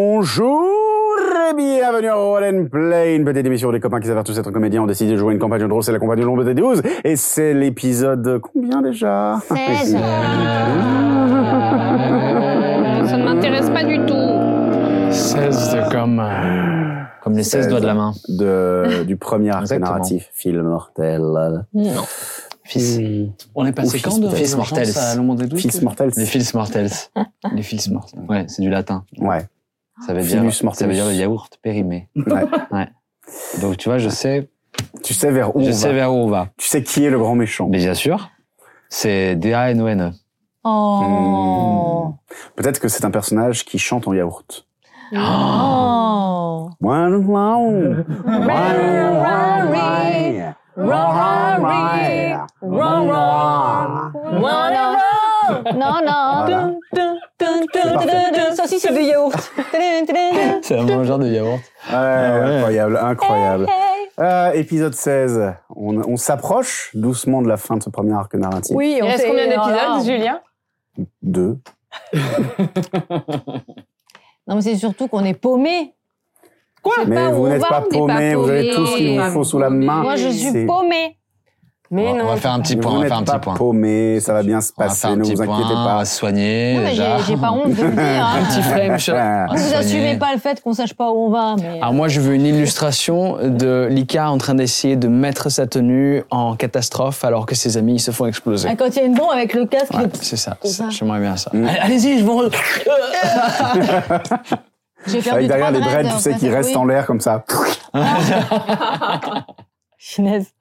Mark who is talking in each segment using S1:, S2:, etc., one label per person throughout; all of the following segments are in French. S1: Bonjour et bienvenue à Roll and Play, une petite émission où les copains qui savent tous être comédiens ont décidé de jouer une campagne de drôle, c'est la campagne de drôle de 12 et c'est l'épisode combien déjà
S2: 16.
S3: Ça ne m'intéresse pas du tout.
S4: 16 de comme. euh,
S5: Comme les 16 doigts de la main.
S1: de, du premier arc
S5: Exactement.
S1: narratif, film mortel.
S5: Fils.
S4: On est passé
S5: Ou
S4: quand
S5: fils
S4: de
S5: peut-être. Fils mortels.
S4: Renaissance à L'Ombre des Douze
S1: Fils mortel.
S5: Les fils mortels.
S4: Les fils mortels.
S5: Ouais, c'est du latin.
S1: Ouais.
S5: Ça veut,
S1: Filus
S5: dire,
S1: mortellus.
S5: ça veut dire le yaourt périmé.
S1: Ouais.
S5: Ouais. Donc tu vois, je sais,
S1: Tu sais vers où
S5: je
S1: on
S5: sais
S1: va.
S5: vers où on va.
S1: Tu sais qui est le grand méchant.
S5: Mais bien sûr, c'est D-A-N-O-N-E.
S1: Hmm.
S2: Oh.
S1: Peut-être que c'est un personnage qui chante en yaourt.
S5: E.
S2: Oh.
S3: Non, non.
S1: Voilà.
S2: Ça aussi, c'est du yaourt.
S5: C'est un mangeur de yaourt.
S1: Ouais, Incroyable, incroyable. Euh, épisode 16. On, on s'approche doucement de la fin de ce premier arc narratif.
S2: Oui,
S3: Il
S2: on
S3: reste
S2: fait-
S1: euh,
S3: combien
S2: Ah.
S3: d'épisodes, Julien
S1: Deux.
S2: Non, mais c'est surtout qu'on est paumé. Quoi
S1: Mais vous n'êtes pas paumés, vous avez tout ce qu'il vous faut sous la main.
S2: Moi, je suis
S1: Ah, C'est-
S2: paumé.
S5: On
S3: Mais
S5: va- on
S3: non.
S5: va faire un petit point,
S1: vous
S5: on va
S1: n'êtes
S5: faire un
S1: pas
S5: petit point.
S1: paumés, ça va bien se
S5: On va faire
S1: passer,
S5: un
S1: ne
S5: petit
S1: vous
S5: point,
S1: inquiétez
S5: on
S1: pas.
S5: va se soigner.
S2: Non, mais
S5: déjà.
S2: j'ai j'ai pas honte de le dire.
S4: Un petit
S2: hein.
S4: frame shot.
S1: Ah.
S5: On va se
S2: Vous
S5: soigner.
S2: assumez pas le fait qu'on sache pas où on va. Mais...
S4: Alors moi, je veux une illustration de Lika en train d'essayer de mettre sa tenue en catastrophe alors que ses amis ils se font exploser.
S2: Ah, quand il y a une bombe avec le casque,
S4: Ouais,
S2: les-
S4: c'est ça.
S2: Ah, C'est
S4: ça,
S2: ça.
S4: J'aimerais bien ça.
S1: Mm.
S4: Allez- Allez-y, je vous.
S2: j'ai
S1: Avec
S2: perdu trois
S1: derrière les dreads, tu sais, qui restent en l'air comme ça.
S2: Chinaise.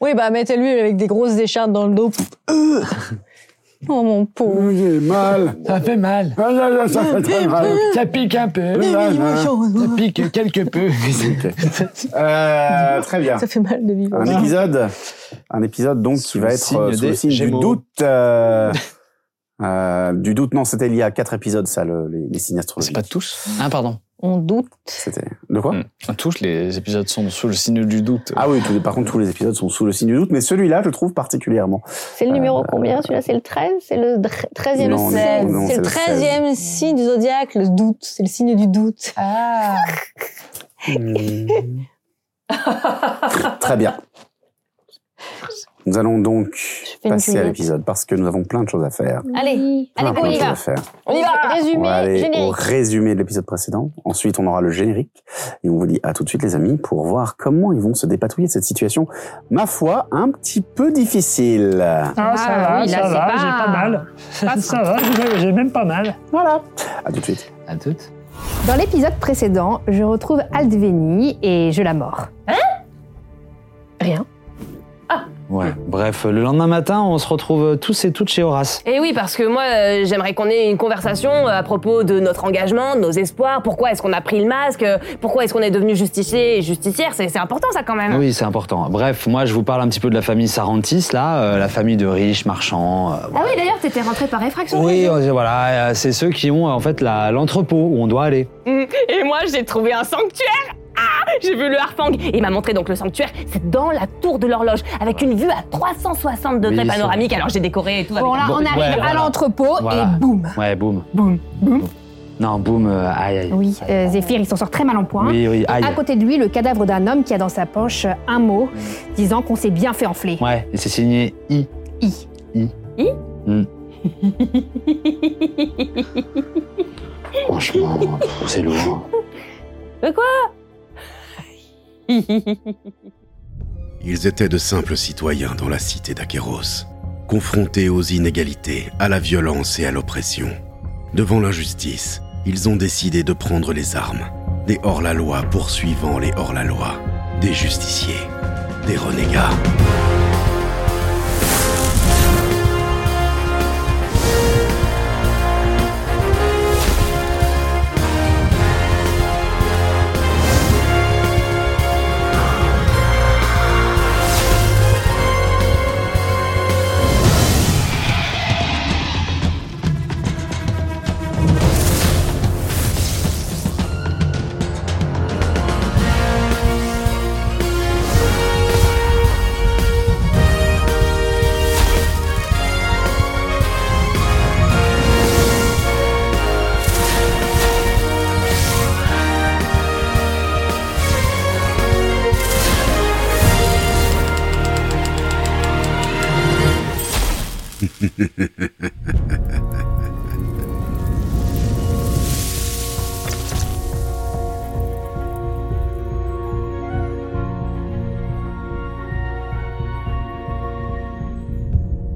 S2: Oh oui, bah mettez-lui avec des grosses écharpes dans le dos. Euh. oh mon pauvre.
S1: Oh, J'ai mal.
S4: Ça fait mal.
S1: Ah, là, là, ça fait très mal.
S4: Ça pique un peu.
S2: Mais
S1: là,
S2: oui,
S1: là.
S2: bonjour.
S4: pique quelque peu.
S1: Euh, Très bien.
S2: Ça fait mal de vivre.
S1: Un épisode, un épisode donc qui
S4: Sous
S1: va
S4: le
S1: être
S4: signe
S1: euh, sous le
S4: des
S1: signe du
S4: Gémeaux.
S1: doute. euh, euh, du doute, non, c'était il y a quatre épisodes, ça, le- les, les signes
S4: C'est Mm.
S1: astrologiques.
S4: pas tous. Ah pardon.
S2: On doute.
S1: C'était de quoi
S4: Tous les épisodes sont sous le signe du doute.
S1: Ah oui, tous- par contre, tous les épisodes sont sous le signe du doute, mais celui-là, je trouve particulièrement. Euh,
S3: C'est le numéro combien Celui-là, c'est le 13 C'est le dr- 13e
S1: Non, non,
S2: C'est
S1: non,
S2: c'est
S1: c'est
S2: le
S1: le
S2: 13e signe du zodiaque, le doute. C'est le signe du doute.
S1: Très bien. Nous allons donc
S3: fais une
S1: passer à
S3: culotte.
S1: l'épisode parce que nous avons plein de choses à faire.
S3: Allez,
S1: Plein,
S3: allez,
S1: plein
S3: on
S1: de
S3: y
S1: choses à
S3: va.
S1: faire.
S3: On y va.
S1: On va
S3: Résumé,
S1: aller au
S3: générique.
S1: résumé de l'épisode précédent. Ensuite, on aura le générique. Et on vous dit à tout de suite, les amis, pour voir comment ils vont se dépatouiller de cette situation, ma foi, un petit peu difficile.
S6: Ah, ça
S3: Ah
S6: va,
S3: oui, là,
S6: ça
S3: c'est
S6: va,
S3: pas-
S6: j'ai pas mal. Ah, ça va, j'ai- j'ai même pas mal.
S1: Voilà. À tout de suite.
S5: À toutes.
S7: Dans l'épisode précédent, je retrouve Aldveni et je la mords.
S5: Ouais. Bref, le lendemain matin, on se retrouve tous et toutes chez Horace.
S8: Et Eh oui, parce que moi, euh, j'aimerais qu'on ait une conversation euh, à propos de notre engagement, de nos espoirs. Pourquoi est-ce qu'on a pris le masque euh, Pourquoi est-ce qu'on est devenu justicier et justicière C'est c'est important, ça, quand même.
S5: Oui, c'est important. Bref, moi, je vous parle un petit peu de la famille Sarantis, là, euh, la famille de riches, marchands. euh,
S8: Ah oui, d'ailleurs, t'étais rentré par effraction.
S5: Oui, euh, voilà, euh, c'est ceux qui ont euh, en fait la- l'entrepôt où on doit aller.
S1: Ah
S8: Et moi, j'ai trouvé un sanctuaire Ah J'ai vu le harfang. Il m'a montré donc le sanctuaire. C'est dans la tour de l'horloge, avec une vue à 360 degrés
S5: Oui, c'est-
S8: panoramique. Alors, j'ai décoré et tout.
S7: Bon,
S8: avec-
S7: là,
S5: Bon,
S7: on arrive
S5: ouais, voilà.
S7: à l'entrepôt
S5: Voilà.
S7: et boum
S5: Ouais, boum. Boum, boum. Non, boum, euh, aïe, aïe.
S7: Oui, euh, Zéphyr, il s'en sort très mal en point.
S5: Oui, oui, aïe.
S7: À côté de lui, le cadavre d'un homme qui a dans sa poche euh, un mot disant qu'on s'est bien fait enfler.
S5: Ouais, et c'est signé I.
S7: I.
S5: I.
S8: I
S5: Mm. Franchement, pff, c'est lourd.
S9: Ils étaient de simples citoyens dans la cité d'Aqueros, confrontés aux inégalités, à la violence et à l'oppression. Devant l'injustice, ils ont décidé de prendre les armes, des hors-la-loi poursuivant les hors-la-loi, des justiciers, des renégats.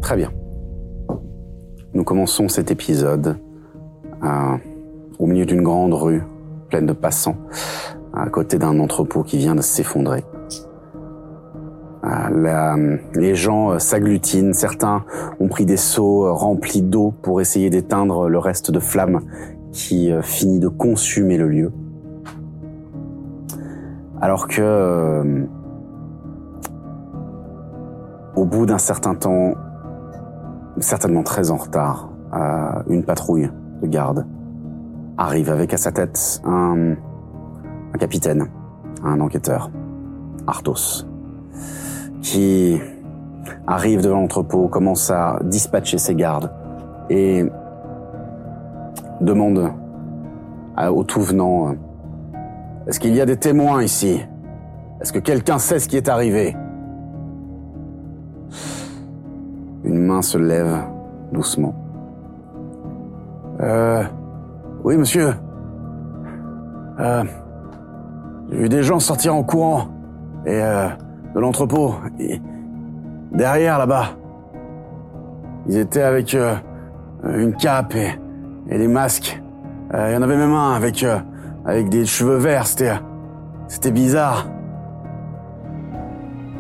S1: Très bien. Nous commençons cet épisode euh, au milieu d'une grande rue pleine de passants, à côté d'un entrepôt qui vient de s'effondrer. Euh, la- les gens euh, s'agglutinent, certains ont pris des seaux euh, remplis d'eau pour essayer d'éteindre le reste de flamme qui euh, finit de consumer le lieu. Alors que, euh, au bout d'un certain temps, certainement très en retard, euh, une patrouille de garde arrive avec à sa tête un, un capitaine, un enquêteur, Arthos, qui arrive devant l'entrepôt, commence à dispatcher ses gardes et demande à- au tout venant euh, Est-ce qu'il y a des témoins ici Est-ce que quelqu'un sait ce qui est arrivé Une main se lève doucement. Euh. Oui, monsieur. Euh. J'ai vu des gens sortir en courant. Et euh. De l'entrepôt. Et derrière, là-bas. Ils étaient avec euh, une cape et, et des masques. Euh, Il y en avait même un avec. euh, avec des cheveux verts. C'était. euh, C'était bizarre.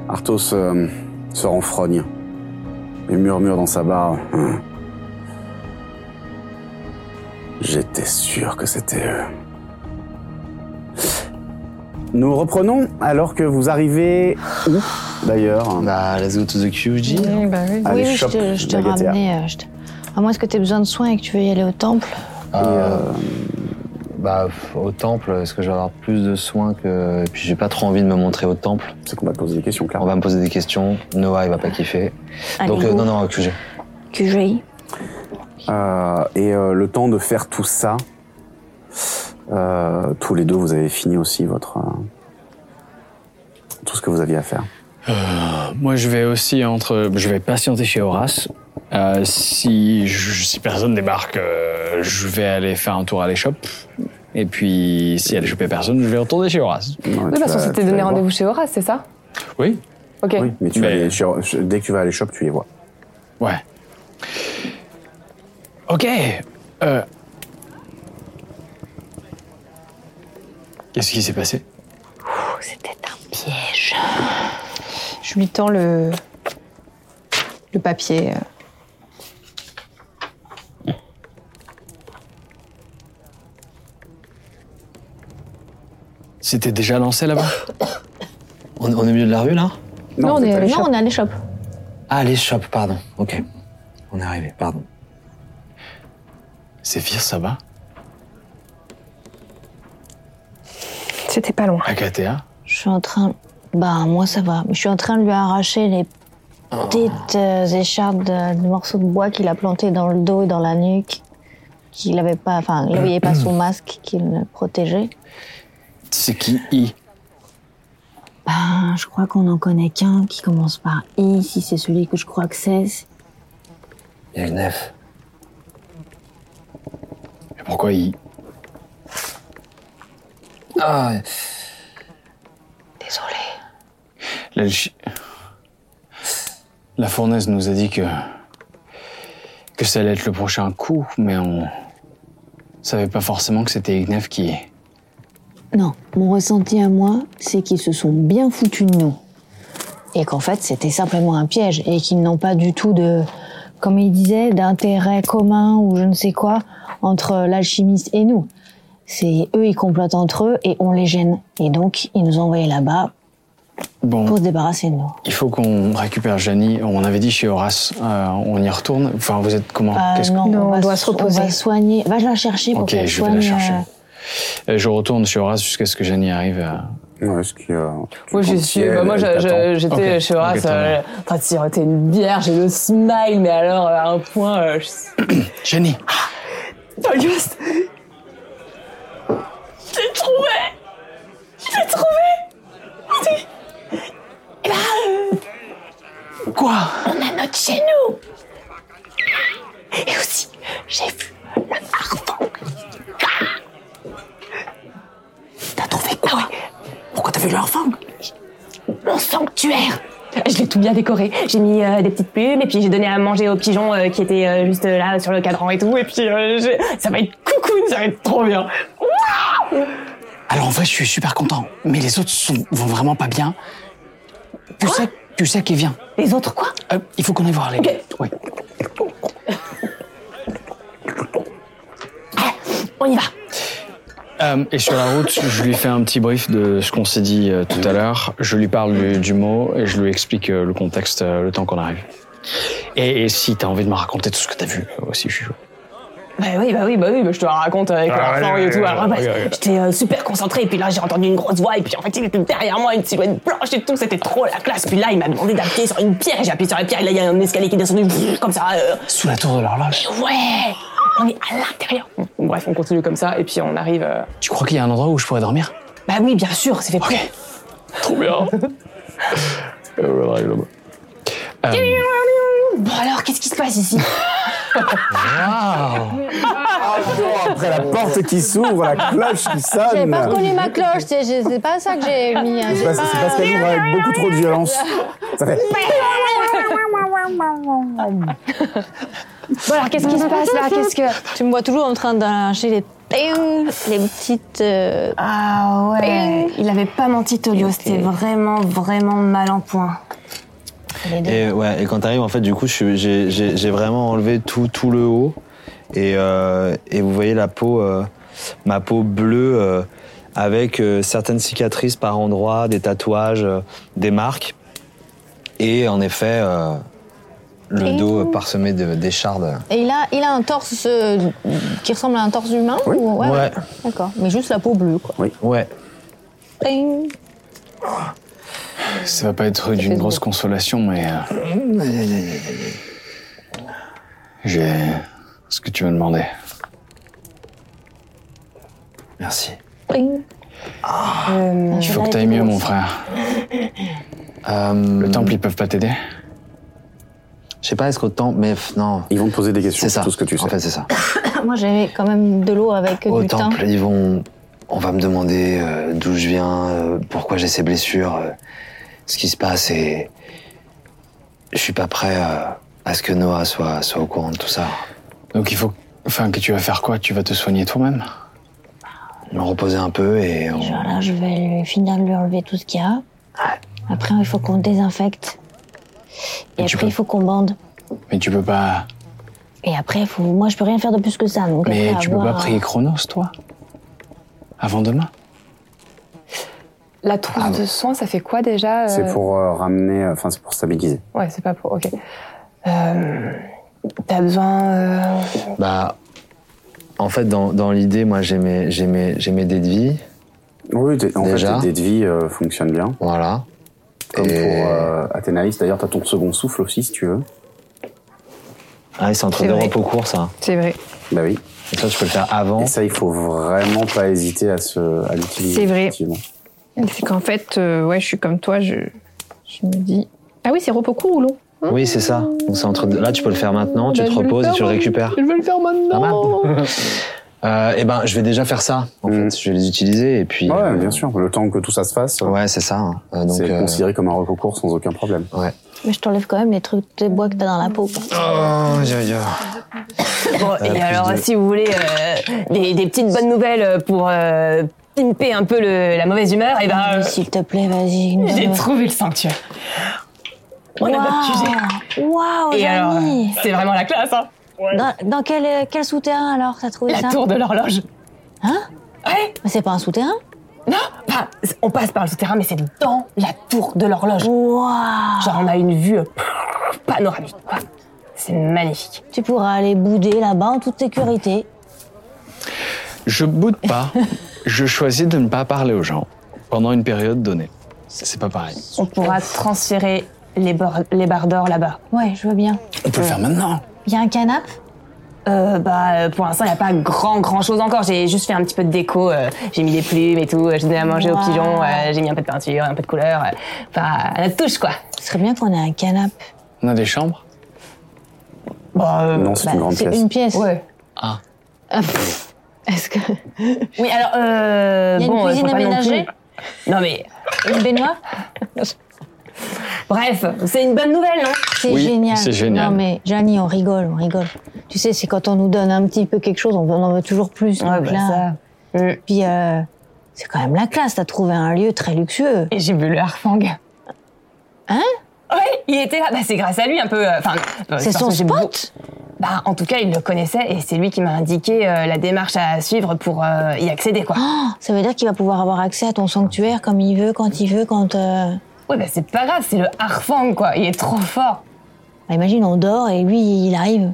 S1: Arthos euh, se renfrogne et murmure dans sa barbe. Hum. J'étais sûr que c'était eux. Nous reprenons alors que vous arrivez où d'ailleurs
S5: Bah, let's go to the QG.
S2: Oui, bah oui.
S1: Allez,
S2: Oui, oui,
S1: chope
S2: je te, je te
S1: la gâtée.
S2: ramenais. euh, je te- À moins est-ce que tu aies besoin de soins et que tu veux y aller au temple
S5: Euh, Bah, pff, au temple, est-ce que je vais avoir plus de soins que. Et puis, j'ai pas trop envie de me montrer au temple.
S1: C'est qu'on va poser des questions,
S5: On
S1: clairement.
S5: va me poser des questions. Noah, il va pas kiffer.
S2: Allez,
S5: Donc, euh,
S2: go.
S5: non, non, QG.
S2: QGI.
S1: Euh, et euh, le temps de faire tout ça, euh, tous les deux, vous avez fini aussi votre euh, tout ce que vous aviez à faire.
S4: Moi, je vais aussi entre. Je vais patienter chez Horace. Euh, si, je- si personne débarque, euh, je vais aller faire un tour à l'échoppe. Et puis, si elle chopait personne, je vais retourner chez Horace.
S1: Non, mais
S10: De toute
S1: tu
S10: façon,
S1: vas- tu
S10: c'était donné
S1: vas les voir.
S10: rendez-vous chez Horace, c'est ça
S4: Oui
S10: Ok.
S1: Oui, mais tu vas
S4: Mais-
S1: aller chez- chez- dès que tu vas à l'échoppe, tu les vois.
S4: Ouais. Ok. euh, Qu'est-ce qui s'est passé
S2: C'était un piège.
S11: Je lui tends le, le papier. euh.
S4: C'était déjà lancé là-bas
S5: On, on est au milieu de la rue, là
S1: Non, vous êtes allé-
S2: Non, on est à l'échoppe.
S5: Ah, les shops, pardon. Ok. On est arrivé, pardon.
S4: Séphir, ça va
S11: C'était pas loin.
S4: Akatea
S2: Je suis en train. Bah, moi, ça va. Je suis en train de lui arracher les petites euh, écharpes de, de morceaux de bois qu'il a plantés dans le dos et dans la nuque. Qu'il avait pas. Enfin, là où il n'y avait pas son masque qu'il ne protégeait.
S4: C'est qui I
S2: Ben, je crois qu'on en connaît qu'un qui commence par I, si c'est celui que je crois que c'est.
S5: Il y a une F.
S4: Mais Pourquoi I
S5: Ah,
S2: Désolé.
S4: L'alchi- La fournaise nous a dit que. que ça allait être le prochain coup, mais on. savait pas forcément que c'était Ignef qui.
S2: Non, mon ressenti à moi, c'est qu'ils se sont bien foutus de nous. Et qu'en fait, c'était simplement un piège et qu'ils n'ont pas du tout de, comme il disait, d'intérêt commun ou je ne sais quoi entre l'alchimiste et nous. C'est eux, ils complotent entre eux et on les gêne. Et donc, ils nous ont envoyés là-bas
S4: Bon,
S2: pour se débarrasser de nous.
S4: il faut qu'on récupère Janie. On avait dit chez Horace, euh, on y retourne. Enfin, vous êtes comment
S2: Euh,
S4: Qu'est-ce que-
S2: non,
S11: Non,
S2: on,
S11: on
S2: va
S11: doit
S2: so-
S11: se reposer.
S2: On va soigner. Va la chercher pour
S4: Ok,
S2: qu'elle
S4: je vais la
S2: soigne,
S4: chercher.
S2: euh,
S4: Euh, Je retourne chez Horace jusqu'à ce que Janie arrive. à-
S1: Ouais, ce qui, euh, tu
S10: Oui,
S1: prends
S10: je
S1: le
S10: suis.
S1: ciel,
S10: bah, moi,
S1: elle
S10: je-
S1: t'attend.
S10: je- j'étais
S4: Ok,
S10: chez Horace.
S4: ok, très bien.
S10: euh, en train de siroter une bière, j'ai le smile, mais alors euh, à un point. euh, je suis-
S4: Janie
S10: Auguste J'ai trouvé J'ai trouvé Eh ben,
S4: Quoi
S10: euh, Notre chez nous Et aussi, j'ai vu le harpon. T'as trouvé quoi Ah Pourquoi t'as vu le harpon
S2: Mon sanctuaire Je l'ai tout bien décoré. J'ai mis euh, des petites plumes et puis j'ai donné à manger aux pigeons euh, qui étaient euh, juste euh, là sur le cadran et tout. Et puis euh, j'ai- ça va être coucoune, ça va être trop bien. Ouah
S12: Alors en vrai, je suis super content, mais les autres sont, vont vraiment pas bien. Tu sais, tu sais qui vient. Euh,
S2: Les autres quoi
S12: Il faut qu'on aille voir les. Oui.
S2: On y va.
S4: Euh, et sur la route, je lui fais un petit brief de ce qu'on s'est dit euh, tout à l'heure. Je lui parle du, du mot et je lui explique euh, le contexte, euh, le temps qu'on arrive. Et, et si t'as envie de me raconter tout ce que t'as vu, euh, aussi, je suis chaud.
S2: Bah oui, bah oui, bah oui, bah je te la raconte avec
S4: Ah,
S2: leur
S4: ouais,
S2: flanc
S4: ouais,
S2: et tout.
S4: ouais,
S2: Alors, bah,
S4: ouais, ouais.
S2: J'étais euh, super concentrée et puis là j'ai entendu une grosse voix et puis en fait il était derrière moi, une silhouette blanche et tout, c'était trop la classe. Puis là il m'a demandé d'appuyer sur une pierre et j'ai appuyé sur la pierre et là il y a un escalier qui est descendu pff, comme ça. euh.
S12: Sous la tour de l'horloge.
S2: Mais ouais On est à l'intérieur. Bref, on continue comme ça et puis on arrive. euh,
S12: Tu crois qu'il y a un endroit où je pourrais dormir
S2: Bah oui, bien sûr, c'est fait pour.
S4: Trop bien Et on arrive là-bas. Euh,
S2: Bon alors, qu'est-ce qui se passe ici
S1: Après la porte qui s'ouvre, la cloche qui sonne.
S11: J'avais pas reconnu ma cloche, c'est j'ai- c'est pas ça que j'ai mis. hein,
S1: C'est parce
S11: j'ai
S1: c'est parce qu'elle ouvre avec beaucoup trop de violence. Ça fait.
S11: Bon alors qu'est-ce qui se passe là Qu'est-ce que tu me vois toujours en train de lâcher les ping, les petites.
S2: euh,
S11: Ah
S13: ouais. Il avait pas menti, Tolio. C'était vraiment, vraiment mal en point.
S5: Et, ouais, et quand t'arrives, en fait, du coup, je suis- j'ai j'ai- j'ai vraiment enlevé tout, tout le haut. Et, euh, et vous voyez la peau, euh, ma peau bleue, euh, avec euh, certaines cicatrices par endroits, des tatouages, euh, des marques. Et en effet, euh, le
S11: Et
S5: dos
S11: tout.
S5: parsemé de- d'échardes.
S11: Et il a, il a un torse euh, qui ressemble à un torse humain ou- ouais,
S5: Ouais.
S11: D'accord, mais juste la peau bleue quoi.
S5: Ouais.
S11: Ping.
S4: ça va pas être d'une grosse consolation, mais. euh, J'ai ce que tu me demandais.
S5: Merci.
S8: Ah,
S11: Euh,
S4: Il faut que t'ailles mieux, mon frère. Le
S12: Hmm.
S4: temple, ils peuvent pas t'aider
S5: Euh, Je sais pas, est-ce qu'au temple. Mais f- non. Ils
S1: vont te poser des questions,
S5: c'est tout ce que tu sais. En fait, c'est ça.
S11: Moi j'avais quand même de l'eau avec
S5: Au
S11: du thym.
S5: temple, ils vont. On va me demander euh, d'où je viens, euh, pourquoi j'ai ces blessures, euh, ce qui se passe et. Je suis pas prêt euh, à ce que Noah soit, soit au courant de tout ça.
S4: Donc il faut. Enfin, que tu vas faire quoi Tu vas te soigner toi-même
S5: Me reposer un peu et. on-
S11: Genre là, je vais lui- finir de lui enlever tout ce qu'il y a. Après, il faut qu'on désinfecte. Et
S4: Mais tu
S11: après, il faut qu'on bande.
S4: Mais tu peux pas.
S11: Et après, il faut... moi, je peux rien faire de plus que ça. Donc
S4: Mais
S11: après,
S4: tu
S11: à
S4: peux pas
S11: voir,
S4: prier Chronos, toi Avant demain
S10: La trousse de soins, ça fait quoi déjà euh
S1: C'est pour euh, ramener, enfin c'est pour stabiliser.
S10: Ouais, c'est pas pour. Ok. Euh, T'as besoin. euh,
S5: Bah. En fait, dans, dans l'idée, moi, j'ai mes, j'ai mes, j'ai mes dés de vie.
S1: Oui, t'es- en
S5: Déjà.
S1: fait, tes dés de vie euh, fonctionnent bien.
S5: Voilà.
S1: Comme pour euh, Athénaïs, d'ailleurs, t'as ton second souffle aussi, si tu veux.
S5: Ah, c'est entre
S1: C'est
S5: deux
S1: vrai.
S5: repos courts, ça.
S10: C'est vrai.
S1: Bah oui.
S5: Et ça, tu peux le faire avant.
S1: Et ça, il faut vraiment pas hésiter à, se, à l'utiliser.
S10: C'est vrai.
S1: effectivement.
S10: C'est qu'en fait, euh, ouais, je suis comme toi, je, je me dis. Ah oui, c'est repos court ou long
S5: Oui, c'est ça. Donc, c'est entre deux. Là, tu peux le faire maintenant, tu
S10: Bah,
S5: te
S10: je vais le
S5: reposes et
S10: faire,
S5: tu le
S10: moi.
S5: récupères.
S10: Je vais le faire maintenant.
S5: Euh, eh ben, je vais déjà faire ça. En fait, je vais les utiliser et puis.
S1: Mm. Ouais, bien sûr. Le temps que tout ça se fasse.
S5: Ouais, c'est ça. hein. Euh, donc,
S1: c'est
S5: euh,
S1: considéré comme un recours court sans aucun problème.
S5: Ouais.
S11: Mais je t'enlève quand même les trucs, les bois que t'as dans la peau. quoi.
S8: Bon,
S11: euh, Ah, plus
S8: et alors,
S11: de-
S8: si vous voulez euh, des, des petites bonnes nouvelles pour euh, pimper un peu le- la mauvaise humeur, et ben.
S11: S'il te plaît, vas-y. une
S8: J'ai
S11: bonne-
S8: trouvé le sanctuaire. On a notre sujet.
S11: Waouh,
S8: Et alors, euh,
S11: Jamy.
S8: c'est vraiment la classe, hein.
S11: Dans, dans quel, euh, quel souterrain alors t'as trouvé
S8: La
S11: ça
S8: tour de l'horloge.
S11: Hein
S8: Ouais
S11: Mais c'est pas un souterrain
S8: Non, enfin, c'est- on passe par le souterrain, mais c'est dans la tour de l'horloge. Genre, on a une vue euh, panoramique, quoi. C'est magnifique.
S11: Tu pourras aller bouder là-bas en toute sécurité.
S4: Je boude pas. je choisis de ne pas parler aux gens pendant une période donnée. C'est pas pareil.
S8: On pourra transférer les, bor- les barres d'or là-bas.
S11: Ouais, je vois bien.
S4: On peut le faire maintenant.
S11: Il y a un canap
S8: Euh, bah, euh, pour l'instant, il n'y a pas grand grand chose encore. J'ai juste fait un petit peu de déco. euh, j'ai mis des plumes et tout. euh, J'ai donné à manger
S11: Wow.
S8: aux pigeons. euh, j'ai mis un peu de peinture, un peu de couleur. euh, Enfin, à la touche, quoi.
S1: Ah,
S11: Ce serait bien qu'on ait un canap.
S4: On a des chambres
S1: non, c'est
S14: Bah,
S2: Euh,
S1: une grande
S14: c'est
S1: pièce.
S14: une pièce. Ouais.
S1: Ah.
S14: Est-ce que.
S8: Oui, alors, euh,
S14: Il y a une
S8: bon, euh,
S14: cuisine
S8: faut pas non
S14: aménagée
S8: plus- Non, mais.
S14: Une baignoire
S8: Bref, c'est une bonne nouvelle, hein
S2: C'est génial. Non mais Janie, on rigole, on rigole. Tu sais, c'est quand on nous donne un petit peu quelque chose, on en veut toujours plus. donc
S8: bah
S2: là,
S11: Mm.
S2: Puis euh, c'est quand même la classe. T'as trouvé un lieu très luxueux.
S15: Et j'ai vu le harfang.
S2: Hein
S8: Ouais, il était là. Bah, c'est grâce à lui un peu. euh, Enfin,
S1: Ah,
S8: euh,
S2: C'est
S8: parce
S2: son
S8: que j'ai
S2: spot
S8: beaucoup- Bah, en tout cas, il le connaissait et c'est lui qui m'a indiqué euh, la démarche à suivre pour euh, y accéder, quoi.
S2: Oh, ça veut dire qu'il va pouvoir avoir accès à ton sanctuaire comme il veut, quand il veut, quand. euh,
S10: Oh.
S8: Ouais, bah, c'est pas grave, c'est le harfang, quoi. Il est trop fort.
S2: bah, imagine, on dort et lui, il arrive.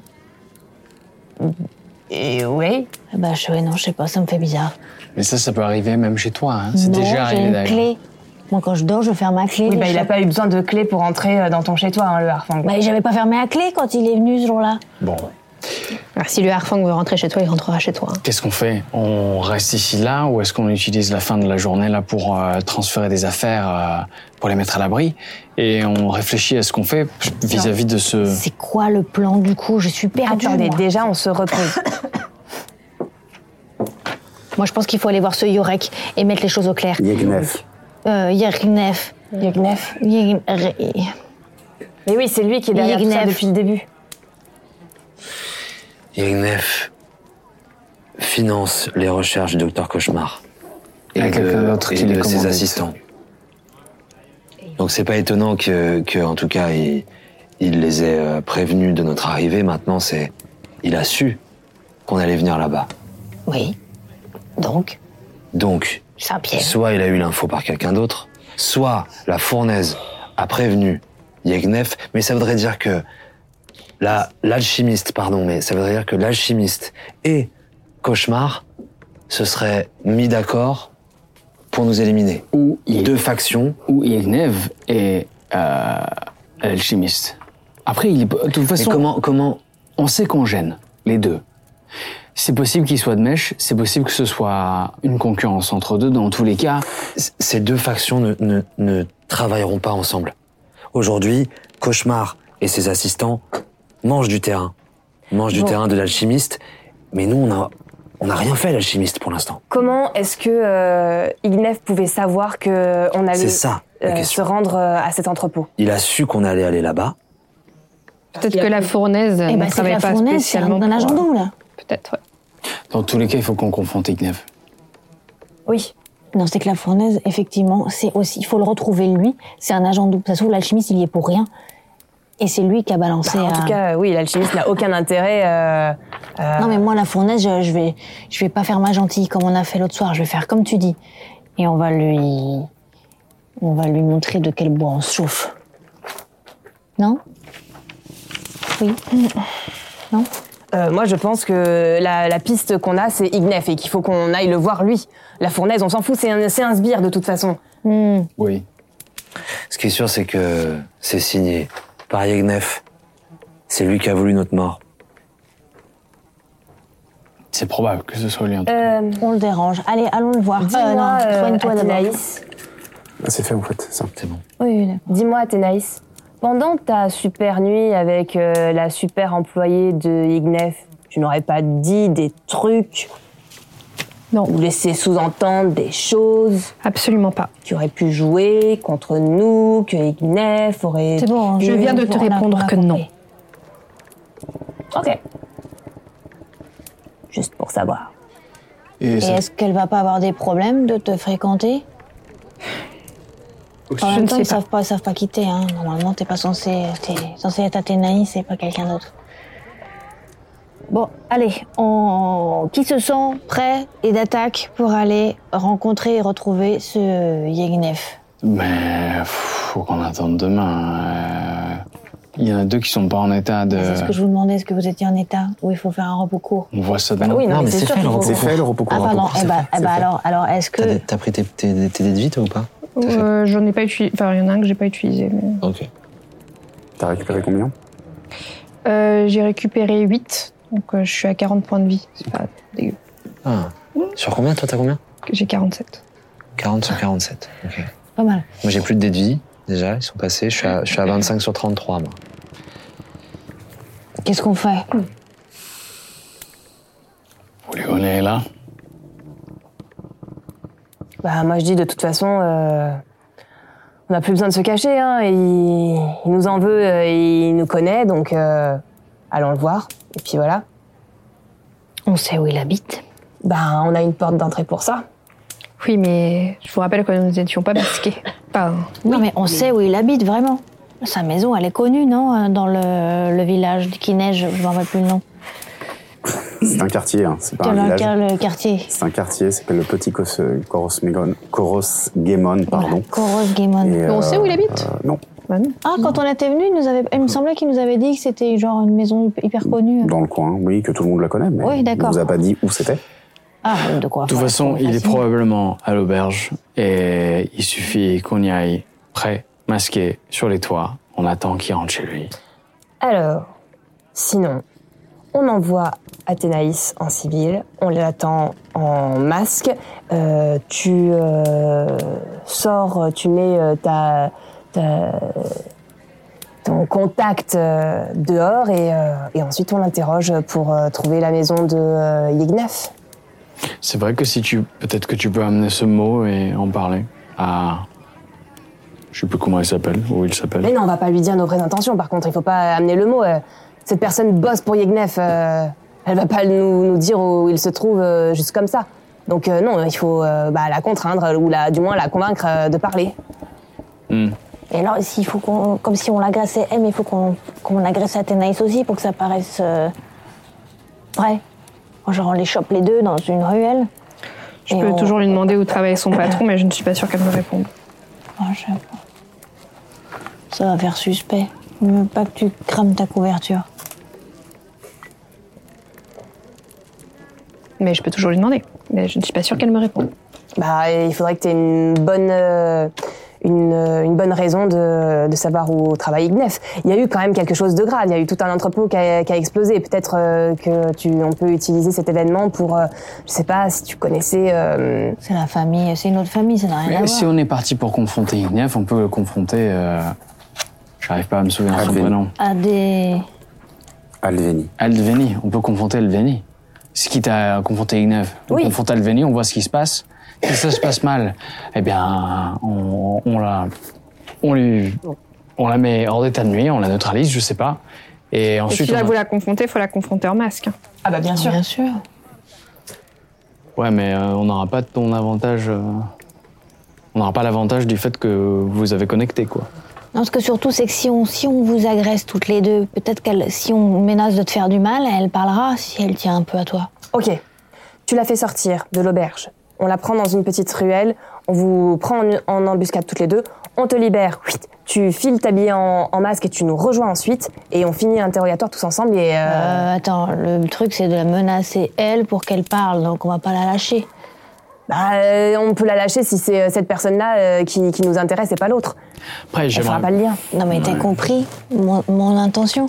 S8: Et oui.
S2: Bah je, ouais, non, je sais pas, ça me fait bizarre.
S4: Mais ça, ça peut arriver même chez toi. hein. C'est
S2: Non,
S4: déjà
S2: j'ai
S4: arrivé
S2: une
S4: d'ailleurs.
S2: clé. Moi, quand je dors, je ferme ma clé.
S8: Oui,
S2: les
S8: bah, il a
S2: choses.
S8: pas eu besoin de clé pour entrer euh, dans ton chez-toi, hein, le harfang.
S2: Bah, j'avais pas fermé la clé quand il est venu ce jour-là.
S4: Bon,
S11: Alors, si le harfang veut rentrer chez toi, il rentrera chez toi. hein.
S4: qu'est-ce qu'on fait On reste ici là ou est-ce qu'on utilise la fin de la journée là pour euh, transférer des affaires, euh, pour les mettre à l'abri Et on réfléchit à ce qu'on fait vis-à-vis de ce.
S2: C'est quoi le plan du coup Je suis perdue.
S8: Attendez, déjà, on se repose.
S2: moi, je pense qu'il faut aller voir ce Yorek et mettre les choses au clair.
S1: Yegnef.
S2: Euh, Yergnef.
S8: Yergnef.
S2: Mais
S8: oui, c'est lui qui est derrière tout ça depuis le début.
S5: Yegnef finance les recherches du docteur Cauchemar
S4: Il y a quelqu'un d'autre
S5: et
S4: qui les
S5: de
S4: commande.
S5: ses assistants. Donc c'est pas étonnant que, que, en tout cas, il, il les ait euh, prévenus de notre arrivée. Maintenant, c'est, il a su qu'on allait venir là-bas.
S2: Oui. Donc,
S5: Donc,
S2: c'est un piège.
S5: soit il a eu l'info par quelqu'un d'autre, soit la fournaise a prévenu Yegnef, mais ça voudrait dire que la, l'alchimiste, pardon, mais ça voudrait dire que l'alchimiste et Cauchemar se seraient mis d'accord pour nous éliminer.
S4: Ou
S5: deux factions.
S4: Ou Yegnef est euh, alchimiste. Après, il est, de toute façon.
S5: comment, comment
S4: On sait qu'on gêne, les deux. C'est possible qu'il soit de mèche, c'est possible que ce soit une concurrence entre deux. Dans tous les cas,
S5: c- ces deux factions ne, ne- ne travailleront pas ensemble. Aujourd'hui, Cauchemar et ses assistants mangent du terrain. Mangent du
S8: Bon.
S5: terrain de l'alchimiste, mais nous, on n'a on a rien fait à l'alchimiste pour l'instant.
S8: Comment est-ce que euh, Ignef pouvait savoir que on allait
S5: C'est ça, la
S8: euh, se
S5: question.
S8: rendre euh, à cet entrepôt
S5: Il a su qu'on allait aller là-bas.
S11: Peut-être que la fournaise
S2: Eh
S11: ne
S2: ben, c'est que
S11: travaille
S2: la
S11: pas
S2: fournaise, c'est
S11: spécialement.
S2: dans
S11: pour-
S2: l'agenda ou là
S11: Peut-être, ouais.
S4: dans tous les cas, il faut qu'on confronte Yegnef.
S8: Oui.
S2: Non, c'est que la fournaise, effectivement, c'est aussi. Il faut le retrouver lui. C'est un agent double. Ça se trouve, l'alchimiste, il y est pour rien. Et c'est lui qui a balancé.
S8: Bah, En tout
S2: euh,
S8: cas, euh, oui, l'alchimiste n'a aucun intérêt. euh, euh,
S2: Non, mais moi, la fournaise, je, je vais, je vais pas faire ma gentille comme on a fait l'autre soir. Je vais faire comme tu dis. Et on va lui. On va lui montrer de quel bois on se chauffe. Non Oui. Non
S8: euh, moi, je pense que la, la piste qu'on a, Ah, c'est Ignef et qu'il faut qu'on aille le voir lui. La fournaise, on s'en fout, c'est un, c'est un sbire de toute façon.
S4: Oui.
S5: Ce qui est sûr, c'est que c'est signé par Yegnef. C'est lui qui a voulu notre mort.
S4: C'est probable que ce soit lui. en tout
S2: On le dérange. Allez, allons le voir.
S8: Dis-moi,
S2: non,
S8: euh,
S2: soigne-toi d'abord.
S8: Athénaïs.
S1: C'est fait en fait, ça. C'est bon.
S2: Oui, oui,
S8: Dis-moi, Athénaïs, pendant ta super nuit avec euh, la super employée de Ignef, tu n'aurais pas dit des trucs
S11: Non.
S8: Ou laissé sous-entendre des choses
S11: Absolument pas.
S8: Tu aurais pu jouer contre nous, que Ignef aurait.
S11: C'est bon, hein, je viens de te répondre que non.
S8: Ok. Juste pour savoir.
S4: Et,
S2: Et est-ce qu'elle va pas avoir des problèmes de te fréquenter En
S11: Je ne
S2: même temps,
S11: sais
S2: ils
S11: pas.
S2: savent pas, ils savent pas quitter. Hein. Normalement, t'es pas censé, t'es censé être Athénaïs et pas quelqu'un d'autre. Bon, allez, on... qui se sent prêt et d'attaque pour aller rencontrer et retrouver ce Yegnef
S4: Mais faut qu'on attende demain. euh. Il y en a deux qui sont pas en état
S1: Euh.
S4: de.
S2: Ah, C'est ce que je vous demandais, est-ce que vous étiez en état où il faut faire un repos court
S4: On voit ça demain.
S2: Ah oui, non, mais c'est sûr qu'il faut-
S4: recours.
S1: C'est fait, le repos
S2: Ah
S1: court.
S2: pardon, eh ben, eh ben alors, alors est-ce que...
S5: T'as pris tes, tes, tes dés de vite ou pas
S11: Euh, J'en ai pas utilisé. Enfin, il y en a un que j'ai pas utilisé. mais-
S5: Ok.
S1: T'as récupéré combien
S11: Euh, j'ai récupéré 8, donc euh, je suis à 40 points de vie. C'est pas dégueu.
S5: Ah. Sur combien Toi, t'as combien
S11: J'ai 47.
S5: 40 sur 47. Ok.
S2: Pas mal.
S5: Moi, j'ai plus de dés de vie, déjà, ils sont passés. Je suis à, je suis à 25 sur 33, moi.
S2: Qu'est-ce qu'on fait
S4: On est là.
S8: Bah, moi je dis de toute façon, euh, on n'a plus besoin de se cacher. Hein. Il, il nous en veut, euh, il nous connaît, donc euh, allons le voir. Et puis voilà.
S2: On sait où il habite.
S8: Bah, on a une porte d'entrée pour ça.
S11: Oui, mais je vous rappelle que nous n'étions pas masqués. Pardon.
S2: Non, mais on sait où il habite vraiment. Sa maison, elle est connue, non euh, Dans le, le village qui neige, je m'en rappelle plus le nom.
S1: C'est un quartier, hein, c'est pas
S2: Quel-
S1: un village.
S2: quel, euh, quartier
S1: C'est un quartier, c'est le petit Kos- Korosmegon- Korosgemon, pardon.
S2: Korosgemon.
S1: Et,
S2: Mais on sait où il habite
S1: euh, Non,
S2: Ah,
S8: Mm.
S2: quand on était venu, il, nous avait- il me semblait qu'il nous avait dit que c'était genre une maison hyper connue.
S1: dans le coin, oui, que tout le monde la connaît, mais
S2: Oui,
S1: il
S2: d'accord.
S1: vous a pas dit où c'était.
S2: Ah, de quoi
S4: De toute façon, il est probablement à l'auberge et il suffit qu'on y aille prêt, masqué, sur les toits. On attend qu'il rentre chez lui.
S8: Alors, sinon, on envoie Athénaïs en civil, on l'attend en masque, euh, tu euh, sors, tu mets euh, ta, ta- ton contact euh, dehors et, euh, et ensuite on l'interroge pour euh, trouver la maison de euh, Yegnef.
S4: C'est vrai que si tu. Peut-être que tu peux amener ce mot et en parler à. Je sais plus comment il s'appelle, où il s'appelle.
S8: Mais non, on va pas lui dire nos vraies intentions, par contre, il faut pas amener le mot. euh, cette personne bosse pour Yegnef, euh, elle va pas nous, nous dire où il se trouve euh, juste comme ça. Donc euh, non, il faut euh, bah, la contraindre, ou la, du moins la convaincre euh, de parler.
S4: Hmm.
S10: Et alors, s'il faut qu'on, comme si on l'agressait elle, mais il faut qu'on, qu'on agresse Athénaïs aussi pour que ça paraisse euh, vrai. Genre, on les chope les deux dans une ruelle.
S11: Je peux toujours lui demander où travaille son patron, mais je ne suis pas sûre qu'elle me réponde.
S2: Ça va faire suspect. Il veut pas que tu crames ta couverture.
S11: Mais je peux toujours lui demander. Mais je ne suis pas sûre qu'elle me réponde.
S8: Bah, il faudrait que tu aies une bonne, euh, une, euh, une bonne raison de, de savoir où travaille Ignef. Il y a eu quand même quelque chose de grave. Il y a eu tout un entrepôt qui a, qui a explosé. Peut-être euh, que tu, on peut utiliser cet événement pour, euh, je sais pas, si tu connaissais. euh,
S2: C'est la famille, c'est une autre famille, ça n'a rien à
S4: Mais
S2: voir.
S4: si on est parti pour confronter Ignev, on peut le confronter. euh, J'arrive pas à me souvenir de son prénom.
S2: À des.
S1: Alveni.
S4: Aldveni, on peut confronter Aldveni. Ce qui t'a confronté Ignev. On
S2: Oui.
S4: confronte Aldveni, on voit ce qui se passe. Si ça se passe mal, eh bien, on, on la. On lui. On la met hors d'état de nuit, on la neutralise, je sais pas. Et
S11: Et
S4: ensuite.
S11: si là,
S4: on-
S11: vous la confrontez, il faut la confronter en masque. hein.
S8: Ah bah bien
S11: sûr. Bien
S2: sûr.
S4: Ouais, mais euh, on n'aura pas ton avantage. euh, On n'aura pas l'avantage du fait que vous avez connecté, quoi.
S2: Non, ce que surtout, c'est que si on, si on vous agresse toutes les deux, peut-être qu'elle, si on menace de te faire du mal, elle parlera si elle tient un peu à toi.
S8: Ok. Tu la fais sortir de l'auberge. On la prend dans une petite ruelle. On vous prend en, en embuscade toutes les deux. On te libère. Whit. Tu files t'habiller en, en masque et tu nous rejoins ensuite. Et on finit l'interrogatoire tous ensemble et. euh,
S2: Euh, attends, le truc, c'est de la menacer elle pour qu'elle parle, donc on va pas la lâcher.
S8: Bah, euh, on peut la lâcher si c'est euh, cette personne-là euh, qui, qui nous intéresse et pas l'autre.
S4: Après,
S8: On fera
S4: j'aimerais.
S8: pas le lien.
S2: Non mais t'as compris mon, mon intention.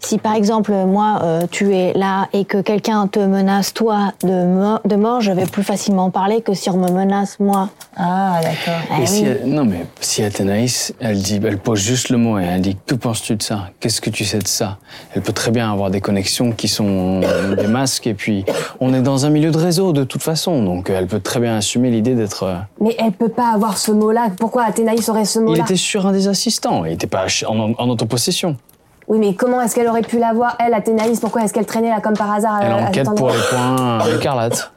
S2: Si par exemple moi euh, tu es là et que quelqu'un te menace toi de, mo- de mort, je vais plus facilement parler que si on me menace moi.
S8: Ah d'accord.
S11: Bah
S4: Et si
S5: euh,
S4: elle- non, mais si Athénaïs, elle dit, elle pose juste le mot et elle dit Que penses-tu de ça Qu'est-ce que tu sais de ça Elle peut très bien avoir des connexions qui sont des masques et puis on est dans un milieu de réseau de toute façon, donc elle peut très bien assumer l'idée d'être. euh,
S8: Mais elle peut pas avoir ce mot-là. Pourquoi Athénaïs aurait ce
S4: Il
S8: mot-là
S4: était sur un des assistants, il n'était pas ch- en, en autopossession.
S8: Oui, mais comment est-ce qu'elle aurait pu l'avoir elle, Athénaïs Pourquoi est-ce qu'elle traînait là comme par hasard
S4: Elle
S8: euh, à cet
S4: enquête pour
S8: endroit
S4: les points euh, écarlates.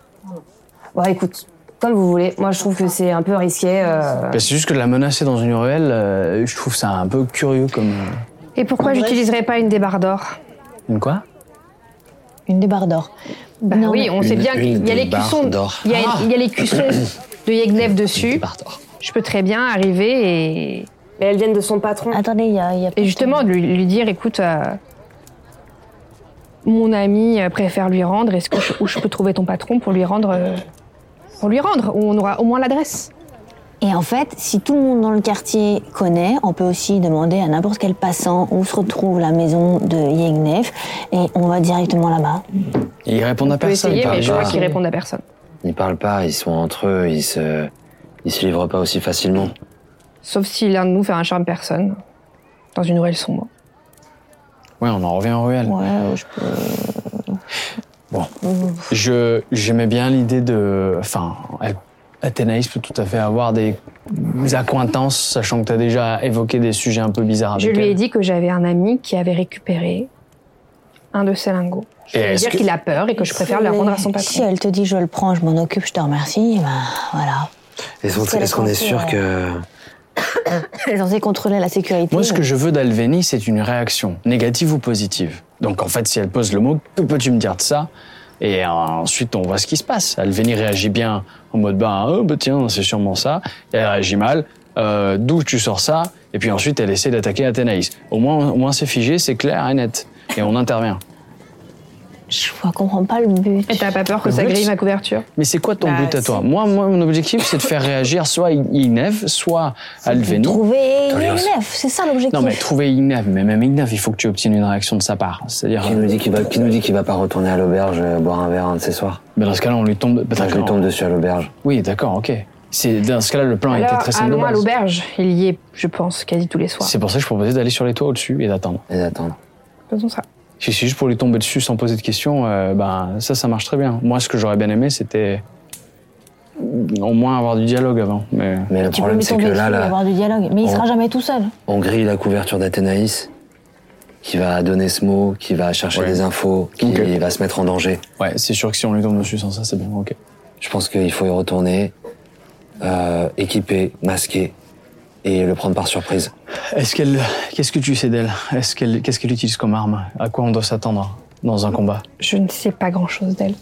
S8: Bon, écoute, comme vous voulez. Moi, je trouve que c'est un peu risqué. euh.
S4: Bah, c'est juste que de la menacer dans une ruelle, euh, je trouve ça un peu curieux comme. euh,
S11: Et pourquoi j'utiliserais pas une débarre d'or
S4: Une quoi
S2: Une débarre d'or.
S11: Bah
S2: Non, mais-
S11: oui, on sait bien qu'il y a les cuissons. Il y a,
S4: Ah
S11: il y a les cuissons de Yegnev dessus. Je peux très bien arriver et.
S8: Mais elles viennent de son patron.
S2: Attendez, il y a.
S11: et justement, de lui, lui dire écoute, euh, mon ami euh, préfère lui rendre, est-ce que je, où je peux trouver ton patron pour lui rendre. euh, pour lui rendre, où on aura au moins l'adresse
S2: Et en fait, si tout le monde dans le quartier connaît, on peut aussi demander à n'importe quel passant où se retrouve la maison de Yegnef et on va directement là-bas.
S4: Et ils répondent à
S11: On peut
S5: personne.
S11: essayer,
S5: ils
S11: mais
S5: parlent
S11: je vois
S5: pas.
S11: qu'ils répondent à personne.
S5: Ils parlent pas, ils sont entre eux, ils se, ils se livrent pas aussi facilement.
S11: Sauf si l'un de nous fait un charme personne dans une ruelle sombre.
S4: Ouais, on en revient aux ruelles.
S2: Ouais, je peux. euh,
S4: Bon. Je, j'aimais bien l'idée de. Enfin, elle- Athénaïs peut tout à fait avoir des accointances, sachant que tu as déjà évoqué des sujets un peu bizarres avec
S11: Je lui
S4: elle.
S11: ai dit que j'avais un ami qui avait récupéré un de ses lingots. Je
S4: Et
S11: lui ai
S4: est-ce
S11: dit
S4: que-
S11: qu'il a peur et que je préfère le rendre à son
S2: Si
S11: patron.
S2: elle te dit je le prends, je m'en occupe, je te remercie, ben voilà.
S5: Est-ce
S2: C'est hein.
S5: qu'on-
S2: la
S5: est-ce qu'on est
S2: pensée,
S5: sûr
S2: ouais.
S5: que.
S2: Elle est censée contrôler la sécurité.
S4: Moi, ce que je veux d'Alveni, c'est une réaction, négative ou positive. Donc, en fait, si elle pose le mot, que peux-tu me dire de ça Et euh, ensuite, on voit ce qui se passe. Alveni réagit bien en mode, bah, oh, bah tiens, c'est sûrement ça. Et elle réagit mal, euh, d'où tu sors ça Et puis ensuite, elle essaie d'attaquer Athénaïs. Au moins, au moins c'est figé, c'est clair et net. Et on intervient.
S2: Je vois- comprends pas le but.
S11: Et t'as pas peur que
S4: Le
S11: ça
S4: but,
S11: grille
S4: c'est-
S11: ma couverture
S4: Mais c'est quoi ton
S11: Bah,
S4: but à
S11: si.
S4: toi moi, moi, mon objectif, c'est de faire réagir soit Ignev, soit Alveni.
S2: Trouver une élève, c'est ça l'objectif.
S4: Non, mais trouver Ignev, mais même Ignev, il faut que tu obtiennes une réaction de sa part. C'est-à-dire.
S5: Qui nous dit qu'il va, qui nous dit qu'il va pas retourner à l'auberge euh, boire un verre un de ces soirs
S4: Ben, dans ce cas-là, on lui tombe. ben,
S5: Moi, je lui
S4: d'accord.
S5: tombe dessus à l'auberge.
S4: Oui, d'accord, ok. C'est dans ce cas-là, le plan était
S11: Alors,
S4: très simple. de
S11: allons à
S4: base.
S11: l'auberge. Il y est, je pense, quasi tous les soirs.
S4: C'est pour ça que je proposais d'aller sur les toits au-dessus et d'attendre.
S5: Et d'attendre.
S11: Faisons ça.
S4: Si c'est juste pour lui tomber dessus sans poser de questions, euh, ben ça, ça marche très bien. Moi, ce que j'aurais bien aimé, c'était au moins avoir du dialogue avant. Mais,
S5: Mais le
S2: Tu peux
S5: problème,
S2: lui
S5: c'est
S2: tomber
S5: que
S2: dessus hein.
S5: là,
S2: et
S5: là,
S2: avoir du dialogue, mais il
S5: on-
S2: sera jamais tout seul.
S5: on grille la couverture d'Athénaïs, qui va donner ce mot, qui va chercher des infos, qui va se mettre en danger.
S4: Ouais, c'est sûr que si on lui tombe dessus sans ça, c'est bien, ok.
S5: Je pense qu'il faut y retourner, euh, équipé, masqué, et le prendre par surprise.
S4: Est-ce qu'elle, qu'est-ce que tu sais d'elle Est-ce qu'elle, qu'est-ce qu'elle utilise comme arme À quoi on doit s'attendre dans un combat
S11: Je ne sais pas grand-chose d'elle.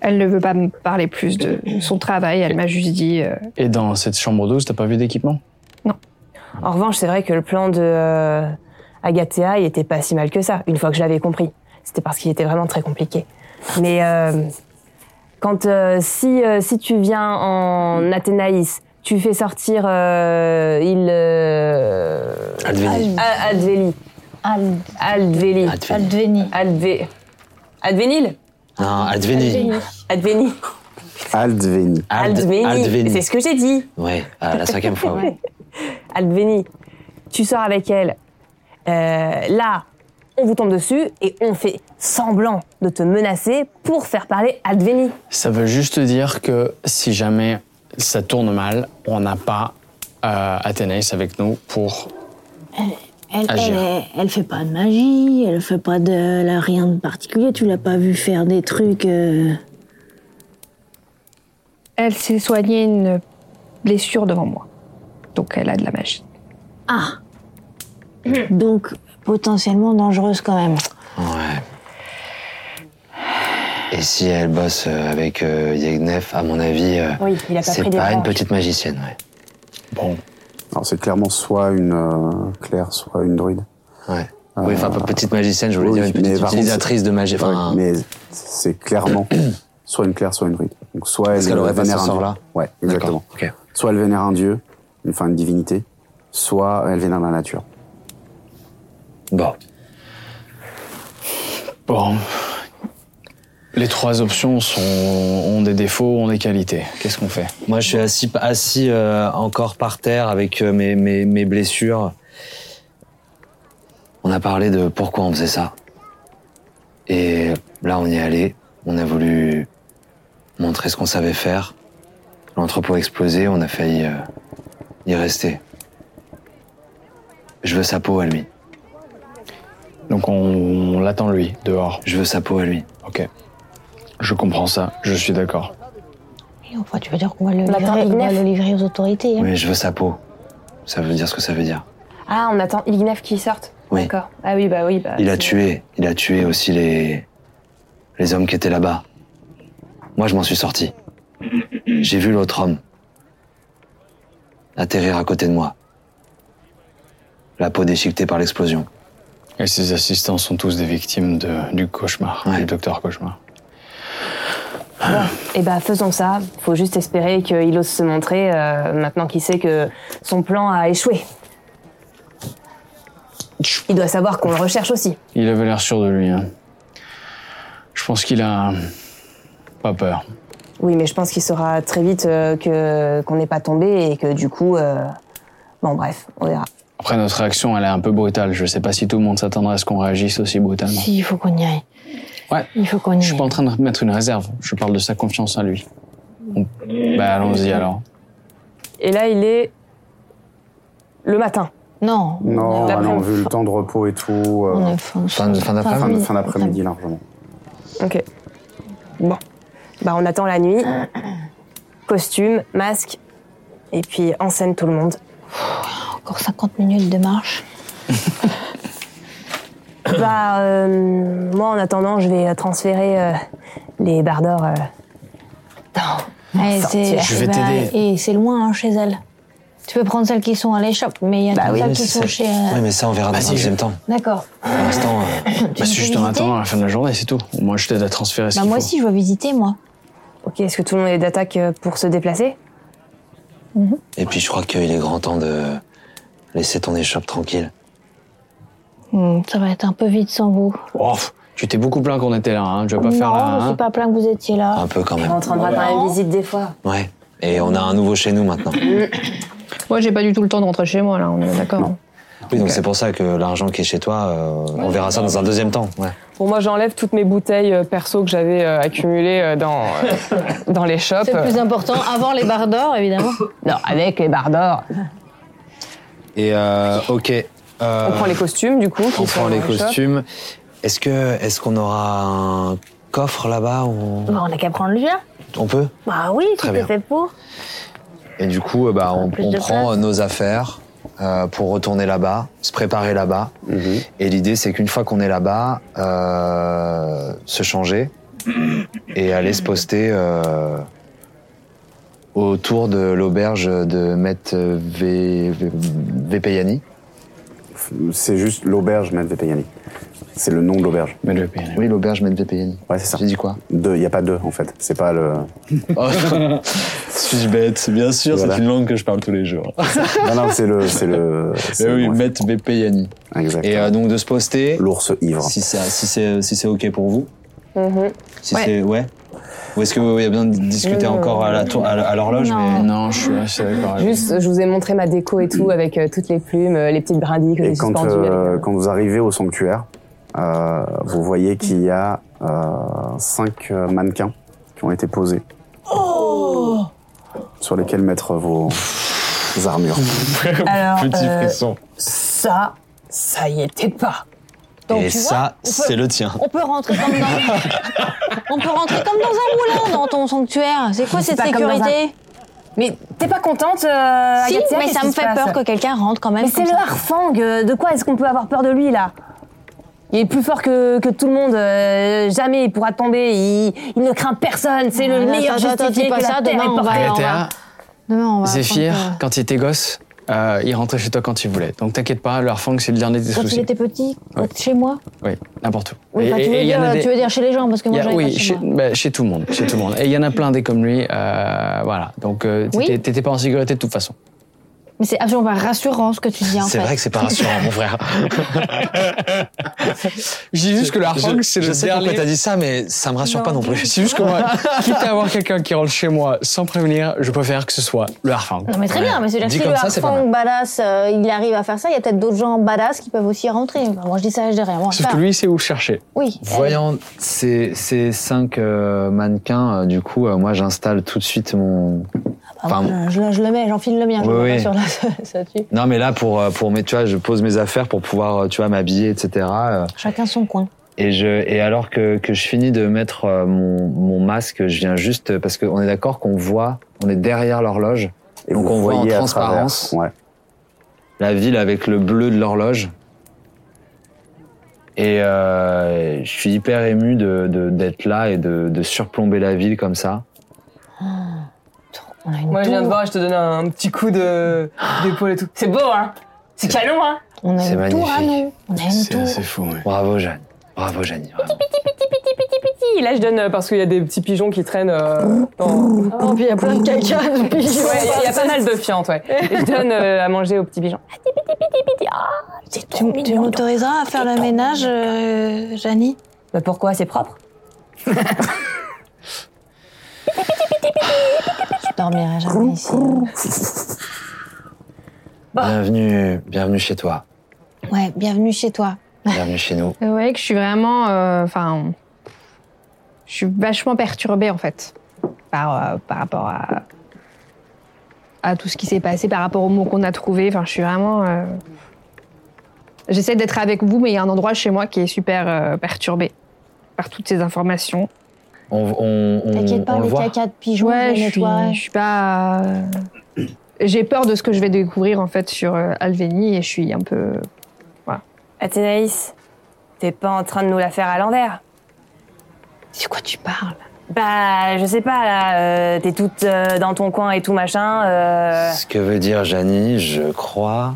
S11: Elle ne veut pas me parler plus de son travail. Elle m'a juste dit... euh,
S4: Et dans cette chambre 12, t'as pas vu d'équipement
S8: En revanche, c'est vrai que le plan de euh, Agathea, il était pas si mal que ça, une fois que je l'avais compris. C'était parce qu'il était vraiment très compliqué. Mais euh, quand euh, si, euh, si tu viens en Athénaïs, tu fais sortir euh, il... euh,
S5: Adveni.
S8: Al- Adveli. Aldveli. Aldveni. Aldve... Advenil
S5: Non, Adveni.
S8: Adveni.
S1: Aldveni.
S8: Aldveni. C'est ce que j'ai dit.
S5: Ouais, à la cinquième fois, ouais.
S8: Albéni, tu sors avec elle. Euh, là, on vous tombe dessus et on fait semblant de te menacer pour faire parler Adveni.
S4: Ça veut juste dire que si jamais ça tourne mal, on n'a pas euh, Athénaïs avec nous pour.
S2: Elle,
S4: Agir.
S2: elle, est- elle fait pas de magie, elle fait pas de elle a rien de particulier. Tu l'as pas vu faire des trucs. euh,
S11: Elle s'est soignée une blessure devant moi. Donc elle a de la magie.
S2: Ah. Donc potentiellement dangereuse quand même.
S5: Ouais. Et si elle bosse euh, avec euh, Yegnef, à mon avis, euh,
S8: Oui, il a pas
S5: c'est
S8: pris des
S5: pas une
S8: branches.
S5: petite magicienne, ouais.
S4: Bon.
S1: Alors c'est clairement soit une euh, claire, soit une druide.
S5: Ouais. Oui, enfin, pas petite magicienne, je voulais dire une petite
S1: Ah. mais par contre,
S5: utilisatrice de magie, enfin,
S1: Ouais, mais c'est clairement soit une claire, soit une druide. Donc soit
S5: Parce
S1: elle,
S5: qu'elle aurait pas
S1: vénère un
S5: ce
S1: dieu.
S5: sort-là
S1: Ouais, exactement.
S5: ok.
S1: Soit elle vénère un dieu, une- enfin une divinité, soit elle vénère la nature.
S5: Bon.
S4: Bon. Les trois options sont, ont des défauts, ont des qualités. Qu'est-ce qu'on fait
S16: Moi, je suis assis, assis euh, encore par terre avec euh, mes, mes, mes blessures.
S5: On a parlé de pourquoi on faisait ça. Et là, on y est allé. On a voulu montrer ce qu'on savait faire. L'entrepôt a explosé, on a failli euh, y rester. Je veux sa peau à lui.
S4: Donc on, on l'attend lui, dehors.
S5: Je veux sa peau à lui.
S4: Ok. Je comprends ça, je suis d'accord.
S2: Enfin, tu veux dire qu'on va le,
S8: On attend
S2: livrer, on va
S8: Ignef.
S2: le livrer aux autorités. hein.
S5: Oui, je veux sa peau. Ça veut dire ce que ça veut dire.
S8: Ah, on attend Ignef qui sorte.
S5: Oui.
S8: D'accord. Ah oui, bah oui, bah.
S5: Il a tué. Il a tué aussi les. les hommes qui étaient là-bas. Moi, je m'en suis sorti. J'ai vu l'autre homme. atterrir à côté de moi. La peau déchiquetée par l'explosion.
S4: Et ses assistants sont tous des victimes de- du cauchemar, du docteur cauchemar.
S8: Et bah faisons ça. Faut juste espérer qu'il ose se montrer euh, maintenant qu'il sait que son plan a échoué. Il doit savoir qu'on le recherche aussi.
S4: Il avait l'air sûr de lui. hein. Je pense qu'il a pas peur.
S8: Oui, mais je pense qu'il saura très vite euh, que qu'on n'est pas tombé et que du coup, euh, bon bref, on verra.
S4: Après, notre réaction, elle est un peu brutale. Je sais pas si tout le monde s'attendrait à ce qu'on réagisse aussi brutalement.
S2: Si, il faut qu'on y aille.
S4: Ouais.
S2: Il faut qu'on y aille.
S4: Je suis pas en train de mettre une réserve. Je parle de sa confiance en lui. On- Bah, allons-y alors.
S3: Et là, il est le matin.
S2: Non.
S1: Non, ah
S3: L'après-
S1: non, vu le temps de repos et tout.
S2: On a faim.
S1: Fin,
S2: Fin d'après-midi.
S1: fin- fin d'après-midi, largement.
S3: Ok. Bon.
S8: Bah, on attend la nuit. Costume, masque, et puis en scène tout le monde.
S10: Encore 50 minutes de marche.
S8: Bah, euh, moi, en attendant, je vais transférer euh, les barres d'or. euh.
S2: Eh, c'est-
S8: Je vais
S2: bah,
S8: t'aider.
S2: Et c'est loin hein, chez elle. Tu peux prendre celles qui sont à l'échoppe, mais il y a
S5: Bah
S2: toutes celles qui sont chez. euh,
S5: Oui, mais ça, on verra dans un deuxième temps.
S2: D'accord.
S5: Pour l'instant,
S17: euh,
S4: Bah, c'est juste en attendant la fin de la journée, c'est tout. Moi, je t'aide à transférer ce
S2: Bah,
S4: qu'il
S2: moi
S4: faut.
S2: aussi, je vais visiter, moi.
S8: Ok, est-ce que tout le monde est d'attaque euh, pour se déplacer
S17: Et puis je crois qu'il est grand temps de laisser ton échoppe tranquille.
S2: Hmm, ça va être un peu vite sans vous.
S4: Oh, pff, tu t'es beaucoup plaint qu'on était là, hein. Je vais pas faire
S2: non,
S4: la.
S2: je
S4: hein.
S2: suis pas plein que vous étiez là.
S17: Un peu quand même.
S8: visite des fois.
S17: Ouais. Et on a un nouveau chez nous maintenant.
S11: Moi, j'ai pas du tout le temps de rentrer chez moi, là, on est d'accord.
S17: Oui, donc c'est pour ça que l'argent qui est chez toi, euh, on verra ça dans un deuxième temps. Ouais.
S18: Bon, moi, j'enlève toutes mes bouteilles euh, perso que j'avais euh, accumulées euh, dans, euh, dans les shops.
S2: C'est le plus important, avant les barres d'or, évidemment.
S18: Non, avec les barres d'or.
S5: Et euh, ok. euh,
S18: On prend les costumes, du coup. qui
S5: On
S18: sont
S5: prend
S18: dans
S5: les
S18: le shop.
S5: costumes. Est-ce que est-ce qu'on aura un coffre là-bas ou
S10: Bah, on n'a qu'à prendre le jeu.
S5: on peut
S10: Bah oui,
S5: Très
S10: tout
S5: bien.
S10: est fait pour.
S5: Et du coup, euh, bah, on,
S10: plus
S5: on
S10: de
S5: prend
S10: place.
S5: euh, nos affaires euh, pour retourner là-bas, se préparer là-bas. Et l'idée, c'est qu'une fois qu'on est là-bas, euh, se changer et aller se poster euh, autour de l'auberge de Maître v... V- Vepayani.
S1: C'est juste l'auberge Maître Vepayani. C'est le nom de l'auberge.
S4: Maître
S5: Oui, l'auberge Maître Vepayani.
S1: Ouais, c'est ça.
S5: J'ai dit quoi
S1: Deux, il n'y a pas deux en fait. C'est pas le.
S19: Suis-je bête Bien sûr,
S1: Voilà.
S19: c'est une langue que je parle tous les jours.
S5: Ah,
S1: non, non, c'est le. C'est le.
S19: Eh oui, Maître Bepayani.
S1: Exact.
S5: Et euh, donc de se poster.
S1: L'ours ivre.
S5: Si ça- si c'est euh, si c'est ok pour vous.
S8: Mm-hmm.
S3: Mhm.
S5: Si c'est ouais. Ou est-ce qu'il y a besoin de
S8: Mm.
S5: discuter encore à la tour- à la- à l'horloge
S18: Non.
S5: mais
S4: non, je suis assez d'accord. avec vous.
S18: Juste, je vous ai montré ma déco et tout, avec euh, toutes les plumes, euh, les petites brindilles que j'ai
S1: Et quand,
S18: suspendues.
S1: euh, quand vous arrivez au sanctuaire, euh, vous voyez qu'il y a euh, cinq euh, mannequins qui ont été posés,
S3: Oh
S1: sur lesquels mettre vos armures.
S8: Alors,
S1: Petit
S8: euh,
S1: frisson.
S8: Ça, ça y était pas.
S5: Et ça, c'est le tien.
S2: On peut rentrer comme dans. on peut rentrer comme dans un moulin dans ton sanctuaire. C'est quoi
S8: C'est
S2: cette
S8: pas comme
S2: sécurité
S8: Mais t'es pas contente euh,
S2: Si,
S8: Agathia,
S2: mais
S8: qu'est-ce
S2: ça
S8: qui
S2: me
S8: se
S2: fait
S8: passe
S2: peur que quelqu'un rentre quand même.
S8: Mais c'est
S2: comme
S8: le
S2: ça.
S8: harfang, euh, de quoi est-ce qu'on peut avoir peur de lui là Il est plus fort que, que tout le monde, euh, jamais il pourra tomber, il, il ne craint personne, c'est le
S2: Attends,
S8: meilleur
S2: attends, attends, dis
S8: justifié
S2: pas
S8: que la
S2: ça,
S8: terre
S2: demain,
S8: est
S2: on va-
S8: portée.
S2: on
S4: Gaëtéa,
S2: va- Non, on va
S4: Zéphyr,
S2: prendre, euh,
S4: quand il était gosse, euh, il rentrait chez toi quand il voulait. Donc t'inquiète pas, leur fang, c'est le dernier des
S2: Quand il
S4: soucis.
S2: était petit, chez moi.
S4: Oui, n'importe où.
S2: Oui, enfin, tu, veux
S4: il y en
S2: dire,
S4: a des-
S2: tu veux dire chez les gens, parce que
S4: il y
S2: moi
S4: a-
S2: j'avais
S4: oui,
S2: pas
S4: chez,
S2: chez moi.
S4: bah, chez tout le monde, chez tout le monde. Et il y en a plein des comme lui, euh, voilà. Donc euh,
S2: Oui.
S4: t'étais t'étais pas en sécurité de toute façon.
S2: Mais c'est absolument pas rassurant ce que tu dis en fait.
S4: C'est vrai que c'est pas rassurant, mon frère. Je dis juste que le harfang,
S17: Je-
S4: c'est le
S17: je sais
S4: dernier.
S17: pourquoi t'as dit ça, mais ça me rassure pas non plus.
S4: C'est juste que moi, quitte à avoir quelqu'un qui rentre chez moi sans prévenir, je préfère que ce soit le harfang.
S2: Non mais très bien, mais c'est-à-dire
S4: Dit
S2: que si
S4: comme
S2: le
S4: ça, c'est pas
S2: harfang
S4: mal.
S2: badass, euh, il arrive à faire ça, il y a peut-être d'autres gens badass qui peuvent aussi rentrer. Enfin, moi je dis ça, je dis rien. Moi, je
S5: Sauf
S2: pars.
S5: que
S4: lui, c'est où chercher.
S2: Oui.
S5: Voyant ces, ces cinq euh, mannequins, euh, du coup, euh, moi j'installe tout de suite mon.
S2: Ah,
S5: Enfin,
S2: je, je- je le mets, j'enfile le mien, je
S5: Oui,
S2: le mets
S5: oui.
S2: pas sur la ça tue.
S5: non, mais là, pour, euh, pour mes, tu vois, je pose mes affaires pour pouvoir, euh, tu vois, m'habiller, etc. euh,
S2: Chacun son coin.
S5: Et, je, et alors que, que je finis de mettre euh, mon, mon masque, je viens juste euh, parce qu'on est d'accord qu'on voit, on est derrière l'horloge,
S1: Et
S5: donc
S1: vous
S5: on voit en
S1: voyez à
S5: transparence
S1: travers, ouais.
S5: la ville avec le bleu de l'horloge. Et euh, je suis hyper ému de de- d'être là et de, de surplomber la ville comme ça.
S18: Moi, je viens de voir, je te donne un, petit coup de- d'épaule et tout. C'est beau, hein C'est canon, hein
S2: On
S5: C'est
S18: a
S5: une tour à magnifique.
S2: On a une tour.
S4: fou,
S5: Bravo Jeanne, bravo Jeanne.
S18: Petit, Là, je donne euh, parce qu'il y a des petits pigeons qui traînent euh, dans.
S2: Oh, puis il y a plein de caca. de
S18: Ouais,
S2: pigeons.
S18: il y a pas mal de fientes, ouais. Et je donne euh, à manger aux petits pigeons.
S2: Tu, m- tu m'autoriseras à faire le ménage, euh, Janie
S8: Bah pourquoi C'est propre
S2: Je dormirai jamais ici.
S5: Bienvenue, bienvenue chez toi.
S2: Ouais, bienvenue chez toi.
S5: Bienvenue chez nous.
S11: Vous voyez que je suis vraiment. euh, Enfin. je suis vachement perturbée, en fait, par, euh, par rapport à. à tout ce qui s'est passé, par rapport aux mots qu'on a trouvés. Enfin, je suis vraiment. euh, J'essaie d'être avec vous, mais il y a un endroit chez moi qui est super euh, perturbé par toutes ces informations.
S5: On, on,
S4: Euh,
S5: on-
S11: T'inquiète
S2: pas,
S5: on le
S2: les
S5: voit.
S2: caca de pigeons,
S11: Ouais,
S2: je
S11: je
S2: les
S11: suis,
S2: nettoie.
S11: je suis pas. J'ai peur de ce que je vais découvrir en fait sur euh, Alveni et je suis un peu. Voilà.
S10: Athénaïs, t'es pas en train de nous la faire à l'envers
S11: C'est quoi tu parles
S10: Bah, je sais pas, là, euh, t'es toute euh, dans ton coin et tout machin. euh,
S5: Ce que veut dire Janie, je crois,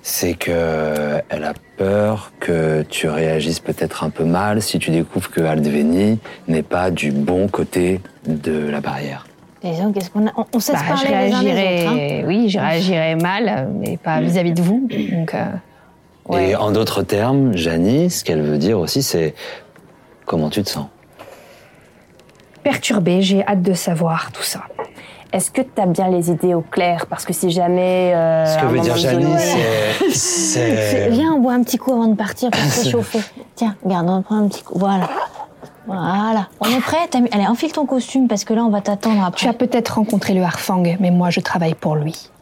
S5: c'est que elle a peur que tu réagisses peut-être un peu mal si tu découvres que Aldveni n'est pas du bon côté de la barrière.
S2: Disons, qu'est-ce qu'on a On, on sait
S11: Bah,
S2: se
S11: je
S2: parler les uns les
S11: réagirais,
S2: autres, hein. Mmh.
S11: oui, je réagirais mal, euh, mais pas vis-à-vis de vous. Donc, euh,
S5: Et en d'autres termes, Janie, ce qu'elle veut dire aussi, c'est comment tu te sens.
S11: perturbée, j'ai hâte de savoir tout ça.
S10: Est-ce que t'as bien les idées au clair Parce que si jamais. euh,
S5: Ce que
S10: à un
S5: veut dire
S10: moment
S5: Janie,
S10: donné-
S5: c'est-
S2: C'est-
S5: c'est.
S2: Viens, on boit un petit coup avant de partir pour se réchauffer. Tiens, regarde, on prend un petit coup. Voilà. Voilà. On est prêt T'as mis- Allez, enfile ton costume parce que là, on va t'attendre après.
S11: Tu as peut-être rencontré le Harfang, mais moi je travaille pour lui.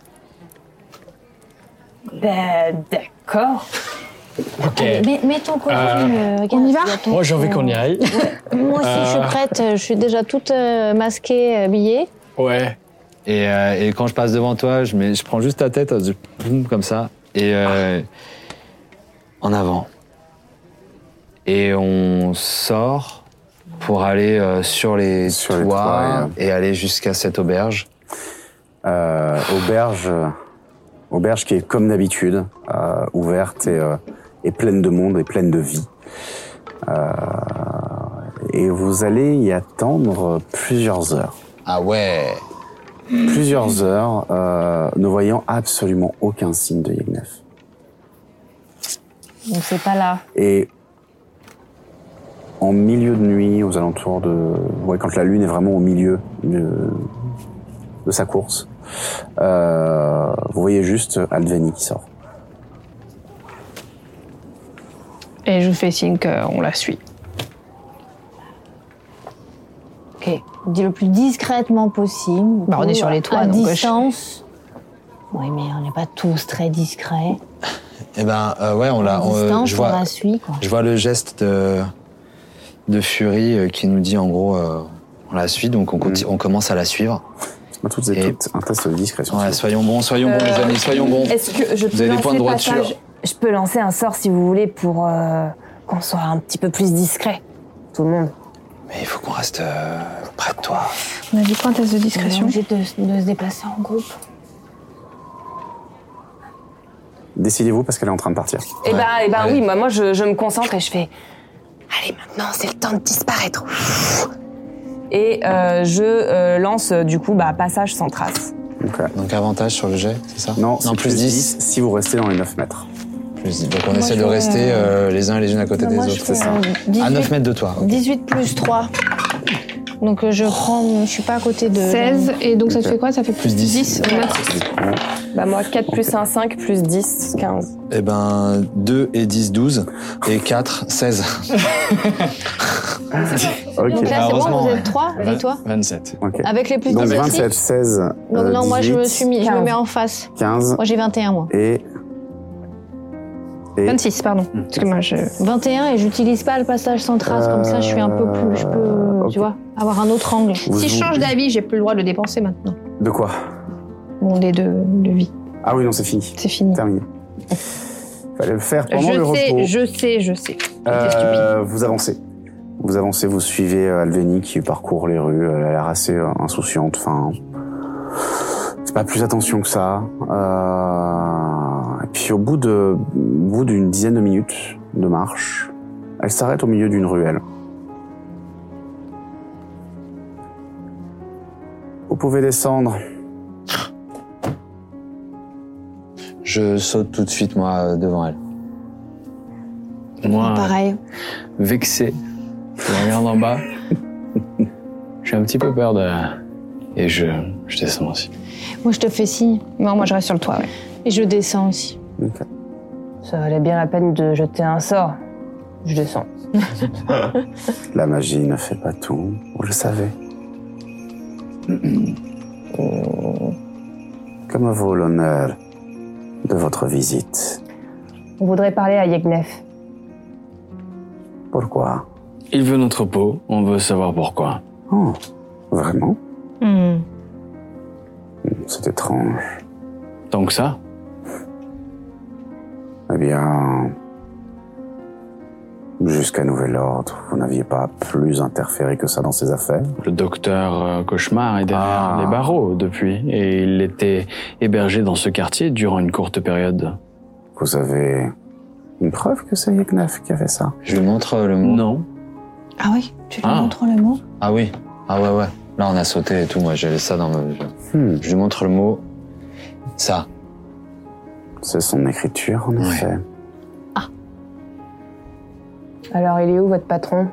S10: Bah,
S2: Ben,
S10: d'accord.
S4: Ok.
S2: Allez, mets, mets ton costume. euh,
S4: Euh,
S2: regarde, on y va
S4: Moi, j'ai envie qu'on y aille.
S2: Moi aussi, je suis
S4: Euh.
S2: prête. Je suis déjà toute euh, masquée, habillée.
S4: Ouais.
S20: Et, euh, et quand je passe devant toi, je, mets- je prends juste ta tête, je- boum, comme ça, et euh,
S5: En avant. Et on sort pour aller euh, sur les
S1: les
S5: toits, hein.
S1: toits,
S5: et aller jusqu'à cette auberge.
S1: Euh, auberge, euh, auberge qui est comme d'habitude euh, ouverte et, euh, et pleine de monde et pleine de vie. Euh, et vous allez y attendre plusieurs heures.
S5: Ah ouais.
S1: Plusieurs heures, euh, ne voyant absolument aucun signe de Yegnef.
S2: Donc, c'est pas là.
S1: Et en milieu de nuit, aux alentours de... Ouais, quand la lune est vraiment au milieu de, de sa course, euh, vous voyez juste Alveni qui sort.
S11: Et je vous fais signe qu'on la suit.
S2: Ok. Dis le plus discrètement possible.
S11: Bah, on est sur les toits,
S2: À
S11: donc, euh, je-
S2: distance. Oui, mais on n'est pas tous très discrets.
S5: Eh ben, euh, ouais, on l'a.
S2: À
S5: on, euh,
S2: distance,
S5: je
S2: on
S5: vois,
S2: la suit, quoi.
S5: je vois le geste de, de Fury euh, qui nous dit en gros, euh, on la suit, donc on,
S20: Mm.
S5: conti- on commence à la suivre.
S1: Toutes et, toutes, un test de discrétion.
S5: Ouais, soyons bons, soyons
S10: Euh,
S5: bons, les amis, soyons bons.
S10: Est-ce que je peux
S5: Vous avez des
S10: lancer
S5: points de
S10: passage-
S5: droiture.
S10: Je peux lancer un sort si vous voulez pour euh, qu'on soit un petit peu plus discret, tout le monde.
S5: Mais il faut qu'on reste euh, près de toi.
S11: On a vu quoi un test de
S2: On est obligé de, de se déplacer en groupe.
S1: Décidez-vous parce qu'elle est en train de partir.
S10: Eh ben, eh ben
S1: Allez.
S10: oui, moi, moi je, je me concentre et je fais. Allez, maintenant, c'est le temps de disparaître. Et euh, je euh, lance euh, du coup bah, passage sans trace.
S5: Donc avantage sur le jet, c'est ça
S1: euh, Non,
S5: non
S1: c'est
S5: plus 10.
S1: si vous restez dans les 9 mètres.
S5: Plus 10. Donc on
S2: Moi,
S5: essaie
S2: je
S5: de
S2: fais,
S5: rester euh, les uns et les unes à côté
S2: Bah,
S5: des
S2: moi, je
S5: autres,
S2: fais,
S5: c'est ça
S2: euh, 18.
S5: À 9 mètres de toi.
S2: 18 plus 3. Donc euh, je prends, je suis pas à côté de.
S11: 16, et donc ça te fait quoi Ça fait plus euh, 10, on a-
S10: Bah, moi, 4 plus 1, 5 plus 10, 15.
S5: Eh ben, 2 et 10, 12. Et 4, 16.
S1: Ok.
S2: Donc là, c'est bon,
S5: Heureusement,
S2: vous
S5: ouais.
S2: êtes 3 et toi
S4: 27.
S1: Ok.
S2: Avec les plus
S1: Donc
S2: 10 aussi
S1: 27, 16,
S2: Donc
S1: euh,
S2: non, moi je me
S1: 18,
S2: suis mis, je me mets en face.
S1: 15
S2: Moi j'ai 21 moi.
S1: et... et
S11: 26, pardon. Parce que moi je.
S2: 21 et j'utilise pas le passage sans trace, comme ça je suis un peu plus, je peux, tu vois, avoir un autre angle.
S1: Vous
S11: Si je change
S1: oubliez.
S11: d'avis, j'ai plus le droit de le dépenser maintenant.
S1: De quoi
S11: Mon dé de, de vie.
S1: Ah oui, non, c'est fini.
S11: C'est fini.
S1: Terminé. Fallait le faire pendant le
S11: je sais,
S1: repos.
S11: je sais, je sais.
S1: Euh, vous avancez. Vous avancez, vous suivez euh, Alveni qui parcourt les rues. Elle a l'air assez euh, insouciante. Enfin, c'est pas plus attention que ça. Euh, Et puis au bout de, au bout d'une dizaine de minutes de marche, elle s'arrête au milieu d'une ruelle. Vous pouvez descendre.
S5: Je saute tout de suite, moi, devant elle.
S4: Moi,
S2: Pareil.
S4: vexé, je regarde en bas. J'ai un petit peu peur de. Et je, je descends aussi.
S2: Moi je te fais signe.
S11: Non, moi je reste sur le toit, ouais.
S2: Et je descends aussi.
S8: Ça valait bien la peine de jeter un sort. Je descends.
S1: La magie ne fait pas tout, vous le savez.
S8: Mm-hmm.
S1: Comme vaut l'honneur de votre visite.
S8: On voudrait parler à Yegnef.
S1: Pourquoi
S4: Il veut notre peau, on veut savoir pourquoi.
S1: Oh, vraiment Hmm, C'est étrange.
S4: Tant que ça
S1: Eh bien, jusqu'à nouvel ordre, vous n'aviez pas plus interféré que ça dans ces affaires.
S4: Le docteur euh, Cauchemar est
S1: Ah.
S4: derrière les barreaux depuis, et il était hébergé dans ce quartier durant une courte période.
S1: Vous avez une preuve que c'est Yegnef qui a fait ça
S5: Je lui montre euh, le mot.
S4: Non.
S2: Ah oui, tu lui
S5: Ah.
S2: montres le mot
S5: Ah oui. Ah ouais, ouais. Là, on a sauté et tout. Moi, j'ai laissé ça dans ma. je-
S1: Hmm.
S5: Je lui montre le mot. Ça.
S1: C'est son écriture, en effet.
S8: Alors, il est où votre patron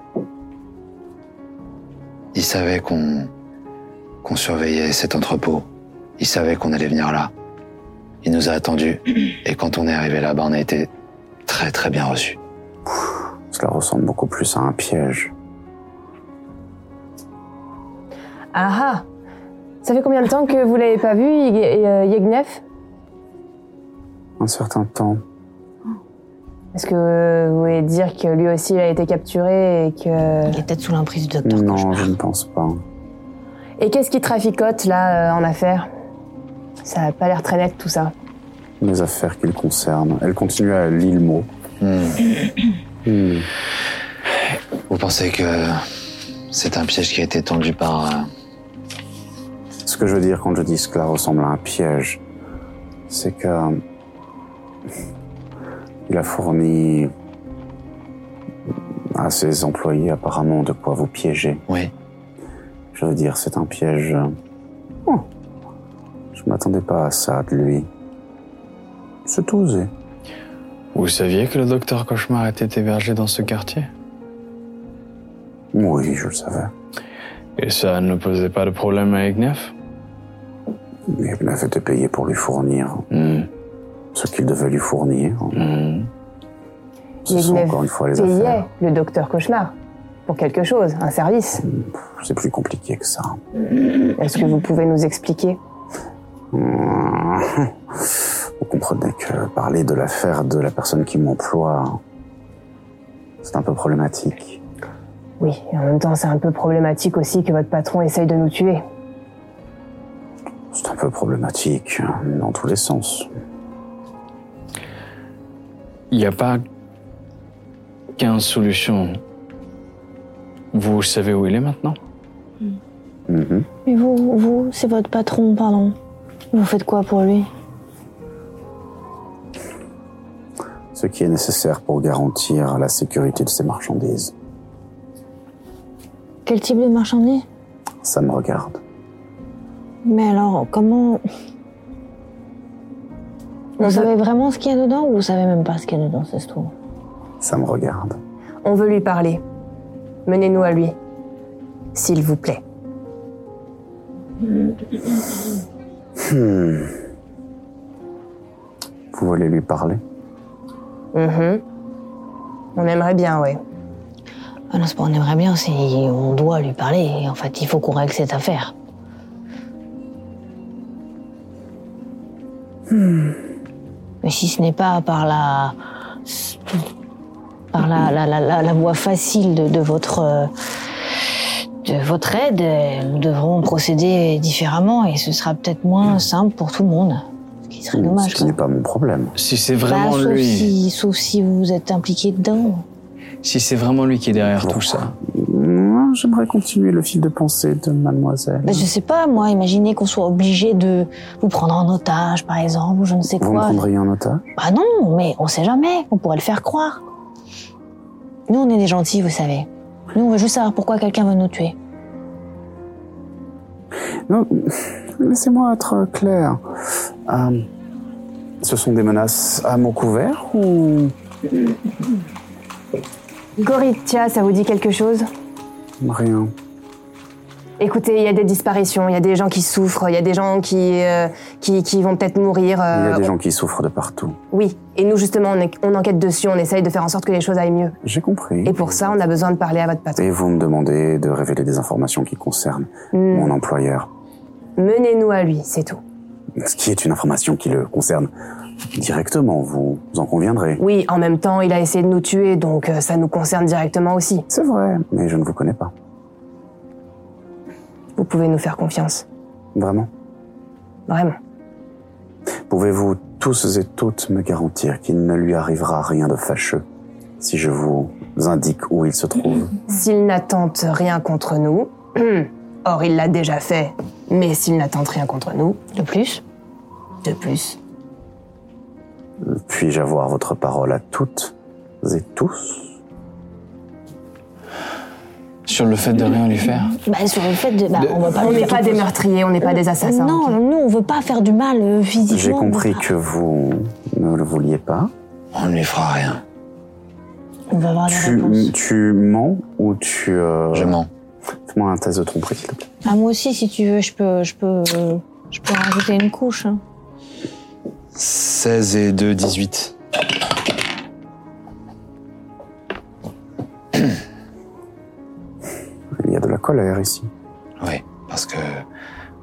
S17: Il savait qu'on qu'on surveillait cet entrepôt. Il savait qu'on allait venir là. Il nous a attendus. Et quand on est arrivé là-bas, on a été très très bien reçus.
S1: Cela ressemble beaucoup plus à un piège.
S8: Ah ah Ça fait combien de temps que vous l'avez pas vu, Yeg- euh, Yegnef
S1: Un certain temps,
S8: Est-ce que euh, vous voulez dire que lui aussi, il a été capturé et que... Il est peut-être sous l'emprise du docteur.
S1: non, je ne pense pas.
S8: Et qu'est-ce qui traficote, là, euh, en affaires Ça a pas l'air très net, tout ça.
S1: Les affaires qu'il concerne. Elle continue à lire le mot. Hmm.
S17: Vous pensez que c'est un piège qui a été tendu par... euh,
S1: Ce que je veux dire quand je dis que cela ressemble à un piège, c'est que euh, il a fourni à ses employés apparemment de quoi vous piéger.
S17: Oui.
S1: Je veux dire, c'est un piège. euh, oh, Je m'attendais pas à ça de lui. C'est osé.
S4: Vous saviez que le docteur Cauchemar était hébergé dans ce quartier
S1: Oui, je le savais.
S4: Et ça ne posait pas de problème à Egnef
S1: Mais il avait été payé pour lui fournir
S4: Hmm,
S1: ce qu'il devait lui fournir. Ce sont
S8: Yegnef
S1: encore une fois les affaires.
S8: payait le docteur Cauchemar pour quelque chose, un service.
S1: C'est plus compliqué que ça.
S8: Est-ce que vous pouvez nous expliquer
S1: Mmh. Vous comprenez que parler de l'affaire de la personne qui m'emploie, c'est un peu problématique.
S8: Oui, et en même temps, c'est un peu problématique aussi que votre patron essaye de nous tuer.
S1: C'est un peu problématique euh, dans tous les sens.
S4: Il n'y a pas 15 solutions. Vous savez où il est maintenant
S1: Mhm.
S2: Mais vous, vous, c'est votre patron, pardon. Vous faites quoi pour lui
S1: Ce qui est nécessaire pour garantir la sécurité de ces marchandises,
S2: Quel type de marchandise
S1: ça me regarde.
S2: Mais alors, comment. Vous savez vraiment ce qu'il y a dedans ou vous savez même pas ce qu'il y a dedans, ça se trouve
S1: Ça me regarde.
S8: On veut lui parler. Menez-nous à lui. S'il vous plaît.
S1: Hmm. Vous voulez lui parler
S8: Mhm. On aimerait bien, oui.
S2: Ah non, c'est pas on aimerait bien, c'est on doit lui parler. Et en fait, il faut qu'on règle cette affaire. Hmm. Mais si ce n'est pas par la. par la, la, la, la- la voie facile de, de votre. euh, de votre aide, euh, nous devrons procéder différemment et ce sera peut-être moins simple pour tout le monde. Ce qui serait dommage.
S1: Ce qui n'est pas mon problème.
S4: Si c'est
S2: Bah,
S4: Hmm. vraiment
S2: sauf,
S4: lui,
S2: si, sauf si vous êtes impliqué dedans.
S4: si c'est vraiment lui qui est derrière tout ça.
S1: Moi, J'aimerais continuer le fil de pensée de mademoiselle.
S2: Bah, je sais pas, moi, imaginez qu'on soit obligé de vous prendre en otage, par exemple, ou je ne sais
S1: Vous me
S2: quoi.
S1: prendriez en otage
S2: Bah non, mais on sait jamais, on pourrait le faire croire. Nous, on est des gentils, vous savez. Nous, on veut juste savoir pourquoi quelqu'un veut nous tuer.
S1: Non, laissez-moi être clair. Euh, ce sont des menaces à mon couvert ou
S8: Goritia, ça vous dit quelque chose
S1: rien
S8: Écoutez, il y a des disparitions, il y a des gens qui souffrent, il y a des gens qui, euh, qui, qui vont peut-être mourir.
S1: Il y
S8: euh,
S1: a des gens qui souffrent de partout.
S8: Oui, et nous justement, on, est- on enquête dessus, on essaye de faire en sorte que les choses aillent mieux.
S1: J'ai compris.
S8: Et pour ça, on a besoin de parler à votre patron.
S1: Et vous me demandez de révéler des informations qui concernent
S8: Hmm.
S1: mon employeur,
S8: Menez-nous à lui, c'est tout.
S1: ce qui est une information qui le concerne directement, vous en conviendrez.
S8: Oui, en même temps, il a essayé de nous tuer, donc euh, ça nous concerne directement aussi.
S1: C'est vrai. Mais je ne vous connais pas,
S8: Vous pouvez nous faire confiance,
S1: vraiment.
S8: vraiment.
S1: Pouvez-vous tous et toutes me garantir qu'il ne lui arrivera rien de fâcheux si je vous indique où il se trouve
S8: S'il n'attente rien contre nous, or il l'a déjà fait, mais s'il n'attente rien contre nous. De plus De plus.
S1: Puis-je avoir votre parole à toutes et tous
S4: Sur le fait de rien lui faire
S10: Bah, sur le fait de. bah, on va pas
S8: On
S10: lui
S8: n'est
S10: faire
S8: pas
S10: tout-
S8: des meurtriers, on n'est pas des assassins.
S10: Non, nous, on veut pas faire du mal euh, physiquement.
S1: J'ai compris que vous ne le vouliez pas.
S17: On ne lui fera rien.
S10: On va avoir des
S1: Tu,
S10: réponses.
S1: tu mens ou tu... Je
S17: mens.
S1: Fais-moi un test de tromperie, s'il te plaît.
S2: Ah, moi aussi, si tu veux, je peux, je peux, euh, je peux rajouter une couche. hein.
S5: 16 et 2, 18.
S1: Il y a de la colère ici.
S17: Oui, parce que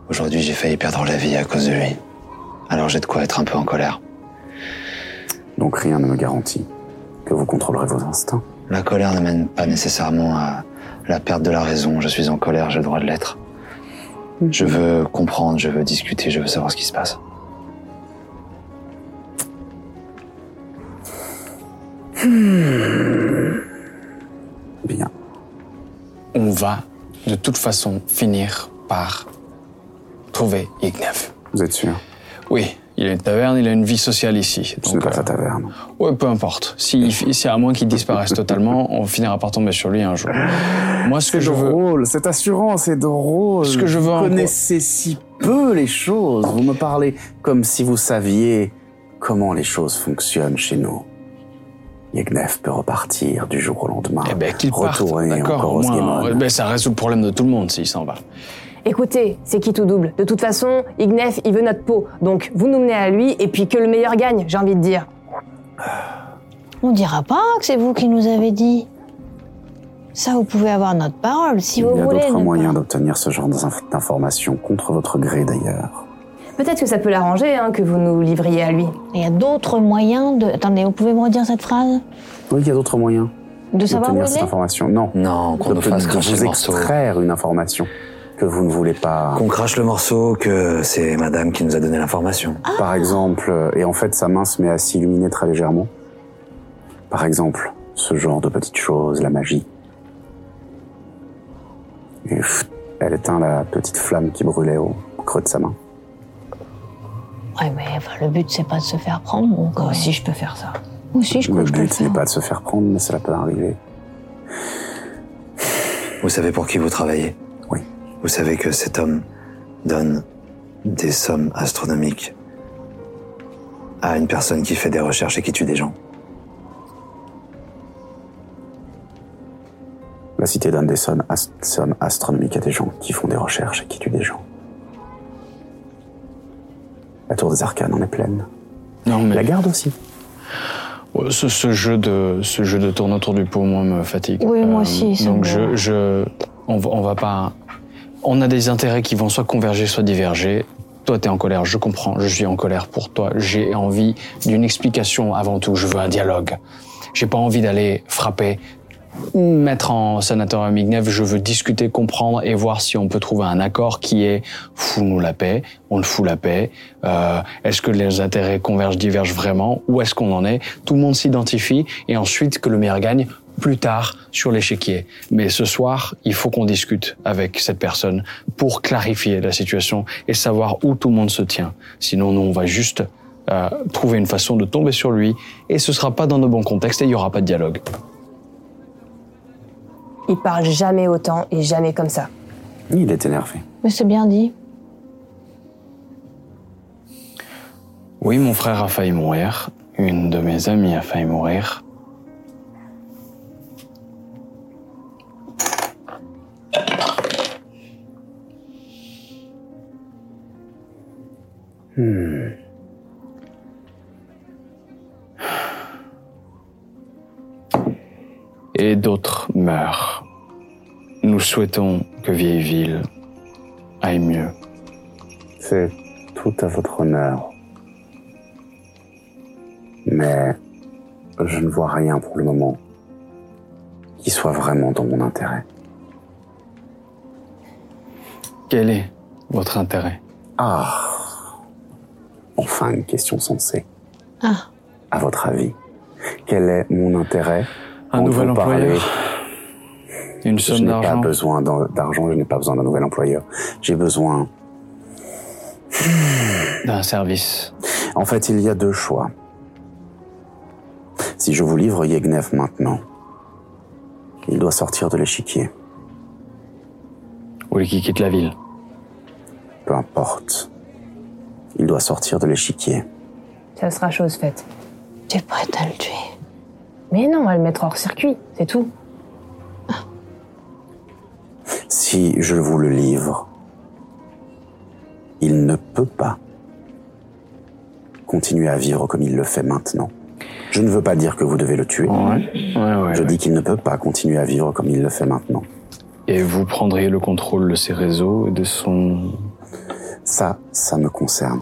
S17: aujourd'hui j'ai failli perdre la vie à cause de lui. Alors j'ai de quoi être un peu en colère.
S1: Donc rien ne me garantit que vous contrôlerez vos instincts.
S17: La colère ne mène pas nécessairement à la perte de la raison. Je suis en colère, j'ai le droit de l'être. Je veux comprendre, je veux discuter, je veux savoir ce qui se passe.
S1: Bien.
S4: On va de toute façon finir par trouver Ignev.
S1: Vous êtes sûr
S4: Oui, il a une taverne, il a une vie sociale ici. euh,
S1: Ce n'est pas sa taverne.
S4: Ouais, peu importe. Si, si à moins qu'il disparaisse totalement, on finira par tomber sur lui un jour. Moi, ce que je veux.
S1: drôle, cette assurance est drôle.
S4: Ce que je veux
S1: Vous
S4: en-
S1: connaissez si peu les choses. Vous me parlez comme si vous saviez comment les choses fonctionnent chez nous. Yegnef peut repartir du jour au lendemain. Eh
S4: ben, qu'il parte,
S1: Retourner
S4: D'accord,
S1: encore
S4: au
S1: au
S4: moins,
S1: Sgemon.
S4: ouais, ben, ça résout le problème de tout le monde s'il s'en va.
S8: Écoutez, c'est qui tout double De toute façon, Ignef, il veut notre peau. Donc, vous nous menez à lui, et puis que le meilleur gagne, j'ai envie de dire.
S2: On dira pas que c'est vous qui nous avez dit. Ça, vous pouvez avoir notre parole si vous
S1: Il y a
S2: voulez.
S1: d'autres
S2: ne
S1: moyens d'obtenir ce genre d'inf- d'informations, contre votre gré d'ailleurs.
S8: Peut-être que ça peut l'arranger, hein, que vous nous livriez à lui.
S2: Il y a d'autres moyens de. Attendez, vous pouvez me redire cette phrase
S1: Oui, il y a d'autres moyens
S2: De savoir où
S1: d'obtenir
S2: il
S1: cette
S2: est
S1: information. Non,
S17: non qu'on nous fasse cracher le
S1: vous
S17: morceau.
S1: extraire une information que vous ne voulez pas.
S17: Qu'on crache le morceau, que c'est madame qui nous a donné l'information.
S1: Par
S2: Ah.
S1: exemple, euh, et en fait sa main se met à s'illuminer très légèrement. Par exemple, ce genre de petites choses, la magie. Et pff, elle éteint la petite flamme qui brûlait au creux de sa main.
S2: Ouais, mais enfin, Eh ben, le but, c'est pas de se faire prendre. Donc, euh, si je peux faire ça. Aussi, je
S1: le
S2: crois que je peux le
S1: but n'est
S2: faire.
S1: pas de se faire prendre, mais cela peut arriver.
S17: Vous savez pour qui vous travaillez
S1: Oui.
S17: Vous savez que cet homme donne des sommes astronomiques à une personne qui fait des recherches et qui tue des gens.
S1: La cité donne des sommes, as- sommes astronomiques à des gens qui font des recherches et qui tuent des gens. La tour des arcanes en est pleine.
S4: Non, mais...
S1: La garde aussi.
S4: Ouais, Ce, ce jeu de ce jeu de tourne autour du pot, moi, me fatigue. Euh,
S2: Oui, moi aussi, ça
S4: Donc
S2: me-
S4: je, je on, va- on va pas. On a des intérêts qui vont soit converger, soit diverger. Toi, t'es en colère, je comprends. Je suis en colère pour toi. J'ai envie d'une explication avant tout. Je veux un dialogue. J'ai pas envie d'aller frapper, mettre en sanatorium Ignev. Je veux discuter, comprendre et voir si on peut trouver un accord qui est fous-nous la paix, on le fout la paix. Euh, est-ce que les intérêts convergent, divergent vraiment Où est-ce qu'on en est Tout le monde s'identifie et ensuite que le meilleur gagne plus tard sur l'échiquier. Mais ce soir, il faut qu'on discute avec cette personne pour clarifier la situation et savoir où tout le monde se tient. Sinon, nous, on va juste euh, trouver une façon de tomber sur lui et ce sera pas dans de bons contextes et il y aura pas de dialogue.
S8: Il parle jamais autant et jamais comme ça.
S1: Il est énervé.
S2: Mais c'est bien dit.
S4: Oui, mon frère a failli mourir. Une de mes amies a failli mourir.
S1: Hmm.
S4: Et d'autres meurent. Nous souhaitons que Vieilleville aille mieux.
S1: C'est tout à votre honneur. Mais je ne vois rien pour le moment qui soit vraiment dans mon intérêt.
S4: Quel est votre intérêt
S1: Ah Enfin, une question sensée.
S2: Ah.
S1: À votre avis, quel est mon intérêt
S4: Un
S1: quand
S4: nouvel
S1: vous parlez-
S4: employeur. Une
S1: je
S4: somme
S1: n'ai pas
S4: d'argent.
S1: besoin d'en- d'argent, je n'ai pas besoin d'un nouvel employeur. J'ai besoin
S4: d'un service.
S1: En fait, il y a deux choix. Si je vous livre Yegnev maintenant, il doit sortir de l'échiquier.
S4: Ou qui quitte la ville.
S1: Peu importe. Il doit sortir de l'échiquier.
S8: Ça sera chose faite.
S2: Tu es prête à le tuer
S8: Mais non, on va le mettre hors circuit, c'est tout.
S1: Si je vous le livre, il ne peut pas continuer à vivre comme il le fait maintenant. Je ne veux pas dire que vous devez le tuer. je dis qu'il ne peut pas continuer à vivre comme il le fait maintenant.
S4: Et vous prendriez le contrôle de ses réseaux et de son...
S1: Ça, ça me concerne.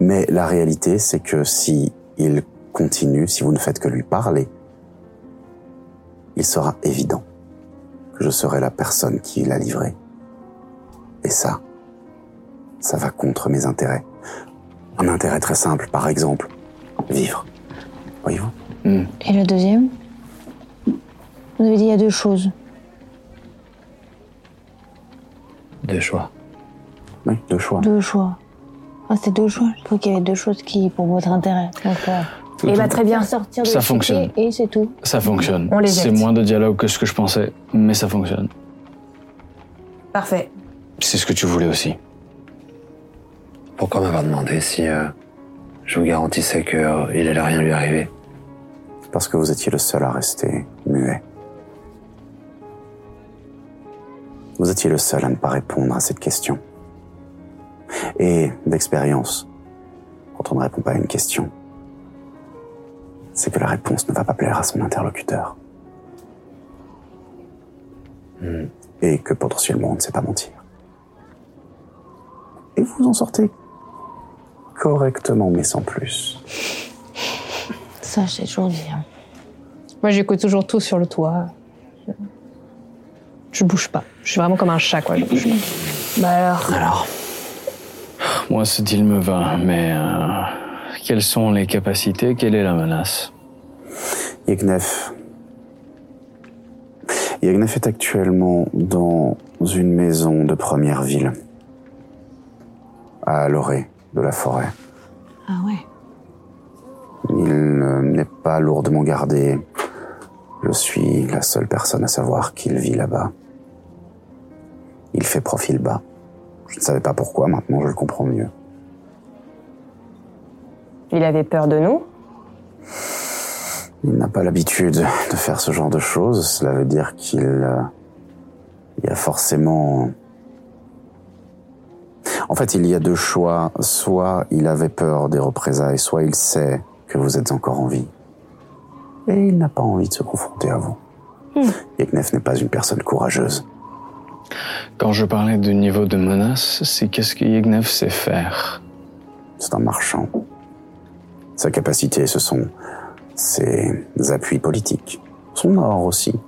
S1: Mais la réalité, c'est que si il continue, si vous ne faites que lui parler, il sera évident que je serai la personne qui l'a livré. Et ça, ça va contre mes intérêts. Un intérêt très simple, par exemple, vivre. Voyez-vous
S2: Et le deuxième Vous avez dit il y a deux choses.
S4: Des choix.
S1: Oui, deux choix.
S2: Deux choix. Ah, c'est deux choix. Je trouve qu'il y avait deux choses qui, pour votre intérêt. Donc, euh,
S4: Tout- Eh ben, tout- très bien.
S2: Sortir de
S4: Ça
S2: l'échiquier
S4: fonctionne.
S2: Et c'est tout.
S4: Ça fonctionne.
S2: On les
S4: C'est
S2: jette.
S4: moins de dialogue que ce que je pensais, mais ça fonctionne.
S8: Parfait.
S4: C'est ce que tu voulais aussi.
S17: Pourquoi m'avoir demandé si euh, je vous garantissais qu'il allait rien lui arriver
S1: Parce que vous étiez le seul à rester muet. Vous étiez le seul à ne pas répondre à cette question. Et d'expérience, quand on ne répond pas à une question, c'est que la réponse ne va pas plaire à son interlocuteur.
S17: Hmm.
S1: Et que potentiellement on ne sait pas mentir. Et vous en sortez correctement mais sans plus.
S2: Ça, je sais toujours dire.
S11: Moi, j'écoute toujours tout sur le toit. Je bouge pas. Je suis vraiment comme un chat, quoi. Je bouge pas.
S8: Bah alors.
S4: Alors. Moi, ce deal me va, mais euh, quelles sont les capacités Quelle est la menace
S1: Yegnef. Yegnef est actuellement dans une maison de première ville, à l'orée de la forêt.
S2: Ah ouais.
S1: Il euh, n'est pas lourdement gardé. Je suis la seule personne à savoir qu'il vit là-bas. Il fait profil bas. Je ne savais pas pourquoi, maintenant je le comprends mieux.
S8: Il avait peur de nous.
S1: Il n'a pas l'habitude de faire ce genre de choses. Cela veut dire qu'il euh, il y a forcément. En fait, il y a deux choix. Soit il avait peur des représailles, soit il sait que vous êtes encore en vie. Et il n'a pas envie de se confronter à vous. Yeknef n'est pas une personne courageuse.
S4: Quand je parlais du niveau de menace, c'est qu'est-ce que Yegnev sait faire
S1: C'est un marchand. Sa capacité, ce sont ses appuis politiques. Son or aussi.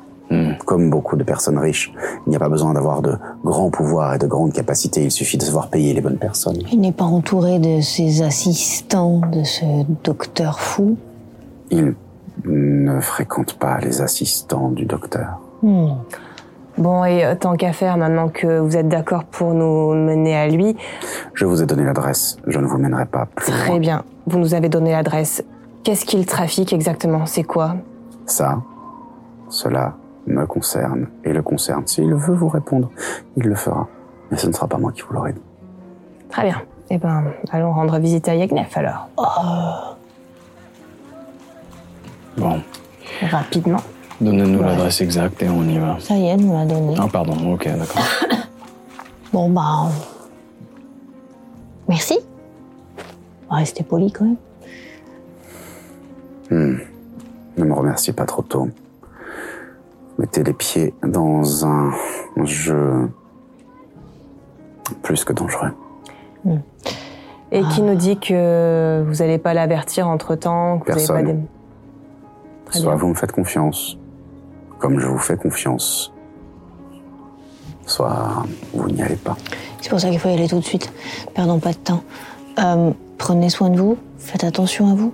S1: Comme beaucoup de personnes riches, il n'y a pas besoin d'avoir de grands pouvoirs et de grandes capacités, il suffit de savoir payer les bonnes personnes.
S2: Il n'est pas entouré de ses assistants, de ce docteur fou.
S1: Il ne fréquente pas les assistants du docteur.
S8: Bon, et euh, tant qu'à faire, maintenant que vous êtes d'accord pour nous mener à lui,
S1: Je vous ai donné l'adresse, je ne vous mènerai pas plus loin.
S8: très bien. Vous nous avez donné l'adresse. Qu'est-ce qu'il trafique exactement C'est quoi
S1: Ça, cela me concerne et le concerne. S'il veut vous répondre, il le fera. Mais ce ne sera pas moi qui vous l'aurai dit.
S8: Très bien. Eh ben, allons rendre visite à Yagnef alors.
S4: Bon,
S8: Rapidement.
S4: donnez-nous l'adresse exacte et on y va.
S2: Ça y est, elle nous l'a donné.
S4: Ah, pardon, ok, d'accord.
S2: Bon, bah. euh, Merci.
S10: On va Rester poli quand même.
S1: Hmm. Ne me remerciez pas trop tôt. Vous mettez les pieds dans un jeu plus que dangereux.
S8: Et
S18: Ah.
S8: qui nous dit que vous n'allez pas l'avertir entre temps, que vous n'avez pas
S1: Personne.
S8: des. Très
S1: Soit
S8: bien.
S1: vous me faites confiance, comme je vous fais confiance, soit vous n'y allez pas.
S2: C'est pour ça qu'il faut y aller tout de suite. Perdons pas de temps. Euh, prenez soin de vous, faites attention à vous.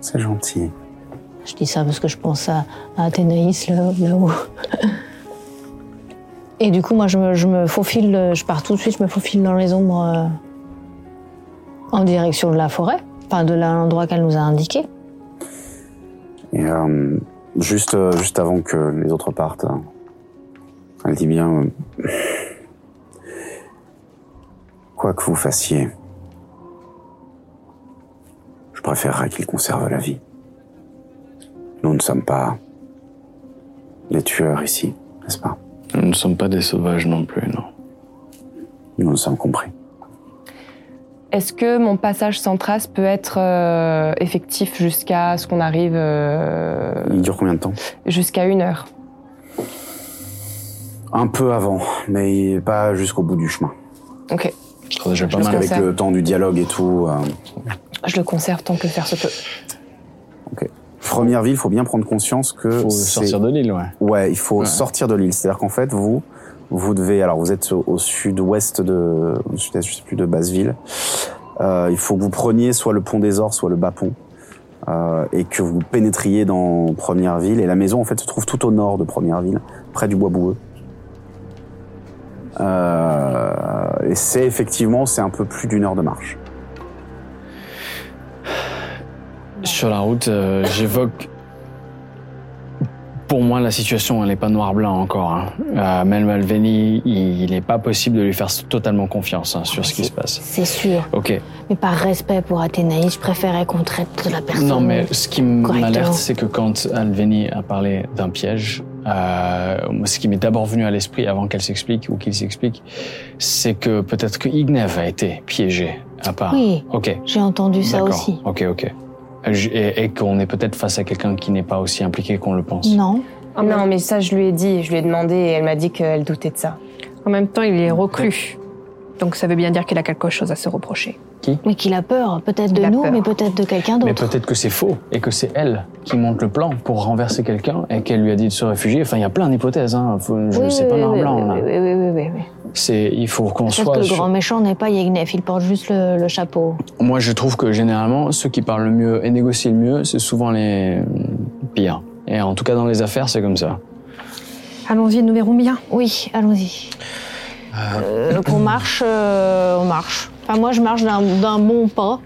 S1: C'est gentil.
S2: Je dis ça parce que je pense à, à Athénaïs là- là-haut. Et du coup, moi, je me, je me faufile, euh, je pars tout de suite, je me faufile dans les ombres euh, en direction de la forêt, enfin de la- l'endroit qu'elle nous a indiqué.
S1: Et euh, juste, euh, juste avant que les autres partent, euh, elle dit bien, euh, quoi que vous fassiez, je préférerais qu'ils conservent la vie. Nous ne sommes pas des tueurs ici, n'est-ce pas
S4: Nous ne sommes pas des sauvages non plus, non.
S1: Nous nous sommes compris.
S18: Est-ce que mon passage sans trace peut être euh, effectif jusqu'à ce qu'on arrive euh,
S1: Il dure combien de temps
S18: jusqu'à une heure
S1: Un peu avant, mais pas jusqu'au bout du chemin.
S18: Ok.
S1: Je trouve déjà
S18: pas mal.
S1: Avec le temps du dialogue et tout. euh,
S18: Je le conserve tant que faire se peut.
S1: Première ville, il faut bien prendre conscience que
S4: Faut
S1: c'est-
S4: sortir de l'île, ouais.
S1: Ouais, il faut
S4: Ouais.
S1: sortir de l'île. C'est-à-dire qu'en fait, vous, vous devez, alors vous êtes au, au sud-ouest de, au sud-est, je sais plus, de Basseville. Euh, il faut que vous preniez soit le pont des Ors, soit le bas pont, euh, et que vous pénétriez dans Première Ville. Et la maison, en fait, se trouve tout au nord de Première Ville, près du bois boueux. Euh, et c'est effectivement, c'est un peu plus d'une heure de marche.
S4: Sur la route, euh, j'évoque. Pour moi, la situation, elle n'est pas noir-blanc encore. Hein. Euh, Mel Malveni, il n'est pas possible de lui faire totalement confiance hein, sur ce qui se passe.
S2: C'est sûr.
S4: Ok.
S2: Mais par respect pour Athénaïs, je préférais qu'on traite la personne.
S4: Non, mais ce qui m'alerte,
S2: correctement.
S4: c'est que quand Alveni a parlé d'un piège, euh, moi, ce qui m'est d'abord venu à l'esprit avant qu'elle s'explique ou qu'il s'explique, c'est que peut-être que Ignev a été piégé à part.
S2: Oui.
S4: Ok.
S2: J'ai entendu ça
S4: D'accord.
S2: aussi.
S4: Ok, ok. Euh, Et, et qu'on est peut-être face à quelqu'un qui n'est pas aussi impliqué qu'on le pense.
S2: Non.
S8: Non, mais ça, je lui ai dit, je lui ai demandé et elle m'a dit qu'elle doutait de ça.
S11: En même temps, il est reclus. Donc ça veut bien dire qu'il a quelque chose à se reprocher.
S4: Qui
S2: Mais qu'il a peur, peut-être de
S11: a
S2: nous,
S11: peur.
S2: mais peut-être de quelqu'un
S4: Mais
S2: d'autre.
S4: peut-être que c'est faux et que c'est elle qui monte le plan pour renverser quelqu'un et qu'elle lui a dit de se réfugier. Enfin, il y a plein d'hypothèses. Hein. Faut- je ne
S2: Oui,
S4: sais
S2: oui,
S4: pas
S2: oui,
S4: noir
S2: oui,
S4: blanc.
S2: oui,
S4: là.
S2: oui, oui, oui, oui, oui.
S4: C'est il faut qu'on
S2: Sauf
S4: soit.
S2: que le
S4: sur-
S2: grand méchant n'est pas Yegnef, il porte juste le, le chapeau.
S4: Moi, je trouve que généralement, ceux qui parlent le mieux et négocient le mieux, c'est souvent les pires. Et en tout cas, dans les affaires, c'est comme ça.
S11: Allons-y, nous verrons bien.
S2: Oui, allons-y. Euh, qu'on marche, euh, on marche. Enfin, moi, je marche d'un d'un bon pas.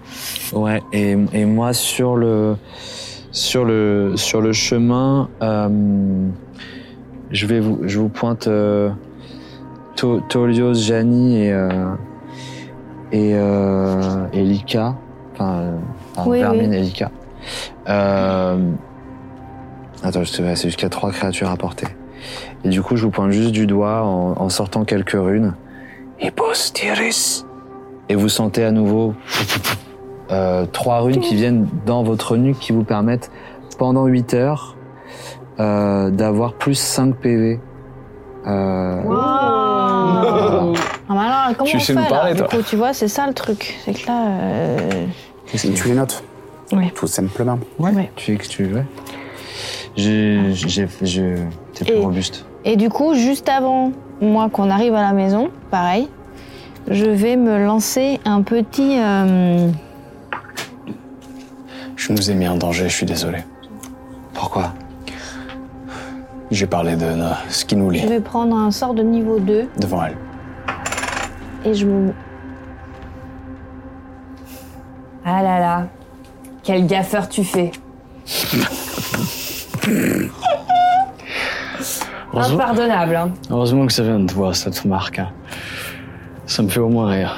S5: Ouais, et, et moi sur le sur le sur le chemin, euh, je vais vous je vous pointe euh, To- Tolios, Jani et euh, et, euh, et Lika, enfin, euh, enfin,
S21: Oui,
S5: Vermine
S21: oui.
S5: et Lika. Euh, attends, je te- ouais, c'est jusqu'à trois créatures à porter. Et du coup, je vous pointe juste du doigt en, en sortant quelques runes. Hippostiris. Et vous sentez à nouveau euh, trois runes qui viennent dans votre nuque qui vous permettent pendant 8 heures euh, d'avoir plus 5 PV. Euh,
S2: Ah, mais alors, comment
S5: Tu
S2: on
S5: sais
S2: fait
S5: nous
S2: là
S5: parler,
S2: du
S5: toi.
S2: coup, tu vois, c'est ça le truc. C'est que là. euh,
S1: Tu les notes
S2: Ouais.
S1: Tout simplement.
S5: Ouais. Tu es que tu ouais. Je j'ai je t'es plus
S2: Et-
S5: robuste.
S2: Et du coup, juste avant moi qu'on arrive à la maison, pareil, je vais me lancer un petit. euh,
S4: Je nous ai mis en danger, je suis désolé.
S5: Pourquoi
S4: J'ai parlé de euh, ce qui nous lie
S2: je vais prendre un sort de niveau 2
S4: devant elle.
S2: et je me.
S8: Ah là là, quel gaffeur tu fais.
S4: Heureusement-
S8: Impardonnable. hein.
S4: Heureusement que ça vient de toi, cette marque. hein. Ça me fait au moins rire.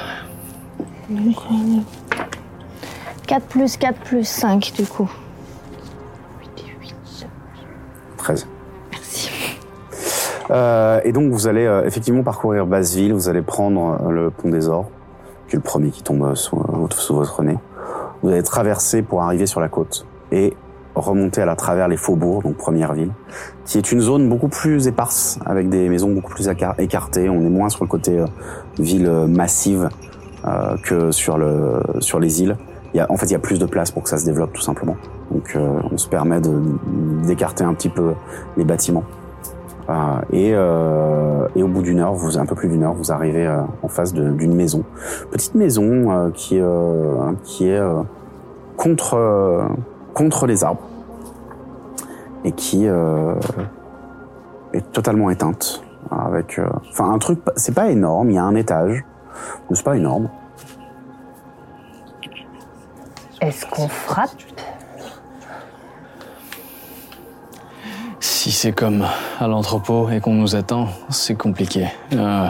S2: 4 plus 4 plus 5 du coup.
S1: 13. Merci. et donc, vous allez euh, effectivement parcourir Basseville, vous allez prendre euh, le euh, pont des Ors, qui est le premier qui tombe sous, euh, sous votre nez. Vous allez traverser pour arriver sur la côte et remonter à la travers les faubourgs, donc première ville, qui est une zone beaucoup plus éparse, avec des maisons beaucoup plus écar- écartées. On est moins sur le côté euh, ville euh, massive euh, que sur, le, sur les îles. Il y a, en fait, il y a plus de place pour que ça se développe, tout simplement. Donc, euh, on se permet de- d'écarter un petit peu les bâtiments. Euh, et, euh, et au bout d'une heure, vous un peu plus d'une heure, vous arrivez euh, en face de- d'une maison, petite maison euh, qui euh, qui est euh, contre euh, contre les arbres et qui euh, est totalement éteinte. Avec, euh, enfin, un truc, pas- c'est pas énorme. Il y a un étage, mais c'est pas énorme.
S2: Est-ce qu'on frappe
S4: Si c'est comme à l'entrepôt et qu'on nous attend, c'est compliqué. Euh,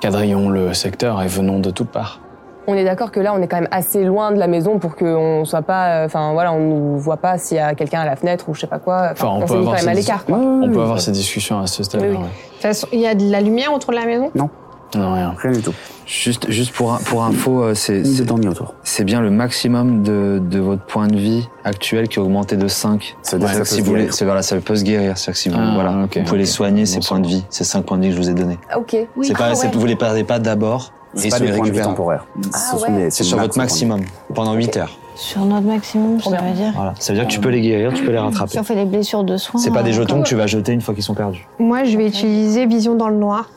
S4: quadrillons le secteur et venons de toutes parts.
S8: On est d'accord que là, on est quand même assez loin de la maison pour qu'on soit pas. euh, Enfin, voilà, on nous voit pas s'il y a quelqu'un à la fenêtre ou je sais pas quoi.
S4: Enfin, on,
S8: s'est
S4: peut
S8: mis
S4: avoir,
S8: quand même
S4: ces
S8: à
S4: dis-
S8: l'écart, quoi.
S4: on peut avoir ces discussions à ce stade.
S22: Oui, oui. De toute façon, il y a de la lumière autour de la maison
S1: Non.
S4: Non, rien.
S1: Rien du tout.
S5: Juste, juste pour, un- pour info, euh, c'est. C'est
S1: autour.
S5: C'est bien le maximum de, de votre point de vie actuel qui est augmenté de 5.
S1: C'est-à-dire que ça peut
S5: si
S1: se
S5: vous voulez,
S1: guérir.
S5: c'est voilà, ça peut se guérir. C'est-à-dire que si vous,
S1: Ah,
S5: voilà,
S1: ok,
S5: vous pouvez les
S1: ok.
S5: soigner, ces points de vie, ces 5 points de vie que je vous ai donnés.
S8: Ok.
S5: C'est pas, c'est- Vous les perdez pas d'abord.
S1: C'est
S5: et
S1: pas des points
S5: ils sont
S1: de vie
S5: irrécupérables.
S1: temporaires. Ah Ce sont ouais. des-
S5: C'est
S1: c'est
S5: sur
S1: max
S5: votre maximum, pendant 8 heures.
S10: Sur notre maximum, ça veut dire.
S5: Voilà. Ça veut dire que tu peux les guérir, tu peux les rattraper.
S10: Si on fait les blessures de soins.
S5: C'est pas des
S10: euh,
S5: jetons
S10: comme-
S5: que tu vas jeter une fois qu'ils sont perdus.
S22: Moi, je vais utiliser vision dans le noir.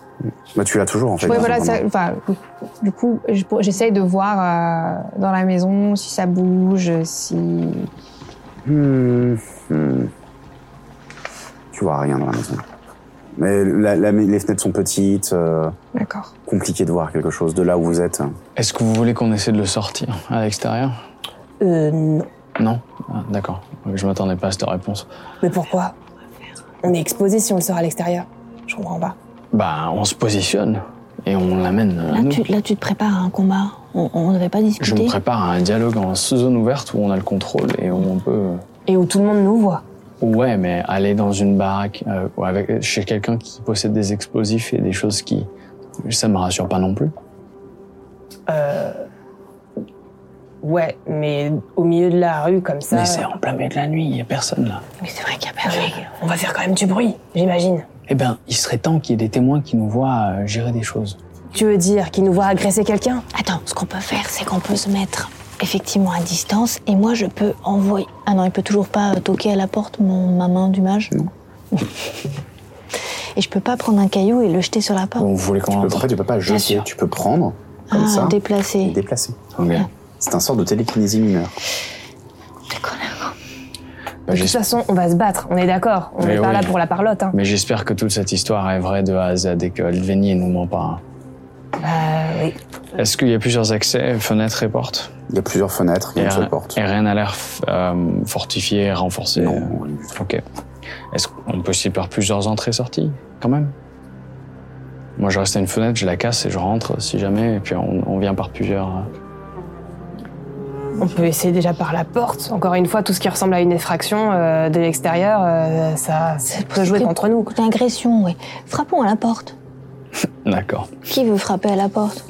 S1: Bah, tu l'as toujours en fait.
S22: Ouais,
S1: dans
S22: voilà,
S1: ton
S22: ça-
S1: endroit.
S22: enfin, du coup, je- pour- j'essaye de voir euh, dans la maison si ça bouge, si.
S1: Hmm, hmm. Tu vois rien dans la maison. Mais la- la- les fenêtres sont petites. euh,
S22: D'accord.
S1: Compliqué de voir quelque chose de là où vous êtes.
S4: Est-ce que vous voulez qu'on essaie de le sortir à l'extérieur
S2: Euh, non.
S4: Non Ah, D'accord. Je m'attendais pas à cette réponse.
S2: Mais pourquoi On est exposé si on le sort à l'extérieur. Je comprends pas.
S4: Bah, on se positionne et on l'amène à
S10: Là
S4: nous.
S10: tu, là, tu te prépares à un combat. On ne devait pas discuter.
S4: Je me prépare à un dialogue en zone ouverte où on a le contrôle et où on peut.
S2: Et où tout le monde nous voit.
S4: Ouais, mais aller dans une baraque euh, ou avec chez quelqu'un qui possède des explosifs et des choses qui, ça me rassure pas non plus.
S1: Ah
S2: Euh... Ouais, mais au milieu de la rue comme ça.
S4: Mais c'est en plein milieu de la nuit, il y a personne là.
S2: Mais c'est
S8: Ah,
S2: vrai qu'il y a personne. On va faire quand même du bruit, j'imagine.
S4: Eh ben, il serait temps qu'il y ait des témoins qui nous voient euh, gérer des choses.
S2: Tu veux dire qu'il nous voit agresser quelqu'un
S10: Attends, ce qu'on peut faire, c'est qu'on peut se mettre effectivement à distance et moi je peux envoyer. Ah non, il peut toujours pas euh, toquer à la porte mon ma main du mage. Non. et je peux pas prendre un caillou et le jeter sur la porte.
S4: Vous voulez qu'on
S1: En fait, tu peux pas jeter, tu peux prendre comme
S10: Ah,
S1: ça et
S10: déplacer.
S1: déplacer. C'est un sort de télékinésie mineure.
S2: De
S4: Bah,
S2: toute
S4: j'espère-
S2: façon, on va se battre, on est d'accord. On
S4: Mais
S2: n'est pas
S4: oui.
S2: là pour la parlotte. Hein.
S4: Mais j'espère que toute cette histoire est vraie de A à Z et que Alveni nous ment pas.
S2: Bah oui.
S4: Est-ce qu'il y a plusieurs accès, fenêtres et portes
S1: Il y a plusieurs fenêtres, il y a une
S4: Et
S1: seule
S4: rien-
S1: porte.
S4: Et rien n'a l'air f- euh, fortifié, renforcé. Euh,
S1: Non,
S4: Ok. Est-ce qu'on peut s'y par plusieurs entrées-sorties, quand même Moi, je reste à une fenêtre, je la casse et je rentre, si jamais, et puis on, on vient par plusieurs. euh.
S8: On peut essayer déjà par la porte. Encore une fois, tout ce qui ressemble à une effraction euh, de l'extérieur, euh, ça, ça peut jouer contre nous.
S10: Une agression, oui. Frappons à la porte.
S4: D'accord.
S10: Qui veut frapper à la porte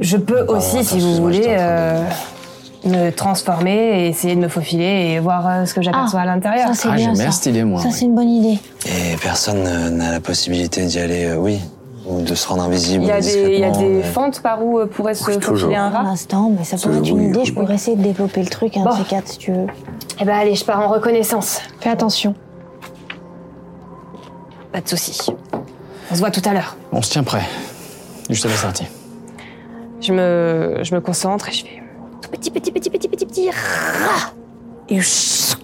S2: Je peux
S8: Bah,
S2: aussi, si vous voulez, euh, me transformer et essayer de me faufiler et voir euh, ce que
S8: Ah,
S2: j'aperçois à l'intérieur.
S10: Ça, c'est
S4: Ah,
S10: bien, ça. Ça, c'est une bonne idée.
S5: Et personne euh, n'a la possibilité d'y aller, euh, oui, ou de se rendre invisible.
S8: Il y a des, il y a
S5: discrètement,
S8: des
S5: mais-
S8: fentes par où euh, pourrait se faufiler un
S2: Ah.
S10: Pour
S8: rat
S10: l'instant, mais ça pourrait être une idée. Je pourrais essayer de développer le truc, un
S2: Bah.
S10: de ces quatre, si tu veux.
S2: Eh ben allez, je pars en reconnaissance.
S22: Fais attention.
S2: Pas de soucis. On se voit tout à l'heure.
S4: On se tient prêt. Juste à la sortie.
S8: Je me, je me concentre et je fais tout petit, petit, petit, petit, petit, petit rat. Et je,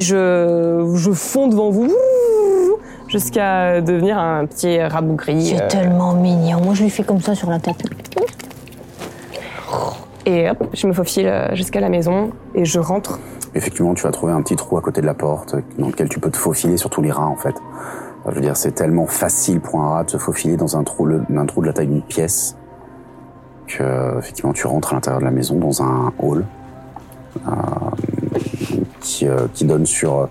S8: je, je fonds devant vous jusqu'à devenir un petit euh, rabougri.
S10: C'est tellement mignon. Moi, je lui fais comme ça sur la tête.
S8: Et hop, je me faufile euh, jusqu'à la maison et je rentre.
S1: Effectivement, tu vas trouver un petit trou à côté de la porte euh, dans lequel tu peux te faufiler sur tous les rats en fait. Enfin, Je veux dire, c'est tellement facile pour un rat de se faufiler dans un trou, le- un trou de la taille d'une pièce que euh, effectivement tu rentres à l'intérieur de la maison dans un hall euh, qui, euh, qui donne sur euh,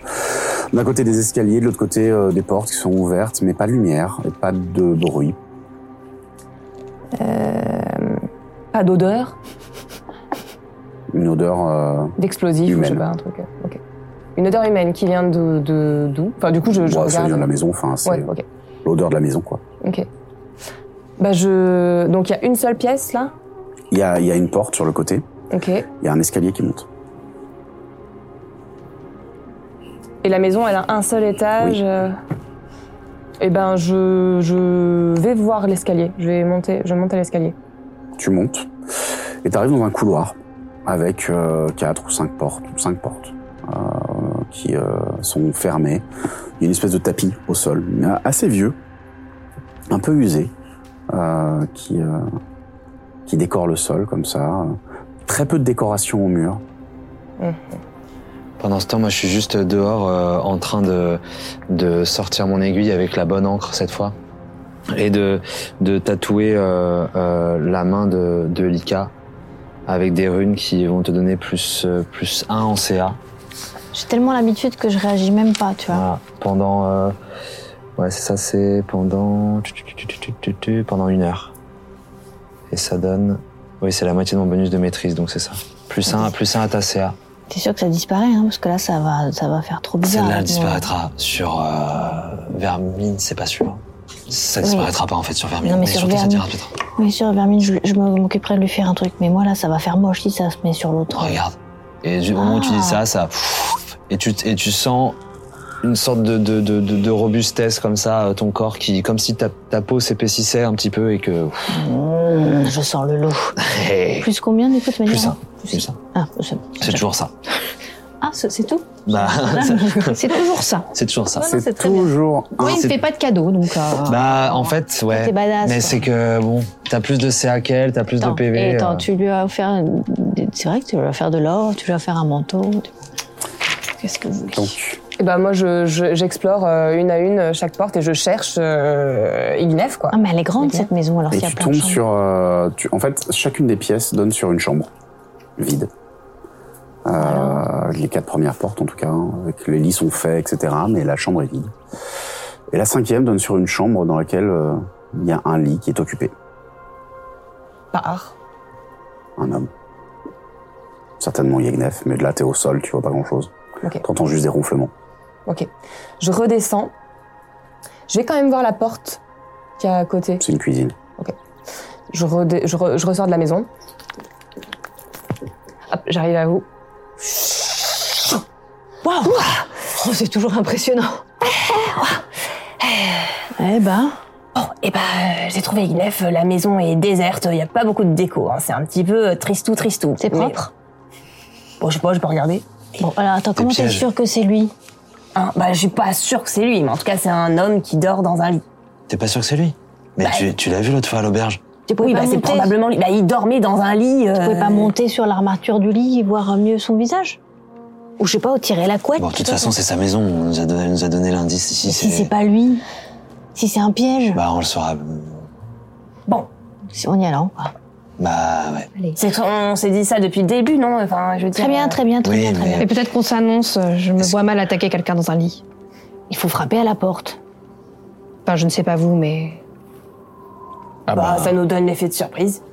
S1: d'un côté des escaliers, de l'autre côté euh, des portes qui sont ouvertes, mais pas de lumière, et pas de bruit.
S2: Euh, pas d'odeur
S1: Une odeur. euh,
S2: d'explosif ou je sais
S1: Humaine.
S2: pas, un truc. euh, ok. Une odeur humaine qui vient de de- d'où Enfin, du coup, je, je
S1: bah, ça
S2: regarde.
S1: vient de la maison, enfin, c'est
S2: Ouais, ok.
S1: l'odeur de la maison, quoi.
S2: Ok. Bah je. Donc il y a une seule pièce là.
S1: Il y a, il y a une porte sur le côté,
S2: Ok.
S1: il y a un escalier qui monte.
S2: Et la maison, elle a un seul étage. euh, Eh ben je je vais voir l'escalier. Je vais monter. Je monte à l'escalier.
S1: Tu montes et tu arrives dans un couloir avec euh, quatre ou cinq portes, cinq portes euh, qui euh, sont fermées. Il y a une espèce de tapis au sol, mais assez vieux, un peu usé, euh, qui euh, qui décore le sol comme ça. Très peu de décoration au mur.
S10: Ah
S23: Pendant ce temps, moi, je suis juste dehors euh, en train de, de sortir mon aiguille avec la bonne encre cette fois et de, de tatouer euh, euh, la main de, de Lika avec des runes qui vont te donner plus, euh, plus 1 en CA
S10: J'ai tellement l'habitude que je réagis même pas, tu vois.
S23: Voilà. pendant. euh, ouais, c'est ça, c'est pendant. tu, tu, tu, tu, tu, tu, tu, tu, pendant une heure. Et ça donne. Oui, c'est la moitié de mon bonus de maîtrise, donc c'est ça. Plus 1 plus un à ta CA.
S10: T'es sûr que ça disparaît, hein, parce que là, ça va, ça va faire trop bizarre.
S5: Celle-là elle
S10: Ouais.
S5: disparaîtra sur euh, Vermine, c'est pas sûr. Ça
S10: Oui.
S5: disparaîtra pas en fait sur Vermine,
S10: Non, mais
S5: mais,
S10: sur
S5: surtout ça
S10: Vermine.
S5: dira peut-être.
S10: Oui, Euh, sur Vermine, je, je m'occuperai de lui faire un truc, mais moi, là, ça va faire moche si ça se met sur l'autre.
S5: Regarde. Et du moment où tu dis
S10: Ah.
S5: ça, ça. pfff, Et tu, et tu sens une sorte de, de, de, de- de robustesse comme ça, euh, ton corps qui. comme si ta, ta peau s'épaississait un petit peu et que.
S10: je sens le loup.
S5: Plus
S10: Plus combien, du coup, tu m'as dit
S5: Plus
S10: avant
S5: ça. Plus ça.
S10: Ah, c'est
S5: C'est toujours ça.
S10: ah, c'est- c'est tout
S5: Bah,
S10: C'est toujours ça.
S5: C'est toujours ça.
S10: Non, non, c'est C'est très bien.
S1: toujours.
S10: Moi, il ne fait pas de cadeau, donc... euh,
S5: Bah, en fait, ouais.
S10: t'es badass,
S5: Mais
S10: quoi.
S5: c'est que, bon, t'as plus de CA qu'elle, t'as plus
S10: attends,
S5: de PV.
S10: et attends,
S5: euh,
S10: tu lui as offert... C'est vrai que tu lui as offert de l'or, tu lui as offert un manteau. tu- Qu'est-ce que vous voulez
S2: Et ben moi je je- j'explore euh, une à une euh, chaque porte et je cherche euh, Ignef quoi.
S10: Ah mais elle est grande cette maison alors
S1: Et
S10: s'il y a
S1: tu
S10: plein de
S1: tombes
S10: chambres.
S1: sur. euh, tu- en fait, chacune des pièces donne sur une chambre vide. Euh, Les quatre premières portes, en tout cas, hein, avec les lits sont faits, etc. Mais la chambre est vide. Et la cinquième donne sur une chambre dans laquelle euh, il y a un lit qui est occupé.
S2: Par.
S1: Un homme. Certainement Yegnef, mais de là, t'es au sol, tu vois pas grand-chose.
S2: Ok.
S1: T'entends juste des ronflements.
S2: Ok. Je redescends. Je vais quand même voir la porte qui est à côté.
S1: C'est une cuisine.
S2: Je, redé- je, re- je ressors de la maison. Hop, j'arrive à vous.
S10: Waouh Oh, c'est toujours impressionnant. Eh ben,
S8: Bon, et ben, euh, j'ai trouvé Ignef, la maison est déserte, il n'y a pas beaucoup de déco, hein, c'est un petit peu euh, tristou, tristou.
S10: C'est
S8: Mais-
S10: propre
S8: Bon, je sais pas, je peux regarder.
S10: Bon, alors attends, comment t'es
S8: pièges.
S10: sûr que c'est lui
S8: Hein, bah, je suis pas sûre que c'est lui, mais en tout cas, c'est un homme qui dort dans un lit.
S5: T'es pas sûr que c'est lui
S10: Bah,
S5: Mais tu, tu l'as vu l'autre fois à l'auberge
S8: oui,
S10: pas
S8: bah, c'est
S10: monter
S8: probablement lui. Bah, il dormait dans un lit. euh,
S10: Tu pouvais pas monter sur l'armature du lit et voir mieux son visage Ou je sais pas, ou tirer la couette
S5: Bon, de
S10: tu
S5: toute
S10: vois,
S5: façon, c'est sa maison, on nous a donné, elle nous a donné l'indice ici.
S10: Si c'est pas lui, si c'est un piège,
S5: Bah, on le saura.
S10: si on y allant. quoi.
S5: Bah, ouais.
S8: C'est qu'on- on s'est dit ça depuis le début, non Enfin, je veux dire,
S11: Très bien,
S8: euh,
S11: très bien,
S5: très Oui, bien, très mais- bien.
S11: Et peut-être qu'on s'annonce, euh, je me vois mal attaquer quelqu'un dans un lit.
S10: Il faut frapper à la porte.
S11: Enfin, je ne sais pas vous, mais.
S4: Ah
S8: bah, ça nous donne l'effet de surprise.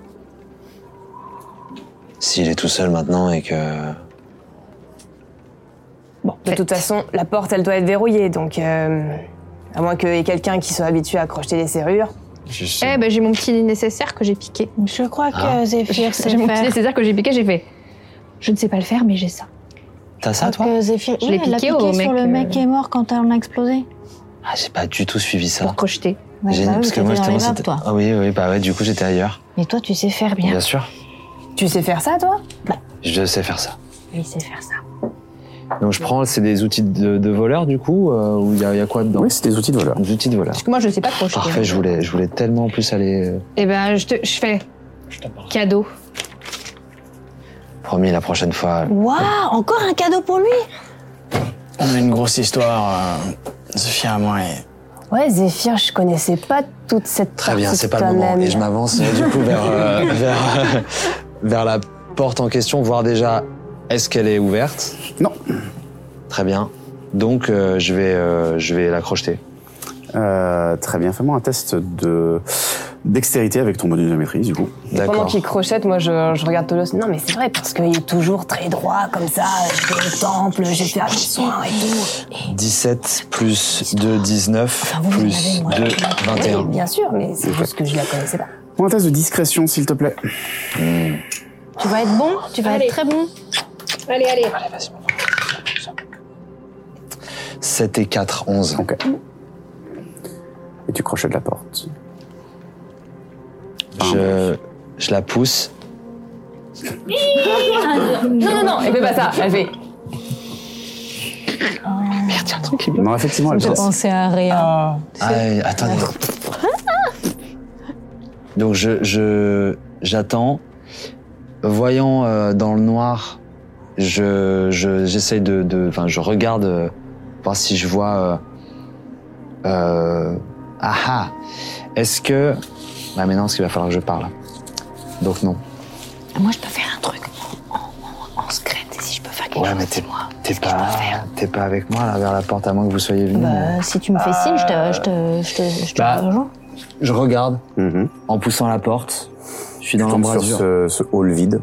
S5: S'il est tout seul maintenant et que.
S8: De toute façon, la porte, elle doit être verrouillée, donc euh, à moins qu'il y ait quelqu'un qui soit habitué à crocheter les serrures.
S11: Eh ben, j'ai mon petit nécessaire que j'ai piqué.
S10: Je crois que
S11: Ah.
S10: Zéphyr sait
S11: J'ai mon petit
S10: faire.
S11: nécessaire que j'ai piqué, j'ai fait. Je ne sais pas le faire, mais j'ai ça.
S5: T'as ça, toi
S10: Que Zéphyr,
S11: Je
S10: oui,
S11: l'ai
S10: elle l'a
S11: piqué
S10: piqué,
S11: au mec,
S10: sur le mec
S11: euh,
S10: qui est mort quand on a explosé.
S5: Ah, j'ai pas du tout suivi ça.
S11: Pour crocheter.
S10: Ouais,
S5: Génial,
S10: bah oui,
S5: parce que
S10: t'étais
S5: moi,
S10: dans les
S5: justement,
S10: vapes,
S5: c'était.
S10: toi.
S5: Ah, oui, oui, bah, ouais, du coup, j'étais ailleurs.
S10: Mais toi, tu sais faire bien.
S5: Bien sûr,
S8: Tu sais faire ça, toi
S5: je sais faire ça.
S10: Il sait faire ça.
S23: Donc je prends, c'est des outils de, de voleur du coup, euh, ou il y, a- il y a quoi dedans
S1: Oui, c'est des outils de voleur.
S23: Des outils de voleur.
S11: Parce que moi, je ne sais pas crocheter.
S23: Parfait, je voulais, je voulais tellement en plus aller. euh,
S11: Eh ben, je, te, je fais. Cadeau.
S5: Promis, la prochaine fois.
S10: Waouh, encore un cadeau pour lui
S24: On a une grosse histoire, euh, Sophie à moi. Et...
S8: Ouais, Zéphyr, je connaissais pas toute cette
S5: Très bien,
S8: partie
S5: c'est
S8: de
S5: pas le moment.
S8: toi-même.
S5: Et je m'avance euh, du coup vers, euh, vers, euh, vers la porte en question, voir déjà est-ce qu'elle est ouverte
S1: Non.
S5: Très bien. Donc euh, je vais, euh, je vais la crocheter.
S1: Euh, très bien, fais-moi un test de Dextérité avec ton bonus de maîtrise, du coup.
S8: Pendant qu'il crochette, moi je, je regarde Tolos. Non, mais c'est vrai, parce qu'il est toujours très droit comme ça. Je vais au temple, j'ai fait un soin et tout.
S5: 17 plus 2, 19
S8: Ah, Vous, vous l'avez,
S5: plus
S8: moi.
S5: 2,
S8: Oui,
S5: 21.
S8: bien sûr, mais c'est juste que je la connaissais pas.
S1: Pour un test de discrétion, s'il te plaît.
S2: Tu vas être bon, tu vas
S11: Allez.
S2: être très bon.
S11: Allez, allez.
S5: 7 et 4, 11.
S1: Et tu crochettes la porte.
S5: Je, je la pousse.
S3: Non, non, non, elle fait pas ça. Elle fait.
S2: Merde, il y a un truc qui
S1: Non, effectivement, elle
S2: Je
S1: passe.
S2: pensais à rien.
S5: Ah, attendez. Donc je, je j'attends. Voyant euh, dans le noir, je, je j'essaye de, de enfin je regarde euh, voir si je vois. Euh, euh, ah ah. Est-ce que bah mais non, parce qu'il va falloir que je parle. Donc non.
S2: Moi, je peux faire un truc en, en, en secret, et si je peux faire quelque
S5: Ouais
S2: chose.
S5: mais t'es, t'es pas t'es pas avec moi là vers la porte à moins que vous soyez venu.
S2: Bah,
S11: Mmh.
S2: si tu me fais signe, je
S11: Euh,
S2: te, je te, je te, je te
S11: bah,
S2: rejoins.
S5: Je regarde en poussant la porte. Je suis dans
S1: Tu tombes sur
S5: l'embrasure.
S1: ce, ce hall vide.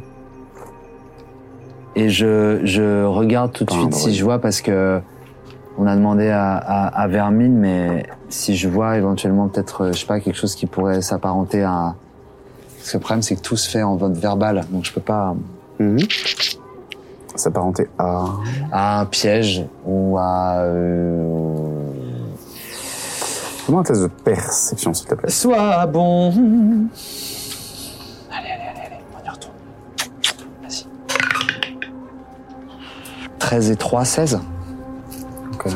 S5: Et je, je regarde tout de suite si je vois, parce que on a demandé à, à, à Vermine, mais si je vois éventuellement peut-être, euh, je sais pas, quelque chose qui pourrait s'apparenter à. Parce que le problème, c'est que tout se fait en vote verbal, donc je peux pas.
S1: S'apparenter à.
S5: À un piège ou à. euh,
S1: Comment un test de perception, s'il te plaît
S5: Sois bon.
S25: Allez, allez, allez, allez, on y retourne.
S5: 13 et 3, 16.
S1: Ok.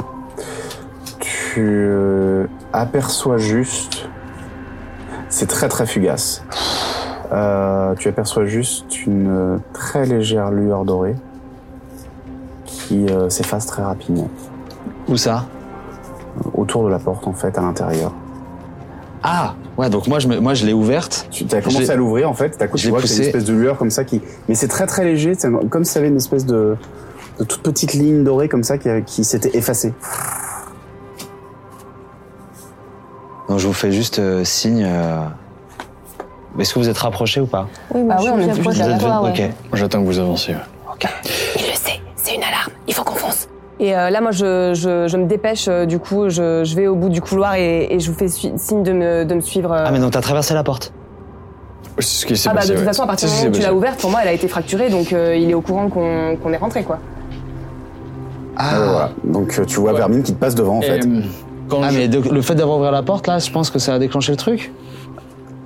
S1: Tu euh, aperçois juste. C'est très très fugace. Euh, tu aperçois juste une euh, très légère lueur dorée qui euh, s'efface très rapidement.
S5: Où ça
S1: Autour de la porte en fait, à l'intérieur.
S5: Ah Ouais, donc moi je, me- moi, je l'ai ouverte.
S1: Tu as commencé à l'ouvrir en fait, t'as coup,
S5: Je
S1: tu
S5: l'ai
S1: vois que c'est une
S5: poussé.
S1: espèce de lueur comme ça qui. Mais c'est très très léger, c'est comme si ça avait une espèce de, de toute petite ligne dorée comme ça qui, qui s'était effacée.
S5: Donc je vous fais juste euh, signe. euh, Est-ce que vous êtes rapprochés ou pas
S2: Oui,
S11: Ah
S8: bah, oui, on est
S5: Vous
S8: plus
S5: êtes- Ok.
S18: Bah.
S4: J'attends que vous avanciez.
S8: Il le sait, c'est une alarme, il faut qu'on fonce.
S18: Et euh, là, moi, je, je, je me dépêche, euh, du coup, je, je vais au bout du couloir et, et je vous fais sui- signe de me, de me suivre. euh.
S5: Ah mais donc t'as traversé la porte
S4: C'est ce qui s'est
S18: Ah bah,
S4: passé.
S18: de toute
S4: ouais.
S18: façon, à partir du
S4: C'est ce
S18: moment où
S4: qui
S18: tu
S4: s'est
S18: l'as
S4: passé.
S18: ouverte, pour moi, elle a été fracturée, donc euh, il est au courant qu'on qu'on est rentré, quoi.
S5: Ah,
S1: voilà. Donc euh, tu vois Vermine qui te passe devant en
S5: Et,
S1: fait.
S5: euh, ah mais donc, le fait d'avoir ouvert la porte là, je pense que ça a déclenché le truc.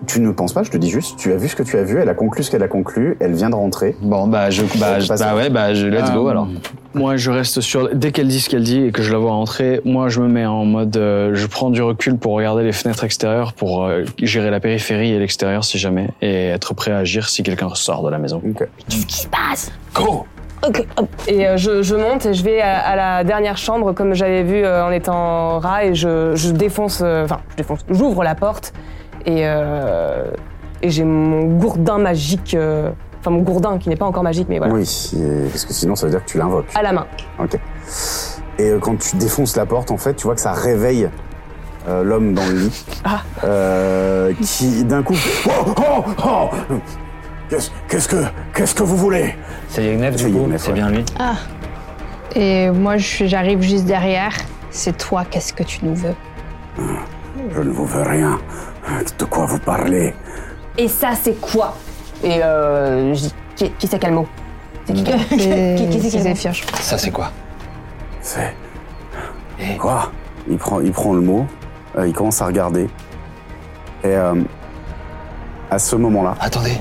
S1: Tu ne penses pas, je te dis juste, tu as vu ce que tu as vu, elle a conclu ce qu'elle a conclu, elle vient de rentrer.
S5: Bon bah je bah, je- bah ouais bah je let's go
S4: Euh,
S5: alors.
S4: Moi, je reste sur. Dès qu'elle dit ce qu'elle dit et que je la vois entrer, moi, je me mets en mode. euh, je prends du recul pour regarder les fenêtres extérieures, pour euh, gérer la périphérie et l'extérieur si jamais, et être prêt à agir si quelqu'un sort de la maison.
S10: Qu'est-ce qui se passe
S4: Go
S10: Ok, hop.
S18: Et euh, je, je monte et je vais à, à la dernière chambre, comme j'avais vu euh, en étant rat, et je, je défonce, euh, enfin, je défonce, j'ouvre la porte, et, euh, et j'ai mon gourdin magique, euh, enfin, mon gourdin qui n'est pas encore magique, mais voilà,
S1: Oui, et- parce que sinon ça veut dire que tu l'invoques.
S18: à la main.
S1: Ok. Et euh, quand tu défonces la porte, en fait, tu vois que ça réveille euh, l'homme dans le lit. Euh, qui d'un coup. Oh, oh, oh Qu'est-ce qu'est-ce que qu'est-ce que vous voulez
S5: C'est Yegnef du coup, c'est bien lui.
S11: Ah. Et moi, je- j'arrive juste derrière. C'est toi, qu'est-ce que tu nous veux
S1: Je ne vous veux rien. De quoi vous parlez
S18: Et ça, c'est quoi Et euh, je dis, qui, qui c'est quel mot
S1: Ah,
S11: C'est
S18: qui- qui-
S11: c'est
S18: qui-
S11: Zéphyr, je crois.
S5: Ça c'est quoi
S1: C'est quoi Il prend, il prend le mot, euh, il commence à regarder. Et euh, à ce moment-là,
S5: attendez,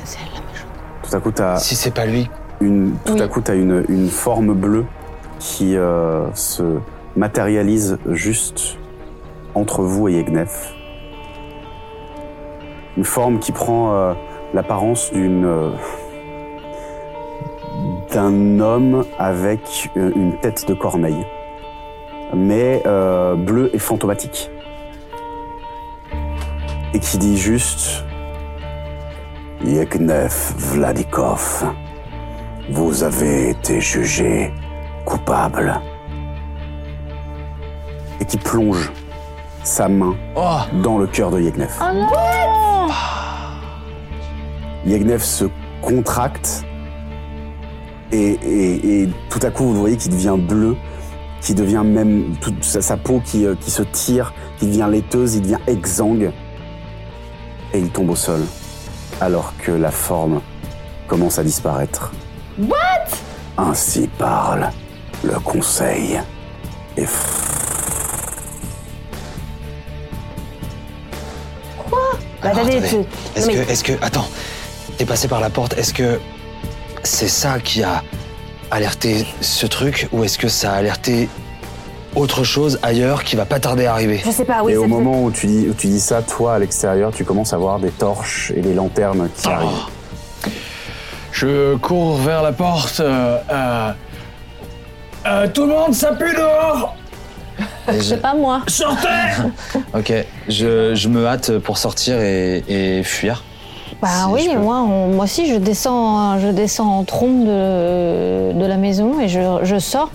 S1: tout à coup t'as
S5: Si c'est pas lui.
S1: une, tout à coup t'as une, une forme bleue qui euh, se matérialise juste entre vous et Yegnef. Une forme qui prend euh, l'apparence d'une euh, d'un homme avec euh, une tête de corneille, mais euh, bleue et fantomatique, et qui dit juste Yeknef Vladikov, vous avez été jugé coupable,
S5: Oh.
S1: et qui plonge sa main dans le cœur de Yeknef.
S2: Oh non
S1: Yagnef se contracte et, et- et tout à coup vous le voyez qu'il devient bleu, qui devient même toute sa, sa peau qui, euh, qui se tire, qui devient laiteuse, il devient exsangue et il tombe au sol alors que la forme commence à disparaître.
S3: What
S1: Ainsi parle le conseil. Et
S8: Bah,
S17: Alors,
S8: attendez,
S17: attendez.
S8: tu-
S17: Est-ce
S8: non, mais-
S17: que, est-ce que, attends, t'es passé par la porte. Est-ce que c'est ça qui a alerté ce truc, ou est-ce que ça a alerté autre chose ailleurs qui va pas tarder à arriver
S8: Je sais pas, oui,
S1: et au
S8: ça peut-
S1: moment où tu, dis, où tu dis ça, toi, à l'extérieur, tu commences à voir des torches et des lanternes qui arrivent.
S19: Je cours vers la porte. euh, euh, euh, tout le monde, ça pue dehors
S5: Et je-
S2: Pas moi.
S19: Sortez
S5: Ok, je, je me hâte pour sortir et, et fuir.
S2: Bah oui, moi, on- moi aussi, je descends, je descends en trompe de, de la maison et je, je sors.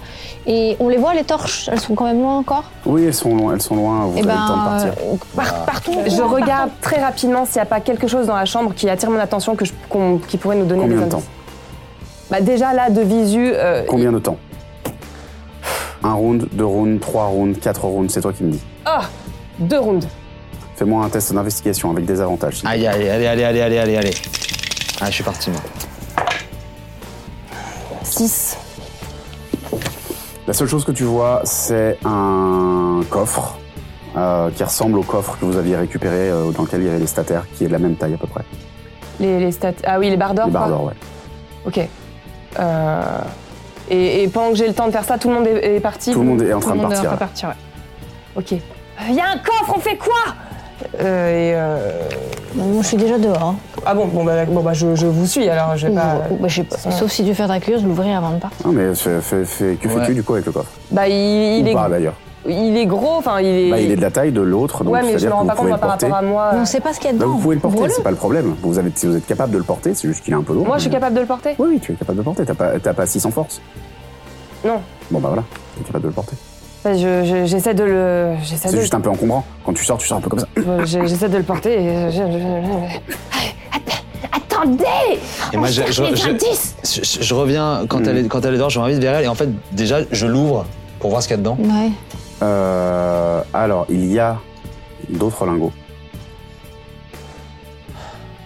S2: Et on les voit, les torches Elles sont quand même loin encore
S1: Oui, elles sont loin, elles sont loin. Vous
S2: Eh
S1: avez
S2: ben,
S1: le temps de partir.
S2: euh, par- partout.
S18: Je regarde très rapidement s'il n'y a pas quelque chose dans la chambre qui attire mon attention, que je- qu'on- qui pourrait nous donner
S1: Combien
S18: des
S1: de temps
S18: indices. Bah déjà là, de visu, euh,
S1: Combien de temps Un round, deux rounds, trois rounds, quatre rounds, c'est toi qui me dis.
S18: ah, deux rounds.
S1: Fais-moi un test d'investigation avec des avantages.
S5: Aïe, aïe, allez, allez, allez, allez, allez, allez. Ah, je suis parti, moi.
S18: 6.
S1: La seule chose que tu vois, c'est un coffre euh, qui ressemble au coffre que vous aviez récupéré, euh, dans lequel il y avait les stataires, qui est de la même taille à peu près.
S18: Les, les stats- Ah oui, les barres d'or.
S1: les barres
S18: quoi.
S1: d'or, ouais.
S18: Ok. Euh, Et, et pendant que j'ai le temps de faire ça, tout le monde est, est parti.
S1: Tout le monde est en train de
S18: monde
S1: partir, là.
S18: ouais.
S11: Bah,
S18: Ok. Il y a un coffre, on fait quoi Euh, et, euh,
S2: Moi, je suis déjà dehors. hein.
S18: Ah bon, bon bah, bon, bah, je, je vous suis alors, je vais pas.
S2: Bah, je sais pas. Sauf si tu veux faire ta curieuse, l'ouvrir avant de partir.
S1: Non, mais fais- fais- fais- que fais-tu du coup avec le coffre
S18: Bah, il, il
S1: Ou
S18: est,
S1: pas d'ailleurs
S18: il est gros, enfin, il est.
S1: Bah, il est de la taille de l'autre, donc
S18: ouais, mais je
S1: c'est-à-dire
S18: me
S1: que
S18: rends pas compte moi,
S1: vous pouvez le
S18: par
S1: porter.
S18: rapport à moi.
S2: On sait pas ce qu'il y a
S1: Bah,
S2: dedans.
S1: vous pouvez le porter, c'est pas le problème. Vous, avez, si vous êtes capable de le porter, c'est juste qu'il est un peu lourd.
S18: Moi, je suis capable de le porter
S1: Oui, oui, tu es capable de le porter. T'as pas, t'as pas 600 force
S18: Non.
S1: Bon, bah voilà, tu es capable de le porter.
S18: Enfin, je- je- J'essaie de le. J'essaie
S1: C'est
S18: de,
S1: juste un peu encombrant. Quand tu sors, tu sors un peu comme ça.
S18: je- J'essaie de le porter et. je- je- je-
S10: Attendez
S5: Et
S11: Oh,
S5: moi, je, je, je- je- je reviens quand, elle est, quand elle est dehors, je m'invite vers elle et en fait, déjà, je l'ouvre pour voir ce qu'il y a dedans.
S2: Ouais.
S1: Euh, alors, il y a d'autres lingots.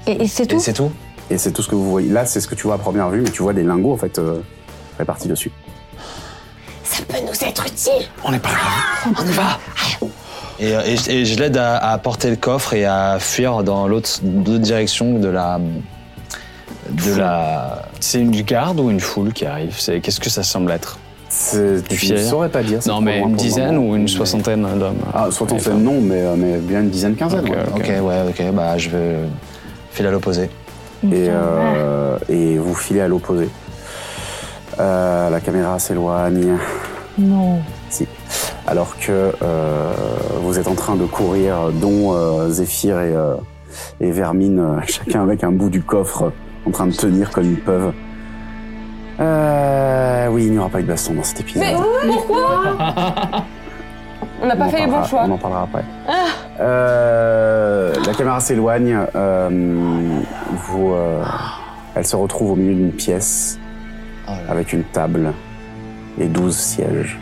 S2: Et, et c'est tout
S1: c'est tout Et c'est tout ce que vous voyez. Là, c'est ce que tu vois à première vue, mais tu vois des lingots, en fait, euh, répartis dessus.
S10: Ça peut nous être utile
S5: On est pas
S10: On y va
S5: Et, et je- et je l'aide à, à porter le coffre et à fuir dans l'autre l'autre direction de la. de la.
S4: C'est une garde ou une foule qui arrive C'est qu'est-ce que ça semble être
S1: C'est
S4: du
S1: je ne saurais pas dire, c'est
S4: Non,
S1: trop
S4: mais
S1: loin
S4: une
S1: pour le
S4: dizaine
S1: moment.
S4: ou une soixantaine d'hommes.
S1: Ah, soit on fait non, mais, euh, mais bien une dizaine, quinzaine.
S4: Ok,
S1: ouais.
S4: ok.
S5: Ok, ouais, ok, bah je vais filer à l'opposé.
S1: et, euh, et vous filez à l'opposé. Euh, la caméra s'éloigne.
S2: Non.
S1: Si. Alors que euh, vous êtes en train de courir, dont euh, Zéphyr et, euh, et Vermine, euh, chacun avec un bout du coffre, en train de tenir comme ils peuvent. Euh, oui, il n'y aura pas eu de baston dans cet épisode.
S18: Mais pourquoi On n'a
S1: On
S18: pas
S1: en
S18: fait les bons
S1: parlera-
S18: choix. Ah.
S1: On en parlera après. Euh, la caméra s'éloigne. euh, vous, euh, elle se retrouve au milieu d'une pièce avec une table et 12 sièges.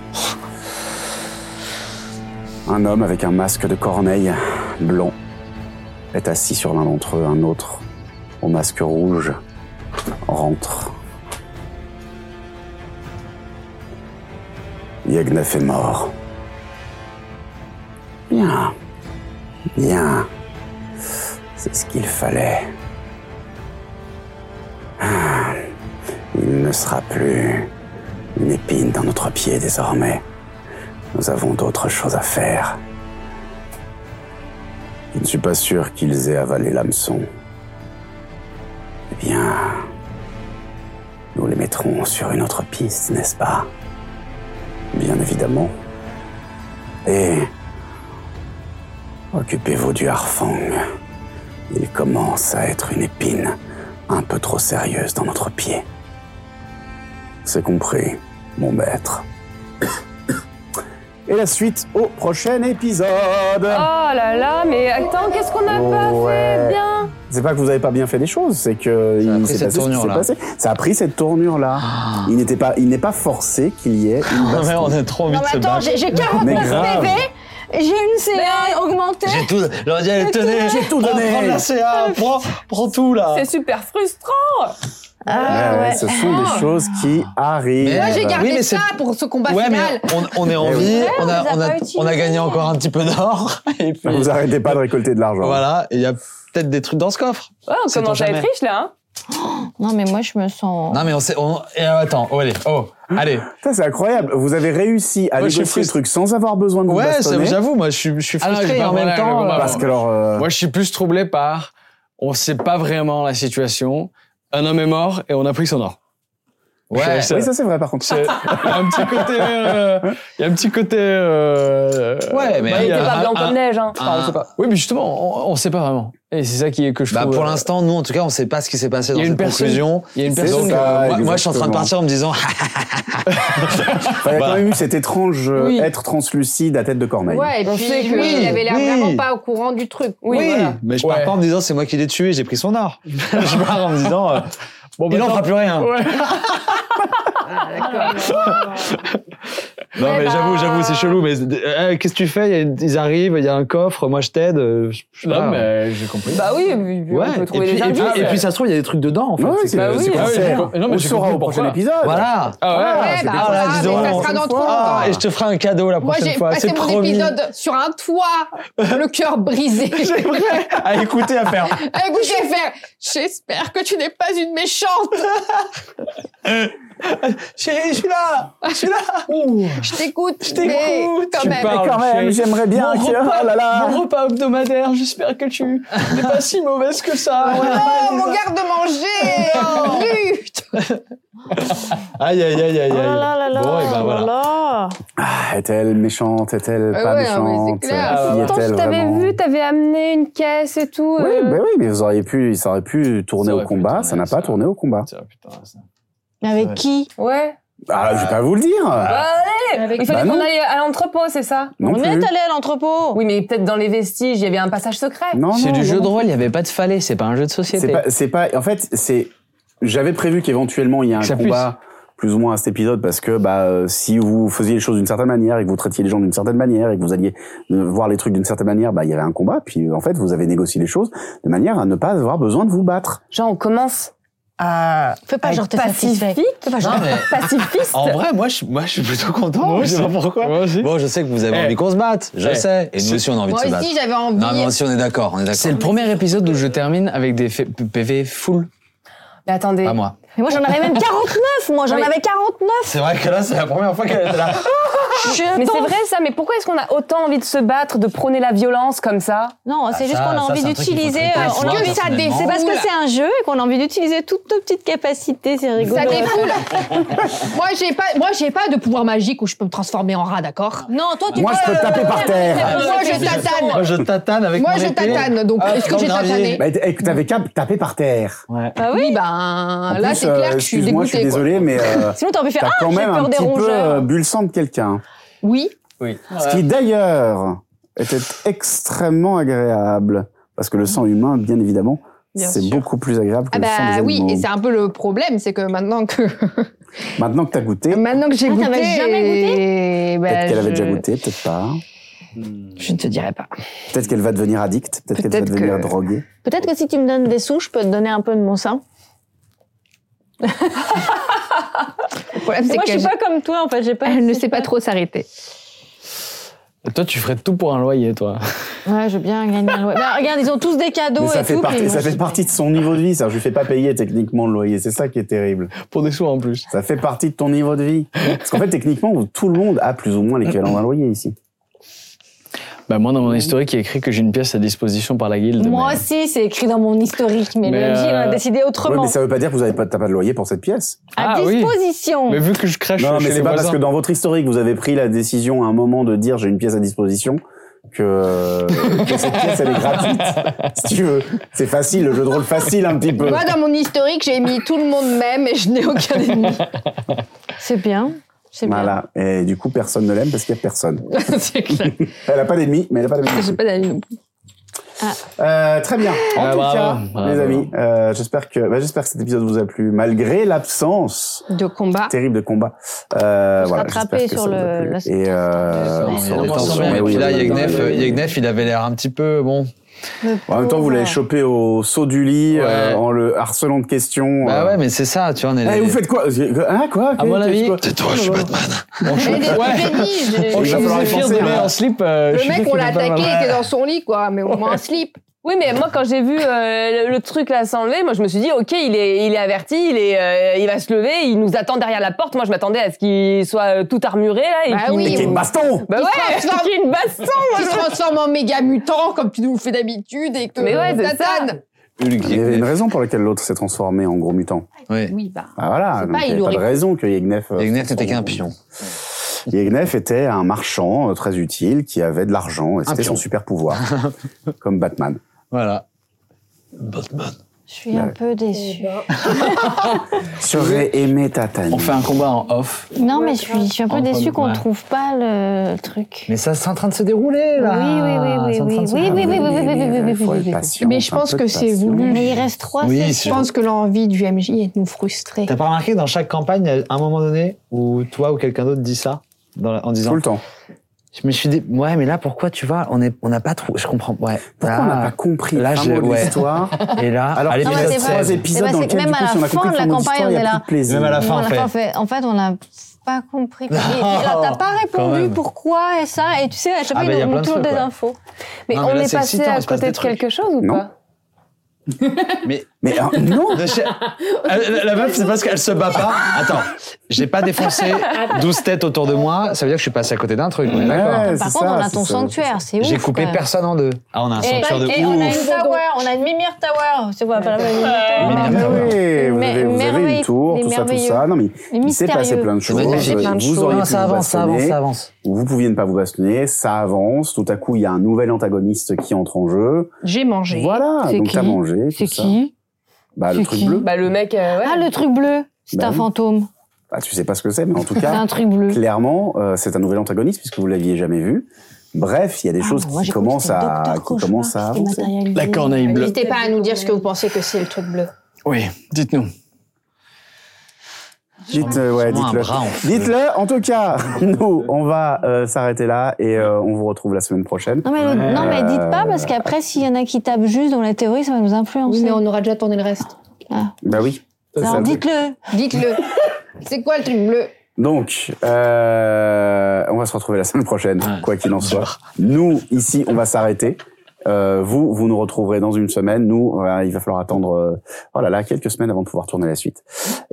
S1: Un homme avec un masque de corneille blanc est assis sur l'un d'entre eux. Un autre au masque rouge rentre. Yagnef est mort. Bien. Bien. C'est ce qu'il fallait. Ah. Il ne sera plus une épine dans notre pied désormais. Nous avons d'autres choses à faire. Je ne suis pas sûr qu'ils aient avalé l'hameçon. Eh bien, nous les mettrons sur une autre piste, n'est-ce pas Bien évidemment. Et Occupez-vous du Harfang. Il commence à être une épine un peu trop sérieuse dans notre pied. C'est compris, mon maître. et la suite au prochain épisode.
S8: Oh là là, mais attends, qu'est-ce qu'on n'a pas fait
S1: Ouais.
S8: bien
S1: C'est pas que vous avez pas bien fait les choses, c'est que il
S4: pris
S1: s'est passé
S4: cette
S1: ce qui s'est
S4: tournure-là.
S1: passé. Ça a pris cette tournure là.
S11: Ah.
S1: Il n'était pas, il n'est pas forcé qu'il y ait une
S5: mais
S1: baston.
S5: on a trop envie
S11: Non,
S5: de se
S11: mais attends,
S5: battre.
S11: j'ai j'ai
S1: Mais
S11: 49
S1: grave.
S11: PV, j'ai une CA augmentée.
S5: J'ai tout. J'aurais dit, allez, tenez,
S1: J'ai tout donné.
S5: Prends la CA, prends, prends tout là.
S8: C'est super frustrant
S1: Ouais, ouais, Ce sont des choses qui arrivent.
S11: Moi, j'ai gardé
S5: oui, mais
S11: ça pour ce combat
S5: Ouais, mais
S11: final.
S5: on, on est en
S1: Eh oui.
S5: vie,
S1: Ouais,
S5: on,
S11: on
S5: a,
S11: les a
S5: on, a,
S11: pas utilisés.
S5: on a gagné encore un petit peu d'or. Et puis,
S1: Vous arrêtez pas de récolter de l'argent.
S5: voilà, et il y a peut-être des trucs dans ce coffre.
S18: Oh,
S8: Ouais, on
S5: Sait-on
S8: commence à
S5: jamais.
S8: être riche là, hein
S11: Non, mais moi, je me sens.
S5: Non, mais on sait. On... et, euh, attends, oh, allez, oh, allez.
S1: Ça, c'est incroyable. Vous avez réussi à
S5: Moi, je suis
S1: négocier le
S5: frustré.
S1: truc sans avoir besoin de vous
S5: Ouais, ça,
S1: bastonner.
S5: j'avoue, moi, je suis, je suis
S4: Ah non,
S5: frustré
S4: j'ai
S5: et
S4: pas
S5: en
S4: mal
S5: même
S4: à la
S5: temps.
S4: gomme,
S5: euh,
S1: Parce que alors, euh,
S4: Moi, je suis plus troublé par on sait pas vraiment la situation. Un homme est mort et on a pris son or.
S5: Ouais.
S4: Je-
S1: oui, ça c'est vrai par contre.
S4: c'est- Il y a un petit côté. euh, Il y a un petit côté. euh,
S5: Ouais, mais-
S4: bah, il
S5: Mais
S4: y
S8: T'es
S4: a
S8: pas
S1: Ah,
S4: un-
S8: blanc comme
S4: un-
S8: neige, hein Enfin, on sait pas.
S4: Oui, mais justement, on, on sait pas vraiment. Et c'est ça qui est que je
S5: Bah,
S4: trouve.
S5: pour
S4: euh,
S5: l'instant, nous, en tout cas, on sait pas ce qui s'est passé
S4: Il y
S5: dans
S4: a une
S5: cette
S4: personne-
S5: conclusion. euh,
S4: il y a une
S1: C'est
S4: personne.
S1: ça,
S4: que-
S5: Moi, moi, je suis en train de
S1: exactement.
S5: partir en me disant,
S1: Enfin, il y a quand même eu cet étrange euh,
S8: Oui.
S1: être translucide à tête de Corneille.
S10: Ouais, et
S8: On
S10: puis
S8: sait que-
S10: lui, il avait l'air
S5: Oui.
S10: vraiment pas au courant du truc.
S8: Oui, voilà.
S5: mais je pars
S4: Ouais.
S5: pas en me disant, c'est moi qui l'ai tué, j'ai pris son or. je pars en me disant, euh,
S4: Bon, bah,
S5: il en
S4: non.
S5: fera plus rien.
S4: Ouais.
S10: Ah,
S5: Non, mais
S10: bah-
S5: j'avoue, j'avoue, c'est chelou, mais euh, qu'est-ce que tu fais Il y a une- Ils arrivent, il y a un coffre, moi je t'aide. euh, je- je sais
S4: Non,
S5: pas.
S4: mais j'ai compris.
S8: Bah oui, oui, oui,
S5: Ouais,
S8: on peut
S5: et
S8: trouver
S5: puis,
S8: des
S5: et,
S8: indices.
S5: puis, et puis ça se trouve, il y a des trucs dedans en fait.
S1: Ouais, ouais,
S5: C'est-
S1: c'est
S8: Bah oui.
S1: c'est
S8: Ah
S1: qu'on
S4: oui,
S1: sait.
S4: j'ai compris. Non, mais
S1: On
S4: j'ai
S1: saura
S4: compris
S1: au prochain
S4: pourquoi.
S1: épisode.
S5: Voilà
S4: Ah ouais.
S10: Ouais,
S1: c'est
S10: bah,
S1: bien.
S10: voilà,
S5: Ah, dis
S10: mais
S5: donc.
S10: ça sera dans trop
S5: Ah,
S10: longtemps.
S5: et je te ferai un cadeau la
S10: Moi,
S5: prochaine
S10: j'ai
S5: fois,
S10: passé
S5: c'est
S10: mon
S5: promis.
S10: épisode sur un toit, le cœur brisé.
S5: C'est vrai À écouter, à faire.
S10: Écoute, je vais faire. J'espère que tu n'es pas une méchante.
S5: Chérie, je suis là Je suis là
S10: Je t'écoute. Je
S5: t'écoute.
S10: Quand
S5: Tu
S10: même.
S5: parles.
S1: Mais quand
S4: Parle,
S1: même,
S4: chérie.
S1: j'aimerais bien
S4: Mon
S1: que.
S4: repas-
S1: Oh là là
S4: Mon repas hebdomadaire, j'espère que tu n'es pas si mauvaise que ça.
S10: Oh, mon
S2: hein.
S10: garde-manger Lutte
S5: Aïe, aïe, aïe, aïe, aïe. Bon, et ben
S2: oh là
S5: voilà.
S2: là.
S1: Ah, Est-elle méchante Est-elle
S10: Ah
S1: pas
S10: ouais, mais
S1: méchante
S10: c'est clair.
S1: Qui
S8: Pourtant,
S1: est-elle
S8: je t'avais
S1: vraiment
S8: vu, t'avais amené une caisse et tout.
S1: Oui,
S8: euh,
S1: bah oui, mais vous auriez pu, ça aurait pu tourner
S4: Ça
S1: au
S4: aurait pu
S1: combat,
S4: tourner,
S1: ça n'a
S4: ça.
S1: pas tourné au combat.
S4: Tiens, putain, ça-
S11: Avec qui
S8: Ouais.
S1: Ah, je vais pas vous le dire.
S8: Bah, allez Il fallait
S1: Bah,
S8: qu'on
S1: non.
S8: aille à l'entrepôt, c'est ça
S1: non
S11: On
S1: plus.
S11: est allé à l'entrepôt.
S8: Oui, mais peut-être dans les vestiges, il y avait un passage secret.
S1: Non,
S4: C'est
S1: non,
S4: du
S1: non,
S4: jeu
S1: non.
S4: de rôle, il n'y avait pas de falais, c'est pas un jeu de société.
S1: C'est pas, c'est pas. En fait, c'est. J'avais prévu qu'éventuellement il y a un
S4: Que ça
S1: combat plus ou moins à cet épisode parce que bah euh, si vous faisiez les choses d'une certaine manière et que vous traitiez les gens d'une certaine manière et que vous alliez euh, voir les trucs d'une certaine manière, bah il y avait un combat. Puis euh, en fait, vous avez négocié les choses de manière à ne pas avoir besoin de vous battre.
S8: Genre, on commence à.
S11: Fais pas
S8: à
S11: Ah, genre
S8: être
S11: t'es satisfait.
S8: pacifique. Fais pas genre
S5: Non, mais-
S8: pacifiste.
S5: En vrai, moi, je, suis- moi, je suis plutôt content.
S4: Moi
S5: je sais
S4: aussi.
S5: pas pourquoi.
S4: Moi aussi.
S5: Bon, je sais que vous avez
S4: Eh.
S5: envie qu'on se batte. Je
S4: Eh.
S5: sais. Et nous aussi, on a envie
S10: Moi
S5: de se battre.
S10: aussi, j'avais envie.
S5: Non, mais aussi, on est d'accord. On est d'accord.
S4: C'est le premier épisode où je termine avec des fa- PV full,
S8: Mais attendez.
S1: Ah,
S4: pas moi.
S2: Mais moi j'en avais même 49, moi j'en
S8: Oui.
S2: avais 49.
S5: C'est vrai que là, c'est la première fois qu'elle était là.
S8: Mais c'est vrai ça, mais pourquoi est-ce qu'on a autant envie de se battre, de prôner la violence comme ça
S2: Non, c'est
S5: Ah,
S2: juste
S5: ça,
S2: qu'on a
S5: ça,
S2: envie
S5: c'est un truc qu'il faut
S2: d'utiliser.
S5: traiter
S2: euh,
S5: avec
S2: on a
S5: soi,
S2: envie-
S5: personnellement.
S2: C'est parce que c'est un jeu et qu'on a envie d'utiliser toutes nos petites capacités, c'est rigolo.
S10: Ça défoule.
S1: Bah,
S10: moi, j'ai pas, moi, j'ai pas de pouvoir magique où je peux me transformer en rat, d'accord
S2: Non, toi tu
S1: Moi, je peux taper par terre.
S10: Moi, je tatane.
S5: Moi, je tatane avec
S10: Moi,
S5: mon
S10: je
S5: épée.
S10: tatane. Donc,
S5: Ah,
S10: est-ce que
S5: dans
S10: j'ai
S5: le gravier.
S10: tatané
S1: Bah, t- eh, t'avais qu'à taper par terre.
S2: Bah
S10: Oui,
S2: oui.
S10: ben
S1: En
S10: là,
S1: plus,
S10: c'est clair
S1: euh,
S10: que je suis
S1: excuse-moi, je suis
S10: dégoûtée. quoi.
S1: désolé, mais euh,
S2: Sinon t'as envie de faire
S1: t'as
S2: ah,
S1: quand
S2: j'ai
S1: même un
S2: peur des
S1: petit peu euh,
S2: rongeurs.
S1: bulle sang de quelqu'un.
S10: Oui.
S4: Oui.
S5: Ah,
S1: Ce qui d'ailleurs était extrêmement agréable, parce que le sang humain, bien évidemment,
S10: Bien
S1: c'est
S10: sûr.
S1: beaucoup plus agréable que
S10: Ah
S1: le sang des
S10: bah oui,
S1: animaux.
S10: et c'est un peu le problème, c'est que maintenant que
S1: Maintenant que t'as goûté,
S10: maintenant que j'ai
S2: Ah,
S10: goûté,
S2: t'avais jamais
S10: goûté
S11: bah,
S1: peut-être qu'elle avait déjà goûté, peut-être pas.
S4: Hmm.
S10: Je ne te dirai pas.
S1: Peut-être qu'elle va devenir addict, peut-être qu'elle va
S10: Peut-être
S1: devenir
S10: que-
S1: droguée.
S2: Peut-être que si tu me donnes des sous, je peux te donner un peu de mon sein.
S10: Le problème c'est
S2: Moi je
S10: qu'elle
S2: suis pas comme toi en fait, j'ai pas.
S10: elle ne sait pas trop s'arrêter.
S4: Toi, tu ferais tout pour un loyer, toi.
S2: Ouais, je veux bien gagner un loyer. Bah, regarde, ils ont tous des cadeaux
S1: Mais ça
S2: et
S1: fait,
S2: tout.
S1: partie,
S2: puis
S1: ça
S2: moi,
S1: fait
S2: je-
S1: partie de son niveau de vie, ça. Je lui fais pas payer techniquement le loyer, c'est ça qui est terrible.
S4: Pour des sous en plus.
S1: Ça fait partie de ton niveau de vie. Parce qu'en fait, techniquement, tout le monde a plus ou moins l'équivalent d'un loyer ici.
S4: Bah, moi, dans mon historique, il y a écrit que j'ai une pièce à disposition par la guilde.
S2: Moi
S4: mais-
S2: aussi, c'est écrit dans mon historique, mais,
S4: Mais,
S2: le MJ, il en a
S4: euh,
S2: décidé
S1: Ouais,
S2: autrement.
S1: mais ça veut pas dire que vous avez pas, t'as pas de loyer pour cette pièce.
S2: À
S4: Ah oui.
S2: disposition.
S4: Mais vu que je crache
S1: Non,
S4: chez
S1: mais
S4: les
S1: c'est pas
S4: voisins,
S1: parce que dans votre historique, vous avez pris la décision à un moment de dire j'ai une pièce à disposition que, euh, que cette pièce elle est gratuite. Si tu veux, c'est facile, le jeu de rôle facile un petit peu.
S10: Moi dans mon historique, j'ai mis tout le monde même et je n'ai aucun ennemi.
S2: C'est bien.
S11: C'est bien.
S1: Voilà. Et du coup, personne ne l'aime parce qu'il n'y a personne.
S11: C'est clair.
S1: Elle n'a pas d'ennemis, mais elle n'a pas d'ennemis.
S11: J'ai pas d'amis non plus.
S1: Euh, très bien. En
S11: Ah,
S1: tout
S11: bravo,
S1: cas,
S11: bravo.
S1: les amis, euh, j'espère que bah, j'espère que cet épisode vous a plu malgré l'absence
S11: De combat.
S1: terrible de combat. Euh,
S11: se
S1: voilà,
S11: rattraper
S1: j'espère que
S11: sur
S1: ça vous
S11: le-
S1: a plu.
S11: la-
S1: et euh,
S5: Il y a des
S1: on se
S5: tensions,
S1: retrouve.
S5: et puis là,
S1: Oui, oui, oui.
S5: Yegnef, Yegnef, il avait l'air un petit peu bon. Bah
S1: En même temps, vous l'avez chopé au saut du lit
S5: Ouais.
S1: euh, en le harcelant de questions.
S5: Bah
S1: euh.
S5: ouais, mais c'est ça, tu vois. On est
S1: Eh, vous faites quoi Ah quoi
S5: À mon avis,
S1: tais-toi, je suis Batman.
S5: On
S11: Mais des- j'ai dit, j'ai-
S4: On
S11: Il va
S4: chope
S11: falloir y
S4: Zéphyr
S11: penser,
S4: demain
S11: hein.
S4: en slip. euh, je
S11: Le
S4: suis
S11: mec,
S4: sûr
S11: on
S4: qu'il va
S11: l'a
S4: pas
S11: attaqué,
S4: mal.
S11: il était dans son lit, quoi, mais au moins un slip.
S18: Oui, mais moi, quand j'ai vu euh, le, le truc là s'enlever, moi, je me suis dit, ok, il est, il est averti, il, est, euh, il va se lever, il nous attend derrière la porte. Moi, je m'attendais à ce qu'il soit euh, tout armuré là. Et
S11: Bah
S18: qu'il-
S11: oui, Et qu'il y ait une oui. baston.
S18: Bah
S11: Il se
S18: ouais,
S11: transforme.
S18: qu'il y ait une baston moi,
S11: Qui
S18: je-
S11: se transforme en méga mutant, comme tu nous le fais d'habitude, et que
S18: Mais ouais, c'est
S11: Tatane.
S1: Il y avait une raison pour laquelle l'autre s'est transformé en gros mutant.
S11: Oui, bah.
S1: Ah voilà,
S11: C'est
S1: donc
S11: pas,
S1: il n'y
S11: il
S1: a pas de
S11: aurait-
S1: raison que Yegnef... Yegnef n'était qu'un
S5: pion.
S1: Yegnef était un marchand euh, très utile qui avait de l'argent et
S5: Un
S1: c'était
S5: pion.
S1: son super pouvoir, comme Batman.
S5: Voilà.
S1: Batman.
S2: Je suis un peu déçue.
S1: J'aurais aimé Tatane.
S4: On fait un combat en off.
S11: bah,
S2: Non, mais je suis, je suis un peu
S4: Antoine,
S2: déçue qu'on
S4: ouais.
S2: trouve pas le truc.
S5: Mais ça, c'est en train de se dérouler, là.
S2: Oui, oui, oui,
S5: C'est en
S2: oui,
S5: train de se
S2: oui, oui, oui, oui, oui,
S5: dérouler.
S2: oui, oui, oui, oui, oui, oui, oui.
S11: Mais je pense que c'est voulu.
S2: Mais il reste trois.
S5: Oui,
S11: c'est-
S5: c'est-
S11: je pense que l'envie du MJ est de nous frustrer.
S5: T'as pas remarqué que dans chaque campagne, il y a un moment donné où toi ou quelqu'un d'autre dit ça dans la- en disant.
S1: Tout le temps.
S5: Je me suis dit, ouais, mais là, pourquoi tu vois, on est, on n'a pas trop. Je comprends. Ouais.
S1: Pourquoi on n'a pas compris
S5: là,
S1: le fin
S5: j'ai-
S1: mot de
S5: ouais.
S1: l'histoire
S5: Et là,
S1: Alors,
S5: à
S1: qu'il y
S5: l'épisode
S1: a trois
S5: 16.
S1: épisodes
S2: Eh ben,
S1: dans
S2: c'est
S1: lesquels,
S2: que
S1: du
S2: même
S1: coup,
S2: à
S1: si on
S2: la
S1: a compris
S2: fin
S1: le
S2: de la
S1: fin mot
S2: campagne,
S1: d'histoire,
S2: on
S1: il y a
S2: est
S1: plus
S2: là.
S1: de plaisir.
S5: Même à la fin,
S2: on
S5: on
S2: l'a pas
S5: fait.
S2: fait. En fait, on n'a pas compris. Et alors, t'as pas
S5: Quand
S2: répondu
S5: même.
S2: pourquoi et ça. Et tu sais, à chaque
S5: Ah,
S2: fois,
S5: mais il y
S2: ils
S5: a
S2: nous
S5: plein de
S2: toujours
S5: trucs,
S2: des
S5: ouais.
S2: infos.
S18: Mais
S5: Non, mais
S18: on
S5: là,
S18: est
S5: c'est
S18: passé
S5: excitant,
S18: à
S5: il se passe
S18: côté
S5: des
S18: de
S5: trucs.
S18: quelque chose ou
S1: Non.
S18: pas
S5: Mais,
S1: mais euh, non
S5: De chez- Elle- La, la meuf, c'est parce qu'elle se bat pas. Attends, j'ai pas défoncé 12 têtes autour de moi, ça veut dire que je suis passé à côté d'un truc, on est d'accord
S2: Par contre, on a ton sanctuaire, c'est ouf.
S5: J'ai coupé
S2: quand même.
S5: personne en deux. Ah, on a un
S2: Et,
S5: sanctuaire de
S2: et on a une
S5: ouf
S2: tower, on a une Mimir Tower. C'est quoi, pas la même
S1: Ah,
S2: Mimir
S1: mais
S2: Tower.
S1: oui, vous avez, vous avez une
S2: merveilleux-
S1: tour,
S2: des
S1: tout ça, tout
S2: merveilleux.
S1: ça. Non, mais
S2: Des
S1: il s'est passé
S2: mystérieux.
S1: plein de choses.
S5: Il s'est passé plein de
S1: vous
S5: choses.
S1: auriez
S5: Non,
S1: pu
S5: ça
S1: vous
S5: avance, ça avance,
S1: bastonner.
S5: ça avance.
S1: Vous pouviez ne pas vous bastonner, ça avance. Tout à coup, il y a un nouvel antagoniste qui entre en jeu.
S11: J'ai mangé.
S1: Voilà,
S2: C'est
S1: donc t'as
S2: qui
S1: mangé.
S2: C'est
S1: tout ça.
S2: qui
S1: Bah, le
S2: C'est
S1: truc
S2: qui
S1: bleu.
S18: Bah, le mec, euh, ouais.
S2: Ah, le truc bleu, c'est
S1: Bah
S2: un
S1: oui.
S2: fantôme.
S1: Bah, tu sais pas ce que c'est, mais en tout
S2: C'est
S1: cas,
S2: un truc bleu.
S1: clairement, euh, c'est un nouvel antagoniste puisque vous l'aviez jamais vu. Bref, il y a des
S2: Ah,
S1: choses qui commencent à, qui commencent à avancer.
S4: La corneille bleue.
S11: N'hésitez pas à nous dire ce que vous pensez que c'est le truc bleu.
S4: Oui, dites-nous.
S1: Dites, euh, ouais,
S4: Sûrement un
S1: dites-le.
S4: bras en feu.
S1: Dites-le. En tout cas, nous, on va euh, s'arrêter là et euh, on vous retrouve la semaine prochaine.
S2: Non mais, le- non, mais dites pas, parce qu'après, s'il y en a qui tapent juste dans la théorie, ça va nous influencer.
S11: Oui, mais on aura déjà tourné le reste.
S1: Bah oui. C'est ça
S2: Alors
S1: le truc.
S2: dites-le.
S11: Dites-le. c'est quoi le truc bleu
S1: Donc, euh, on va se retrouver la semaine prochaine, quoi qu'il en soit. Nous, ici, on va s'arrêter. Euh, vous, vous nous retrouverez dans une semaine. Nous, euh, il va falloir attendre, euh, oh là là, quelques semaines avant de pouvoir tourner la suite.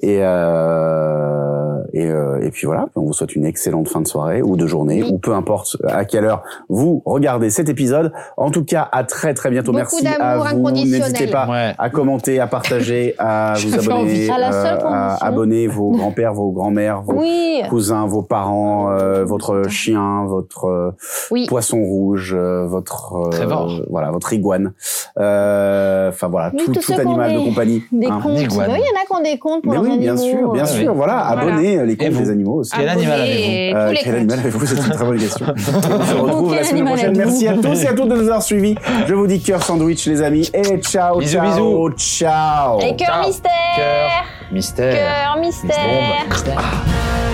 S1: Et euh, et, euh, et puis voilà. On vous souhaite une excellente fin de soirée ou de journée ou peu importe à quelle heure vous regardez cet épisode. En tout cas, à très très bientôt.
S11: Beaucoup
S1: Merci à
S11: d'amour
S1: vous.
S11: inconditionnel.
S1: N'hésitez pas à commenter, à partager, à vous
S11: J'avais
S1: abonner, euh,
S11: envie. À la seule
S1: à
S11: condition.
S1: abonner vos grands-pères, vos grands-mères, vos
S2: Oui.
S1: cousins, vos parents, euh, votre chien, votre euh,
S2: Oui.
S1: poisson rouge, euh, votre euh,
S4: Trevor.
S1: voilà, votre iguane. Euh, Enfin voilà,
S2: Oui,
S1: tout,
S2: tous
S1: tout
S2: ceux qui ont
S1: animal
S2: des-
S1: de compagnie.
S2: Des
S1: hein.
S2: comptes. Oui, il y en a qui ont des comptes pour
S1: Mais
S2: leurs
S1: oui, bien
S2: animaux,
S1: sûr, bien
S2: euh,
S1: sûr. Voilà,
S2: Voilà.
S1: abonnez euh, les comptes des animaux aussi.
S5: Quel animal avez-vous
S1: Euh,
S5: Tous les
S1: Quel
S5: comptes.
S1: animal avez-vous C'est une très bonne question. On se
S5: Bon,
S1: retrouve
S5: quel
S1: la semaine
S5: animal
S1: prochaine.
S5: êtes-vous
S1: Merci à tous et à toutes de nous avoir suivis. Je vous dis cœur sandwich, les amis. Et ciao,
S5: Bisous,
S1: ciao, ciao.
S10: Et cœur mystère
S5: Mystère.
S10: Cœur mystère